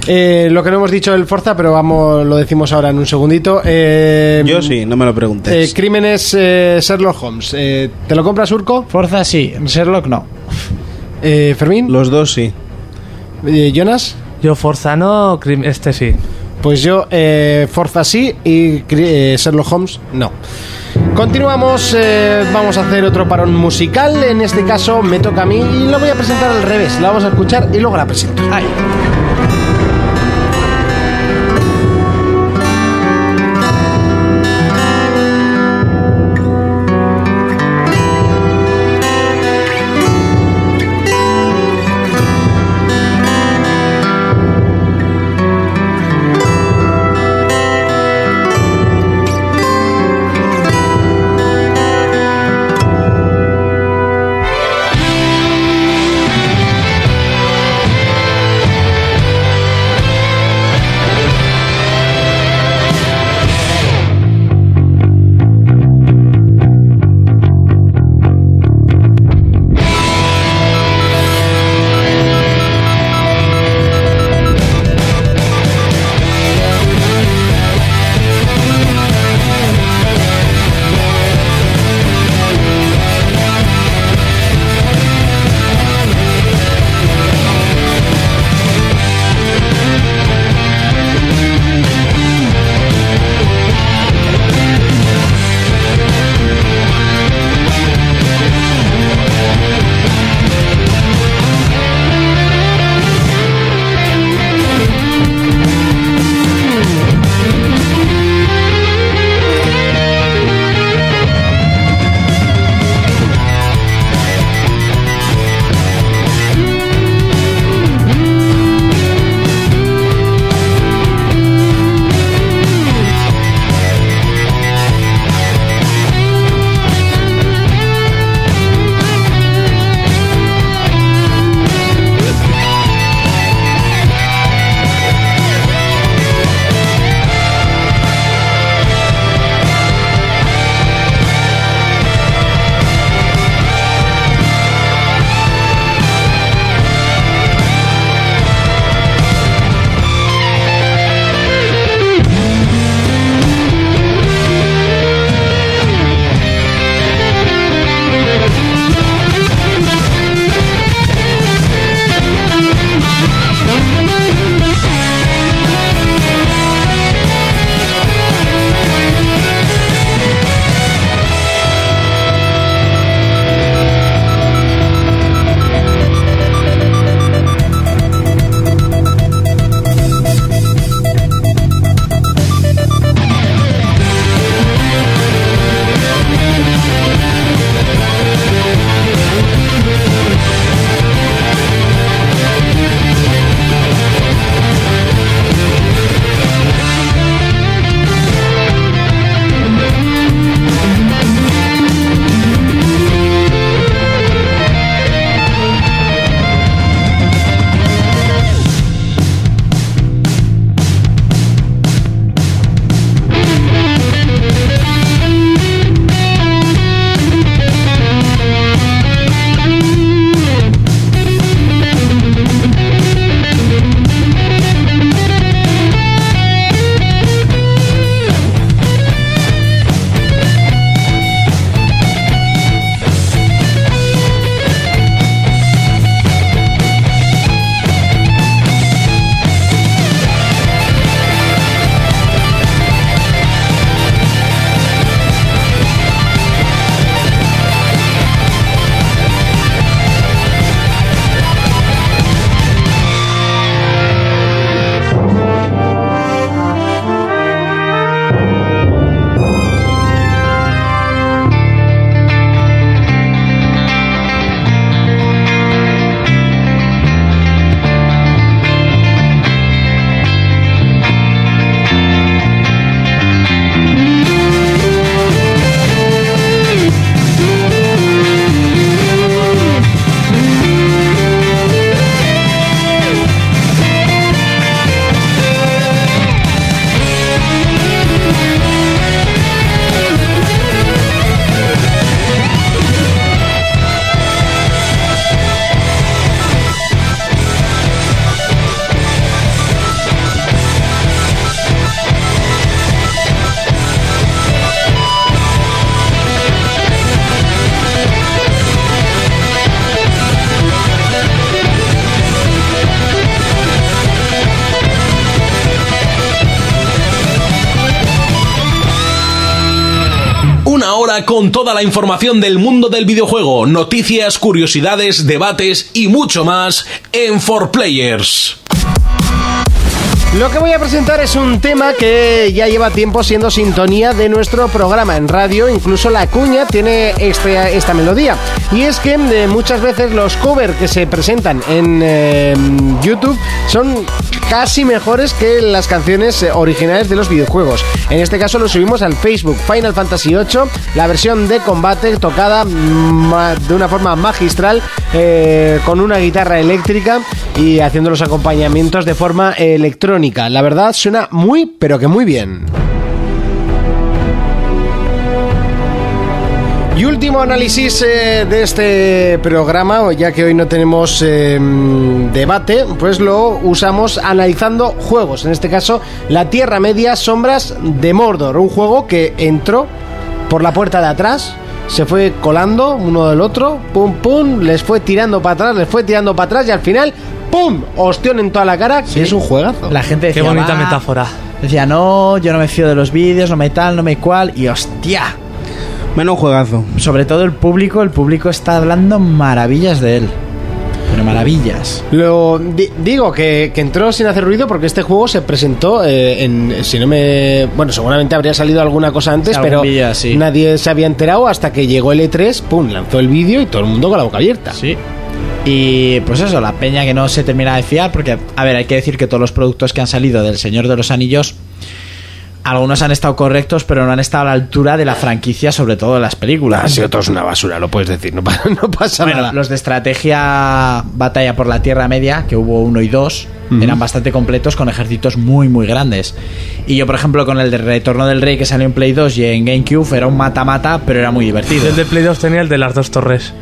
B: Eh, lo que no hemos dicho el Forza, pero vamos, lo decimos ahora en un segundito. Eh,
F: Yo sí, no me lo
B: eh,
F: preguntes.
B: crímenes eh, Sherlock Holmes. Eh, ¿Te lo compras, Urco?
D: Forza sí, Sherlock no.
B: Eh, ¿Fermín?
F: Los dos sí.
B: Eh, ¿Jonas?
E: Yo Forzano, Crim- este sí.
B: Pues yo, eh, Forza sí y cri- eh, Sherlock Holmes no. Continuamos, eh, vamos a hacer otro parón musical. En este caso me toca a mí y la voy a presentar al revés. La vamos a escuchar y luego la presento.
G: con toda la información del mundo del videojuego, noticias, curiosidades, debates y mucho más en 4Players.
B: Lo que voy a presentar es un tema que ya lleva tiempo siendo sintonía de nuestro programa en radio, incluso la cuña tiene este- esta melodía. Y es que eh, muchas veces los covers que se presentan en eh, YouTube son casi mejores que las canciones eh, originales de los videojuegos. En este caso lo subimos al Facebook Final Fantasy VIII, la versión de combate tocada ma- de una forma magistral eh, con una guitarra eléctrica y haciendo los acompañamientos de forma eh, electrónica. La verdad suena muy, pero que muy bien. Y último análisis eh, de este programa, ya que hoy no tenemos eh, debate, pues lo usamos analizando juegos. En este caso, La Tierra Media, Sombras de Mordor. Un juego que entró por la puerta de atrás, se fue colando uno del otro, pum, pum, les fue tirando para atrás, les fue tirando para atrás y al final, pum, ostión en toda la cara, que es un juegazo.
D: La gente
E: Qué
D: decía,
E: bonita
D: Este "Va".
E: metáfora.
D: Decía, no, yo no me fío de los vídeos, no me tal, no me cual. Y hostia.
F: Menos juegazo.
D: Sobre todo el público, el público está hablando maravillas de él. Pero maravillas.
B: Lo di- digo que, que entró sin hacer ruido porque este juego se presentó eh, en si no me bueno seguramente habría salido alguna cosa antes
D: Sí, algún
B: pero
D: vídeo así.
B: nadie se había enterado hasta que llegó el E3 pum lanzó el vídeo y todo el mundo con la boca abierta
D: Sí. Y pues eso, la peña que no se termina de fiar, porque, a ver, hay que decir que todos los productos que han salido del Señor de los Anillos, algunos han estado correctos, pero no han estado a la altura de la franquicia, sobre todo de las películas.
B: si otro es una basura lo puedes decir no, pa- no pasa
D: Bueno,
B: nada
D: los de estrategia batalla por la Tierra Media, que hubo uno y dos, eran bastante completos con ejércitos muy, muy grandes. Y yo, por ejemplo, con el de Retorno del Rey que salió en Play 2 y en GameCube, era un mata-mata, pero era muy divertido.
E: Yo el de Play 2 tenía el de las dos torres.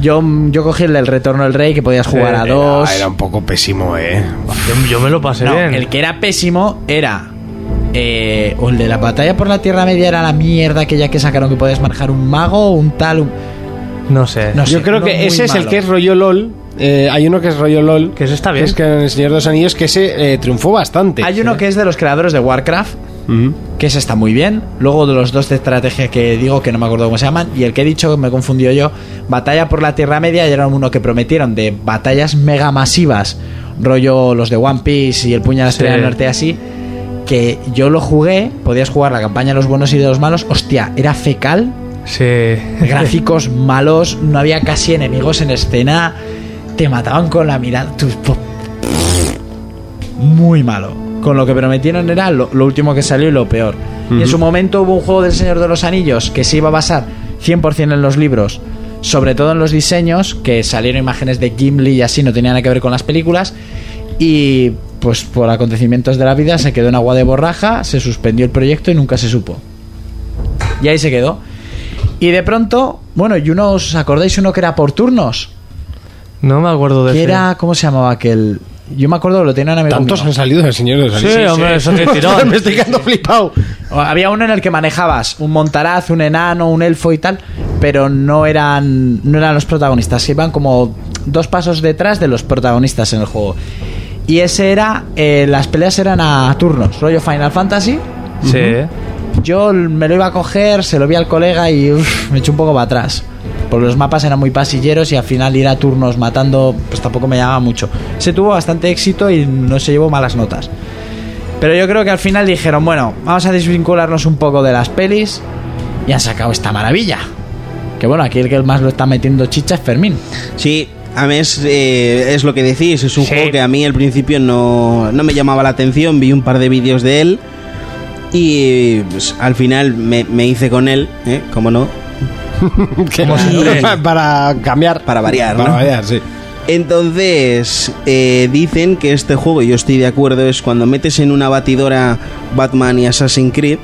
D: Yo, yo cogí el del Retorno del Rey que podías jugar a
E: Era-
D: dos.
B: Ah, era un poco pésimo eh
E: Yo, yo me lo pasé
D: No,
E: bien.
D: el que era pésimo era. eh, o el de la batalla por la Tierra Media era la mierda aquella que sacaron que podías manejar un mago, un tal. un-
E: No sé.
D: No
B: yo
D: sé,
B: creo
D: uno
B: que
D: muy
B: ese es el
D: malo.
B: que es rollo LOL eh, hay uno que es rollo LOL
E: Que ese está bien.
B: es que en el Señor de los Anillos que ese eh, triunfó bastante Mm.
D: Hay uno que es de los creadores de Warcraft, que ese está muy bien. Luego de los dos de estrategia que digo, que no me acuerdo cómo se llaman, y el que he dicho, me confundió yo, Batalla por la Tierra Media, y era uno que prometieron de batallas mega masivas, rollo los de One Piece y el puño de la estrella
E: Sí.
D: del norte así, que yo lo jugué, podías jugar la campaña de los buenos y de los malos, hostia, era fecal,
E: Sí.
D: gráficos malos, no había casi enemigos en escena, te mataban con la mirada. tú- po- muy malo. Con lo que prometieron era lo, lo último que salió y lo peor. Y en su momento hubo un juego del Señor de los Anillos que se iba a basar 100% en los libros, sobre todo en los diseños, que salieron imágenes de Gimli y así, no tenían nada que ver con las películas. Y pues por acontecimientos de la vida se quedó en agua de borraja, se suspendió el proyecto y nunca se supo. Y ahí se quedó. Y de pronto, bueno, y uno, ¿os acordáis uno que era por turnos?
E: No me acuerdo de
D: Que
E: ese.
D: era, ¿cómo se llamaba aquel? Yo me acuerdo, lo tenía un amigo
B: tantos
D: mío.
B: han salido del Señor de los
E: Sí,
B: Anillos
E: hombre, eso que
B: me
E: tirón.
B: estoy quedando flipado
D: Había uno en el que manejabas un montaraz, un enano, un elfo y tal, pero no eran, no eran los protagonistas, se iban como dos pasos detrás de los protagonistas en el juego. Y ese era, eh, las peleas eran a turnos, rollo Final Fantasy.
E: Sí.
D: Yo me lo iba a coger, se lo vi al colega y uf, me eché un poco para atrás. Porque los mapas eran muy pasilleros y al final ir a turnos matando, pues tampoco me llamaba mucho. Se tuvo bastante éxito y no se llevó malas notas. Pero yo creo que al final dijeron, bueno, vamos a desvincularnos un poco de las pelis y han sacado esta maravilla. Que bueno, aquí el que más lo está metiendo chicha es Fermín.
F: Sí, a mí es, eh, es lo que decís, es un
E: Sí.
F: juego que a mí al principio no, no me llamaba la atención, vi un par de vídeos de él y pues, al final me, me hice con él, ¿eh? ¿Cómo no?
B: Que-
F: siempre.
B: para cambiar.
F: Para variar, ¿no?
B: Para variar, sí.
F: Entonces, eh, dicen que este juego, y yo estoy de acuerdo, es cuando metes en una batidora Batman y Assassin's Creed,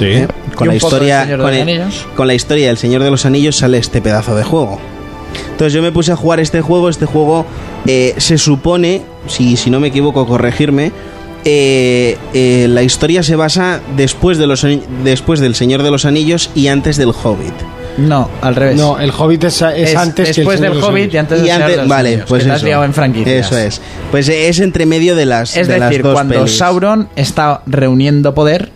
F: ¿eh? con,
D: Y
F: la
D: un poco del
F: historia,
D: Señor de
F: con,
D: los
F: el-
D: Anillos.
F: con la historia del Señor de los Anillos sale este pedazo de juego. Entonces yo me puse a jugar este juego, este juego eh, se supone, si, si no me equivoco, corregirme, eh, eh, la historia se basa después, de los, ani- después del Señor de los Anillos y antes del Hobbit.
D: No, al revés.
B: No, el Hobbit es, es
D: Pues Es
B: antes que el
D: después
B: Señor de
D: del
B: los
D: Hobbit y
B: Anillos.
D: antes del
F: y
D: Señor de
F: antes,
D: los
F: vale,
D: Anillos,
F: pues
D: que te has
F: eso.
D: liado en franquicias.
F: Eso es. Pues eh, es entre medio de las
D: Es
F: de las
D: decir,
F: dos
D: cuando
F: pelis.
D: Sauron está reuniendo poder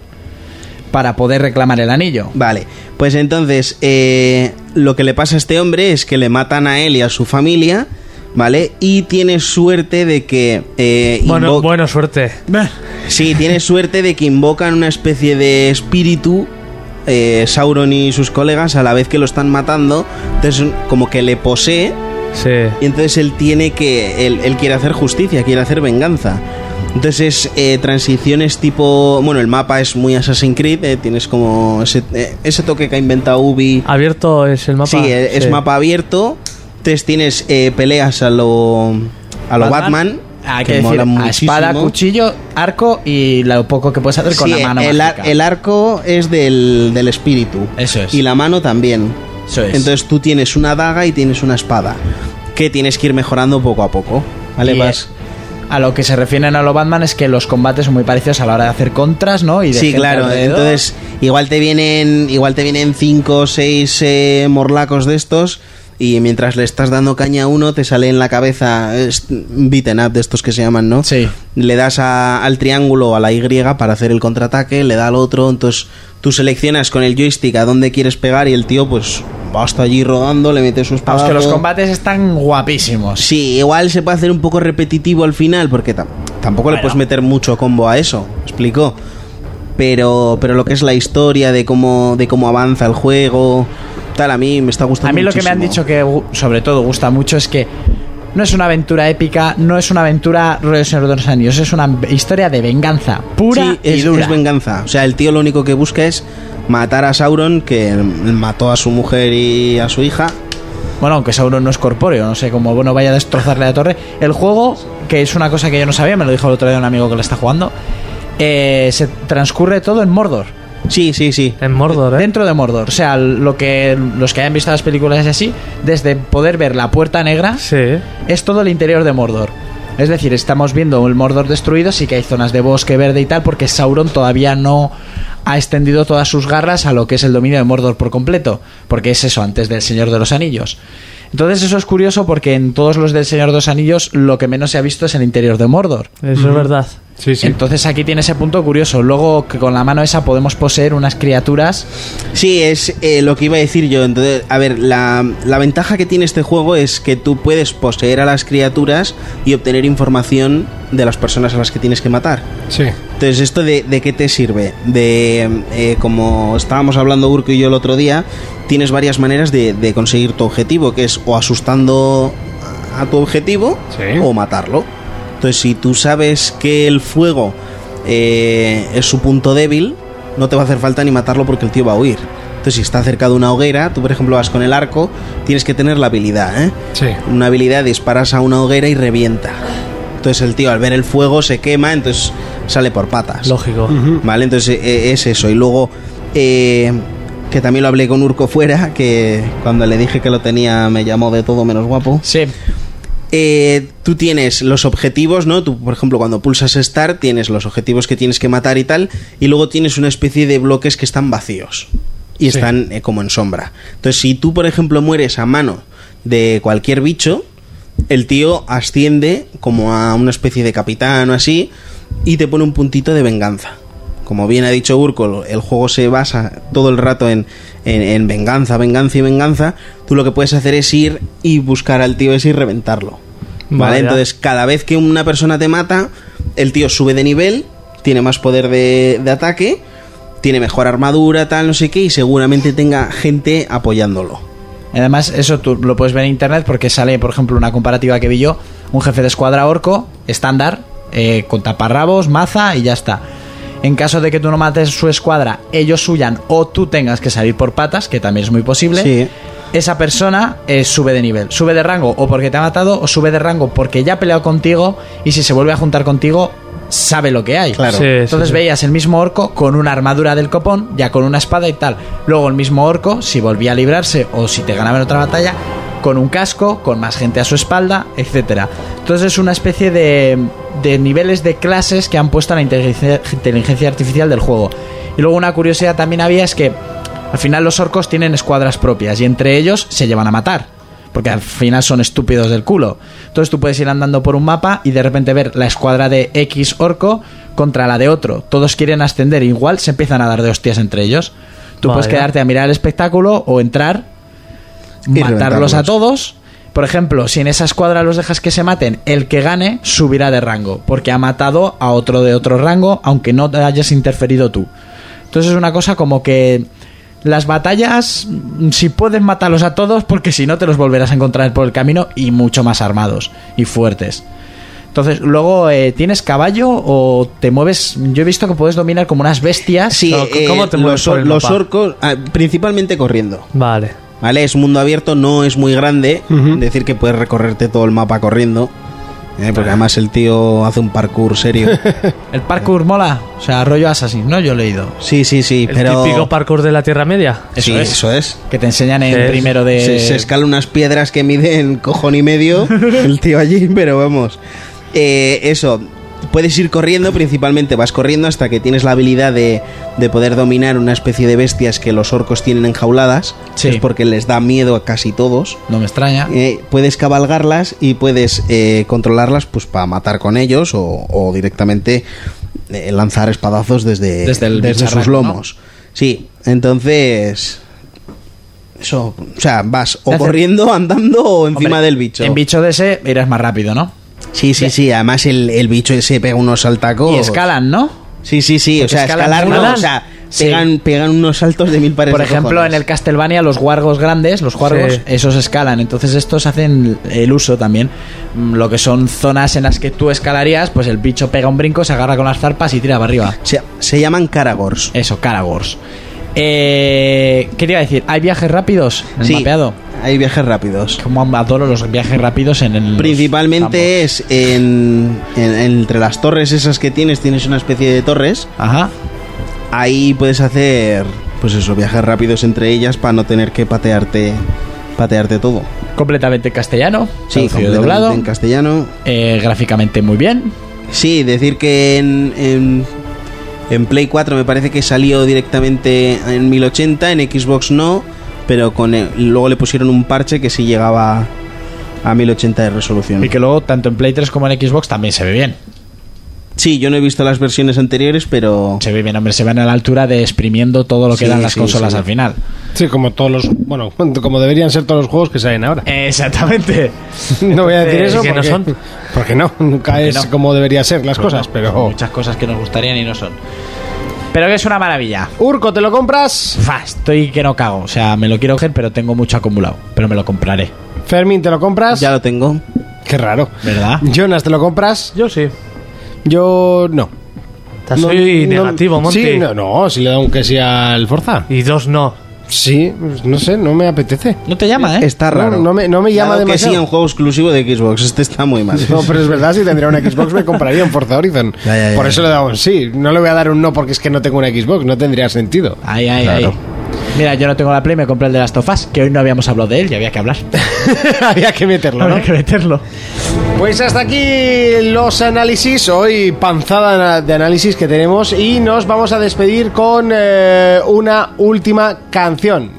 D: para poder reclamar el anillo.
F: Vale, pues entonces eh, lo que le pasa a este hombre es que le matan a él y a su familia, ¿vale? Y tiene suerte de que... eh,
E: Bueno,
F: invo-
E: bueno, suerte.
F: Sí, tiene suerte de que invocan una especie de espíritu. eh, Sauron y sus colegas a la vez que lo están matando. Entonces, como que le posee.
E: Sí.
F: Y entonces él tiene que. Él, él quiere hacer justicia, quiere hacer venganza. Entonces, eh, transiciones tipo. Bueno, el mapa es muy Assassin's Creed. eh, tienes como ese, eh, ese toque que ha inventado Ubi.
E: Abierto es el mapa.
F: Sí, eh, es, es mapa abierto. Entonces tienes eh, peleas a lo. A lo Batman.
D: Ah, Hay
F: que
D: que, decir,
F: molan
D: a espada,
F: muchísimo.
D: cuchillo, arco y lo poco que puedes hacer con
F: Sí,
D: la mano.
F: el, ar-
D: mágica.
F: el arco es del, del espíritu.
D: Eso es.
F: Y la mano también.
D: Eso es.
F: Entonces tú tienes una daga y tienes una espada. Que tienes que ir mejorando poco a poco. ¿Vale?
D: Y,
F: Vas-
D: eh, A lo que se refieren a lo Batman es que los combates son muy parecidos a la hora de hacer contras, ¿no? Y de
F: Sí,
D: gente
F: claro.
D: alrededor.
F: Entonces, igual te vienen. Igual te vienen cinco o seis eh, morlacos de estos. Y mientras le estás dando caña a uno, te sale en la cabeza es, un beaten up de estos que se llaman, ¿no?
D: Sí.
F: Le das a- al triángulo o a la Y para hacer el contraataque, le da al otro, entonces tú seleccionas con el joystick a dónde quieres pegar y el tío pues va hasta allí rodando, le mete sus
D: Vamos,
F: pasos.
D: que los combates están guapísimos.
F: Sí, igual se puede hacer un poco repetitivo al final porque tam- tampoco le puedes meter mucho combo a eso, ¿me explico. Pero pero lo que es la historia de cómo de cómo avanza el juego, tal a mí me está gustando
D: A mí lo que me han
F: muchísimo.
D: dicho que gu- sobre todo gusta mucho es que no es una aventura épica, no es una aventura rollo Señor de los Anillos, es una historia de venganza pura
F: Sí,
D: y
F: es,
D: dura.
F: es venganza. O sea, el tío lo único que busca es matar a Sauron, que mató a su mujer y a su hija.
D: Bueno, aunque Sauron no es corpóreo, no sé cómo bueno vaya a destrozarle la torre. El juego, que es una cosa que yo no sabía, me lo dijo el otro día un amigo que lo está jugando, eh, se transcurre todo en Mordor.
F: Sí, sí, sí.
E: En Mordor, ¿eh?
D: Dentro de Mordor, o sea, lo que los que hayan visto las películas y así, desde poder ver la puerta negra,
E: Sí.
D: es todo el interior de Mordor. Es decir, estamos viendo el Mordor destruido, sí que hay zonas de bosque verde y tal, porque Sauron todavía no ha extendido todas sus garras a lo que es el dominio de Mordor por completo, porque es eso, antes del Señor de los Anillos. Entonces eso es curioso porque en todos los del Señor de los Anillos lo que menos se ha visto es el interior de Mordor.
E: Eso es verdad.
J: Sí,
D: Entonces aquí tiene ese punto curioso. Luego que con la mano esa podemos poseer unas criaturas
F: Sí, es eh, lo que iba a decir yo. Entonces, a ver, la, la ventaja que tiene este juego es que tú puedes poseer a las criaturas y obtener información de las personas a las que tienes que matar.
J: Sí.
F: Entonces, ¿esto de, de qué te sirve? De, eh, como estábamos hablando Urco y yo el otro día, tienes varias maneras de, de conseguir tu objetivo, que es o asustando a tu objetivo
J: Sí.
F: o matarlo. Entonces, si tú sabes que el fuego eh, es su punto débil, no te va a hacer falta ni matarlo porque el tío va a huir. Entonces, si está cerca de una hoguera, tú por ejemplo vas con el arco, tienes que tener la habilidad, ¿eh?
J: Sí.
F: una habilidad, disparas a una hoguera y revienta. Entonces el tío al ver el fuego se quema, entonces sale por patas.
E: Lógico.
F: Vale, entonces eh, es eso. Y luego, eh, que también lo hablé con Urco fuera, que cuando le dije que lo tenía me llamó de todo menos guapo.
D: Sí.
F: Eh, tú tienes los objetivos, ¿no? Tú, por ejemplo, cuando pulsas Start tienes los objetivos que tienes que matar y tal, y luego tienes una especie de bloques que están vacíos y están eh, como en sombra. Entonces, si tú, por ejemplo, mueres a mano de cualquier bicho, el tío asciende como a una especie de capitán o así, y te pone un puntito de venganza. Como bien ha dicho Urco, el juego se basa todo el rato en, en- en venganza, venganza y venganza. Tú lo que puedes hacer es ir y buscar al tío ese y reventarlo. ¿Vale?
E: Vaya.
F: Entonces, cada vez que una persona te mata, el tío sube de nivel, tiene más poder de, de ataque, tiene mejor armadura, tal, no sé qué, y seguramente tenga gente apoyándolo.
D: Además, eso tú lo puedes ver en internet porque sale, por ejemplo, una comparativa que vi yo, un jefe de escuadra orco, estándar, eh, con taparrabos, maza y ya está. En caso de que tú no mates su escuadra, ellos huyan o tú tengas que salir por patas, que también es muy posible,
F: Sí.
D: esa persona eh, sube de nivel, sube de rango o porque te ha matado o sube de rango porque ya ha peleado contigo y si se vuelve a juntar contigo sabe lo que hay.
F: Claro.
E: Sí,
D: Entonces
E: sí, sí.
D: veías el mismo orco con una armadura del copón, ya con una espada y tal. Luego el mismo orco, si volvía a librarse o si te ganaba en otra batalla, con un casco, con más gente a su espalda, etcétera. Entonces es una especie de, de niveles de clases que han puesto a la inteligencia, inteligencia artificial del juego. Y luego una curiosidad también había es que al final los orcos tienen escuadras propias y entre ellos se llevan a matar. porque al final son estúpidos del culo. Entonces tú puedes ir andando por un mapa y de repente ver la escuadra de X orco contra la de otro. Todos quieren ascender, igual se empiezan a dar de hostias entre ellos. Tú puedes
E: Vaya.
D: quedarte a mirar el espectáculo o entrar,
F: Y
D: matarlos a
F: reventarlos.
D: todos. Por ejemplo, si en esa escuadra los dejas que se maten, el que gane subirá de rango, porque ha matado a otro de otro rango, aunque no te hayas interferido tú. Entonces es una cosa como que las batallas, mm, si puedes matarlos a todos, porque si no te los volverás a encontrar por el camino y mucho más armados y fuertes. Entonces, luego, eh, ¿tienes caballo o te mueves? Yo he visto que puedes dominar como unas bestias.
F: Sí, eh, los, or- los orcos, ah, principalmente corriendo.
E: Vale.
F: ¿Vale? Es mundo abierto, no es muy grande. Decir que puedes recorrerte todo el mapa corriendo. eh,
D: Ah.
F: porque además el tío hace un parkour serio.
D: El parkour mola, o sea, rollo Assassin, ¿no? Yo lo he leído.
F: Sí, sí, sí,
E: El
F: pero.
E: típico parkour de la Tierra Media.
F: Sí,
D: Eso es. Eh.
F: eso es.
D: Que te enseñan en
E: Sí.
D: primero de.
F: Se, se escala unas piedras que miden cojón y medio el tío allí, pero vamos. Eh, eso, puedes ir corriendo, principalmente vas corriendo hasta que tienes la habilidad de, de poder dominar una especie de bestias que los orcos tienen enjauladas.
D: Sí.
F: Es porque les da miedo a casi todos.
D: No me extraña.
F: Eh, puedes cabalgarlas y puedes eh, controlarlas pues para matar con ellos o, o directamente eh, lanzar espadazos desde,
D: Desde el bicharraco,
F: sus lomos. Sí, entonces... Eso, o sea, vas o
D: Te hace-
F: corriendo, andando o encima
D: Hombre,
F: del bicho.
D: En bicho de ese irás más rápido, ¿no?
F: Sí, sí, sí, además el, el bicho ese pega unos saltacos.
D: Y escalan, ¿no?
F: Sí, sí, sí, o
D: Porque
F: sea,
D: escalan
F: escalar no,
D: todas.
F: o sea,
D: Sí.
F: pegan, pegan unos saltos de mil pares
D: Por
F: de
D: ejemplo,
F: cojones.
D: en el Castlevania los guargos grandes, los guargos,
E: Sí.
D: esos escalan. Entonces estos hacen el uso también. Mm, Lo que son zonas en las que tú escalarías, pues el bicho pega un brinco, se agarra con las zarpas y tira para arriba.
F: Se, se llaman caragors.
D: Eso, Caragors. Eh, ¿Qué te iba a decir? ¿Hay viajes rápidos en el
F: Sí,
D: mapeado?
F: hay viajes rápidos.
D: Como adoro los viajes rápidos en el...
F: Principalmente es en, en- entre las torres esas que tienes, tienes una especie de torres.
D: Ajá.
F: Ahí puedes hacer, pues eso, viajes rápidos entre ellas para no tener que patearte, patearte todo.
D: Completamente en castellano. traducido y
F: completamente
D: doblado.
F: en castellano.
D: Eh, gráficamente muy bien.
F: Sí, decir que en, en, en Play 4 me parece que salió directamente en 1080, en Xbox no, pero con el- luego le pusieron un parche que sí llegaba a 1080 de resolución.
D: Y que luego tanto en Play 3 como en Xbox también se ve bien.
F: Sí, yo no he visto las versiones anteriores, pero...
D: Se ve bien, hombre, se van a la altura de exprimiendo todo lo que
F: Sí,
D: dan las
F: sí,
D: consolas
F: sí.
D: al final.
B: Sí, como todos los. Bueno, como deberían ser todos los juegos que salen ahora.
D: Exactamente.
B: No voy a decir eso
E: que no
B: porque no,
E: son.
B: porque no nunca
D: Porque
B: es
D: no.
B: como debería ser las cosas, pero.
D: Muchas cosas que nos gustarían y no son. Pero que es una maravilla.
B: Urco, ¿te lo compras?
D: Fa, estoy que no cago. O sea, me lo quiero coger, pero tengo mucho acumulado. Pero me lo compraré.
B: Fermín, ¿te lo compras?
F: Ya lo tengo.
B: Qué raro.
D: ¿Verdad?
B: Jonas, ¿te lo compras?
E: Yo sí.
B: Yo no.
E: Te
B: No,
E: soy
B: no-
E: negativo, Monty.
B: Sí, no, no, si le da un que sí al Forza.
E: Y dos no.
B: Sí, pues no sé, no me apetece.
D: No te llama, ¿eh?
F: Está
B: No,
F: raro.
B: no me- no me llama
F: Dado
B: demasiado.
F: que sí, un juego exclusivo de Xbox. Este está muy mal.
B: No, pero es verdad, si tendría una Xbox me compraría un Forza Horizon.
F: Ya, ya, ya.
B: Por eso le he dado un sí. No le voy a dar un no porque es que no tengo una Xbox, no tendría sentido.
D: Ahí, ahí, ahí. Mira, yo no tengo la Play, me compré el de las tofas, que hoy no habíamos hablado de él y había que hablar.
B: Había que meterlo, ¿no?
D: Había que meterlo.
B: Pues hasta aquí los análisis, hoy panzada de análisis que tenemos y nos vamos a despedir con eh, una última canción.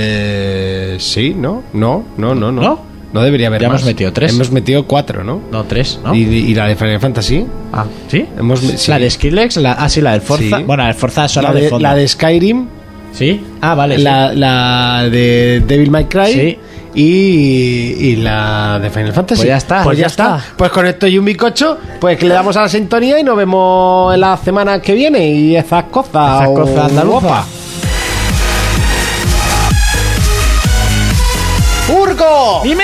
B: Eh, sí, ¿no? No, no, no, no.
D: ¿No?
B: No debería haber
D: Ya
B: más.
D: hemos metido tres.
B: Hemos metido cuatro, ¿no?
D: No, tres, ¿no?
B: ¿Y, y la de Final Fantasy?
D: Ah, ¿sí?
B: Hemos- sí.
D: La de Skrillex, la, ah, sí, la del Forza.
B: Sí.
D: Bueno, la del Forza solo
B: La
D: de,
B: de,
D: fondo.
B: la de Skyrim,
D: ¿Sí? Ah, vale. sí.
B: la, la de Devil May Cry
D: Sí.
B: y, y la de Final Fantasy.
D: Pues ya está.
B: Pues ya está. Pues con esto y un bicocho, pues que le damos a la sintonía y nos vemos en la semana que viene y esas cosas.
D: Esas cosas
B: o-
D: andaluzas.
B: guapa. ¡Urco!
D: ¡Dime!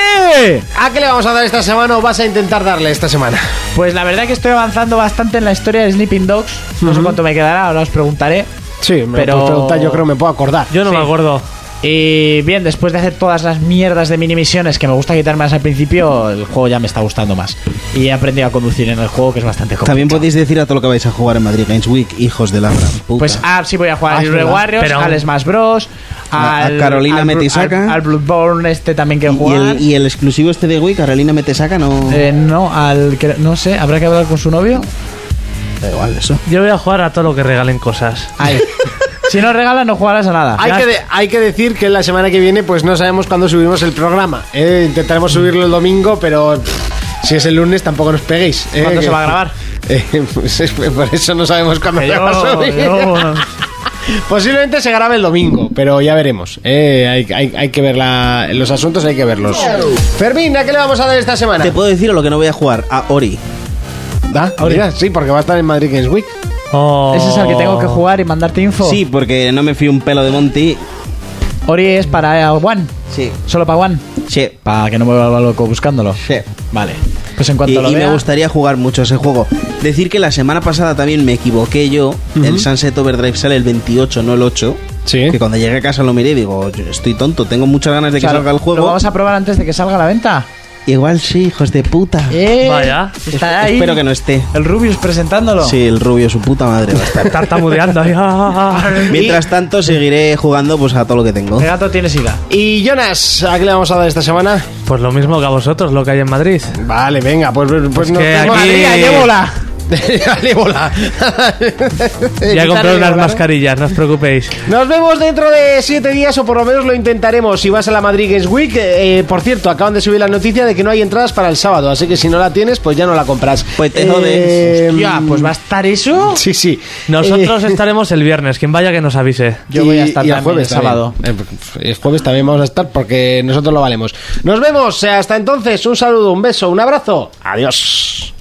B: ¿A qué le vamos a dar esta semana o vas a intentar darle esta semana?
D: Pues la verdad que estoy avanzando bastante en la historia de Sleeping Dogs. No sé cuánto me quedará, ahora os preguntaré.
B: Sí,
D: lo puedes preguntar, yo creo
B: me puedo acordar.
E: Yo no
D: Sí.
E: me acuerdo.
D: Y bien, después de hacer todas las mierdas de minimisiones que me gusta quitarme al principio, el juego ya me está gustando más. Y he aprendido a conducir en el juego, que es bastante complicado.
F: También podéis decir a todo lo que vais a jugar en Madrid Games Week, hijos de la gran puta.
D: Pues ah, sí voy a jugar
B: Ah,
D: al
B: es
D: Hyrule
B: verdad.
D: Warriors,
E: Pero-
D: al Smash Bros,
F: A- a
D: al
F: Carolina
D: al Bru-
F: Metisaca.
D: al, al Bloodborne este también quiero
F: y,
D: jugar.
F: el, y el exclusivo este de Wii, Carolina Metesaca, no...
D: Eh, no, al que- no sé, habrá que hablar con su novio.
F: Da igual eso.
E: Yo voy a jugar a todo lo que regalen cosas.
D: Ay, Si no regalas, no jugarás a nada.
B: Hay
D: Ya
B: que, de- hay que decir que la semana que viene pues no sabemos cuándo subimos el programa. ¿eh? Intentaremos subirlo el domingo, pero pff, si es el lunes tampoco nos peguéis. ¿eh?
D: ¿Cuándo
B: Que-
D: se va a grabar?
B: Eh, pues es- por eso no sabemos cuándo
D: Que
B: se va a
D: yo-
B: subir.
D: yo-
B: Posiblemente se grabe el domingo, pero ya veremos. ¿eh? Hay, hay- hay que ver la- los asuntos, hay que verlos. Fermín, ¿a qué le vamos a dar esta semana?
F: Te puedo decir lo que no voy a jugar, a Ori.
B: Ah, mira, sí, porque va a estar en Madrid Games Week.
E: Oh,
D: Ese es al que tengo que jugar y mandarte info.
F: Sí, porque no me fío un pelo de Monty.
D: Ori es para eh, One.
F: Sí.
D: Solo para One.
F: Sí.
D: Para que no me vuelva loco buscándolo.
F: Sí.
D: Vale. Pues en cuanto
F: Y,
D: lo
F: y
D: vea,
F: me gustaría jugar mucho ese juego. Decir que la semana pasada también me equivoqué yo. El Sunset Overdrive sale el 28, no el 8.
B: Sí.
F: Que cuando llegué a casa lo miré y digo, "Yo estoy tonto, tengo muchas ganas de
D: o
F: que
D: sea,
F: salga el
D: ¿Lo
F: juego.
D: vamos a probar antes de que salga a la venta?
F: Igual sí, hijos de puta.
D: Eh,
E: Vaya.
D: Está ahí.
F: Espero que no esté.
D: El Rubius presentándolo.
F: Sí, el rubio, su puta madre va a estar.
E: Oh. Tartamudeando ahí.
F: Mientras tanto, seguiré jugando pues a todo lo que tengo.
D: El gato tiene sida.
B: Y Jonas, ¿a qué le vamos a dar esta semana?
E: Pues lo mismo que a vosotros, lo que hay en Madrid.
B: Vale, venga, pues, pues nos
E: que
B: vemos.
E: aquí-
B: Madrid, a Yébola.
E: Ya
B: Quitarle
E: he comprado unas
B: bola, ¿no?
E: mascarillas, no os preocupéis.
B: Nos vemos dentro de siete días o por lo menos lo intentaremos si vas a la Madrid Games Week. eh, eh, por cierto, acaban de subir la noticia de que no hay entradas para el sábado, así que si no la tienes, pues ya no la compras. Eh,
F: Pues te jodes.
D: Hostia, pues va a estar eso.
B: Sí, sí.
E: Nosotros
B: Eh,
E: estaremos el viernes, quien vaya que nos avise.
D: Yo voy a estar
B: y el
D: también
B: jueves
D: el sábado.
B: también. Eh, El jueves también vamos a estar porque nosotros lo valemos. Nos vemos. eh, Hasta entonces, un saludo, un beso, un abrazo. Adiós.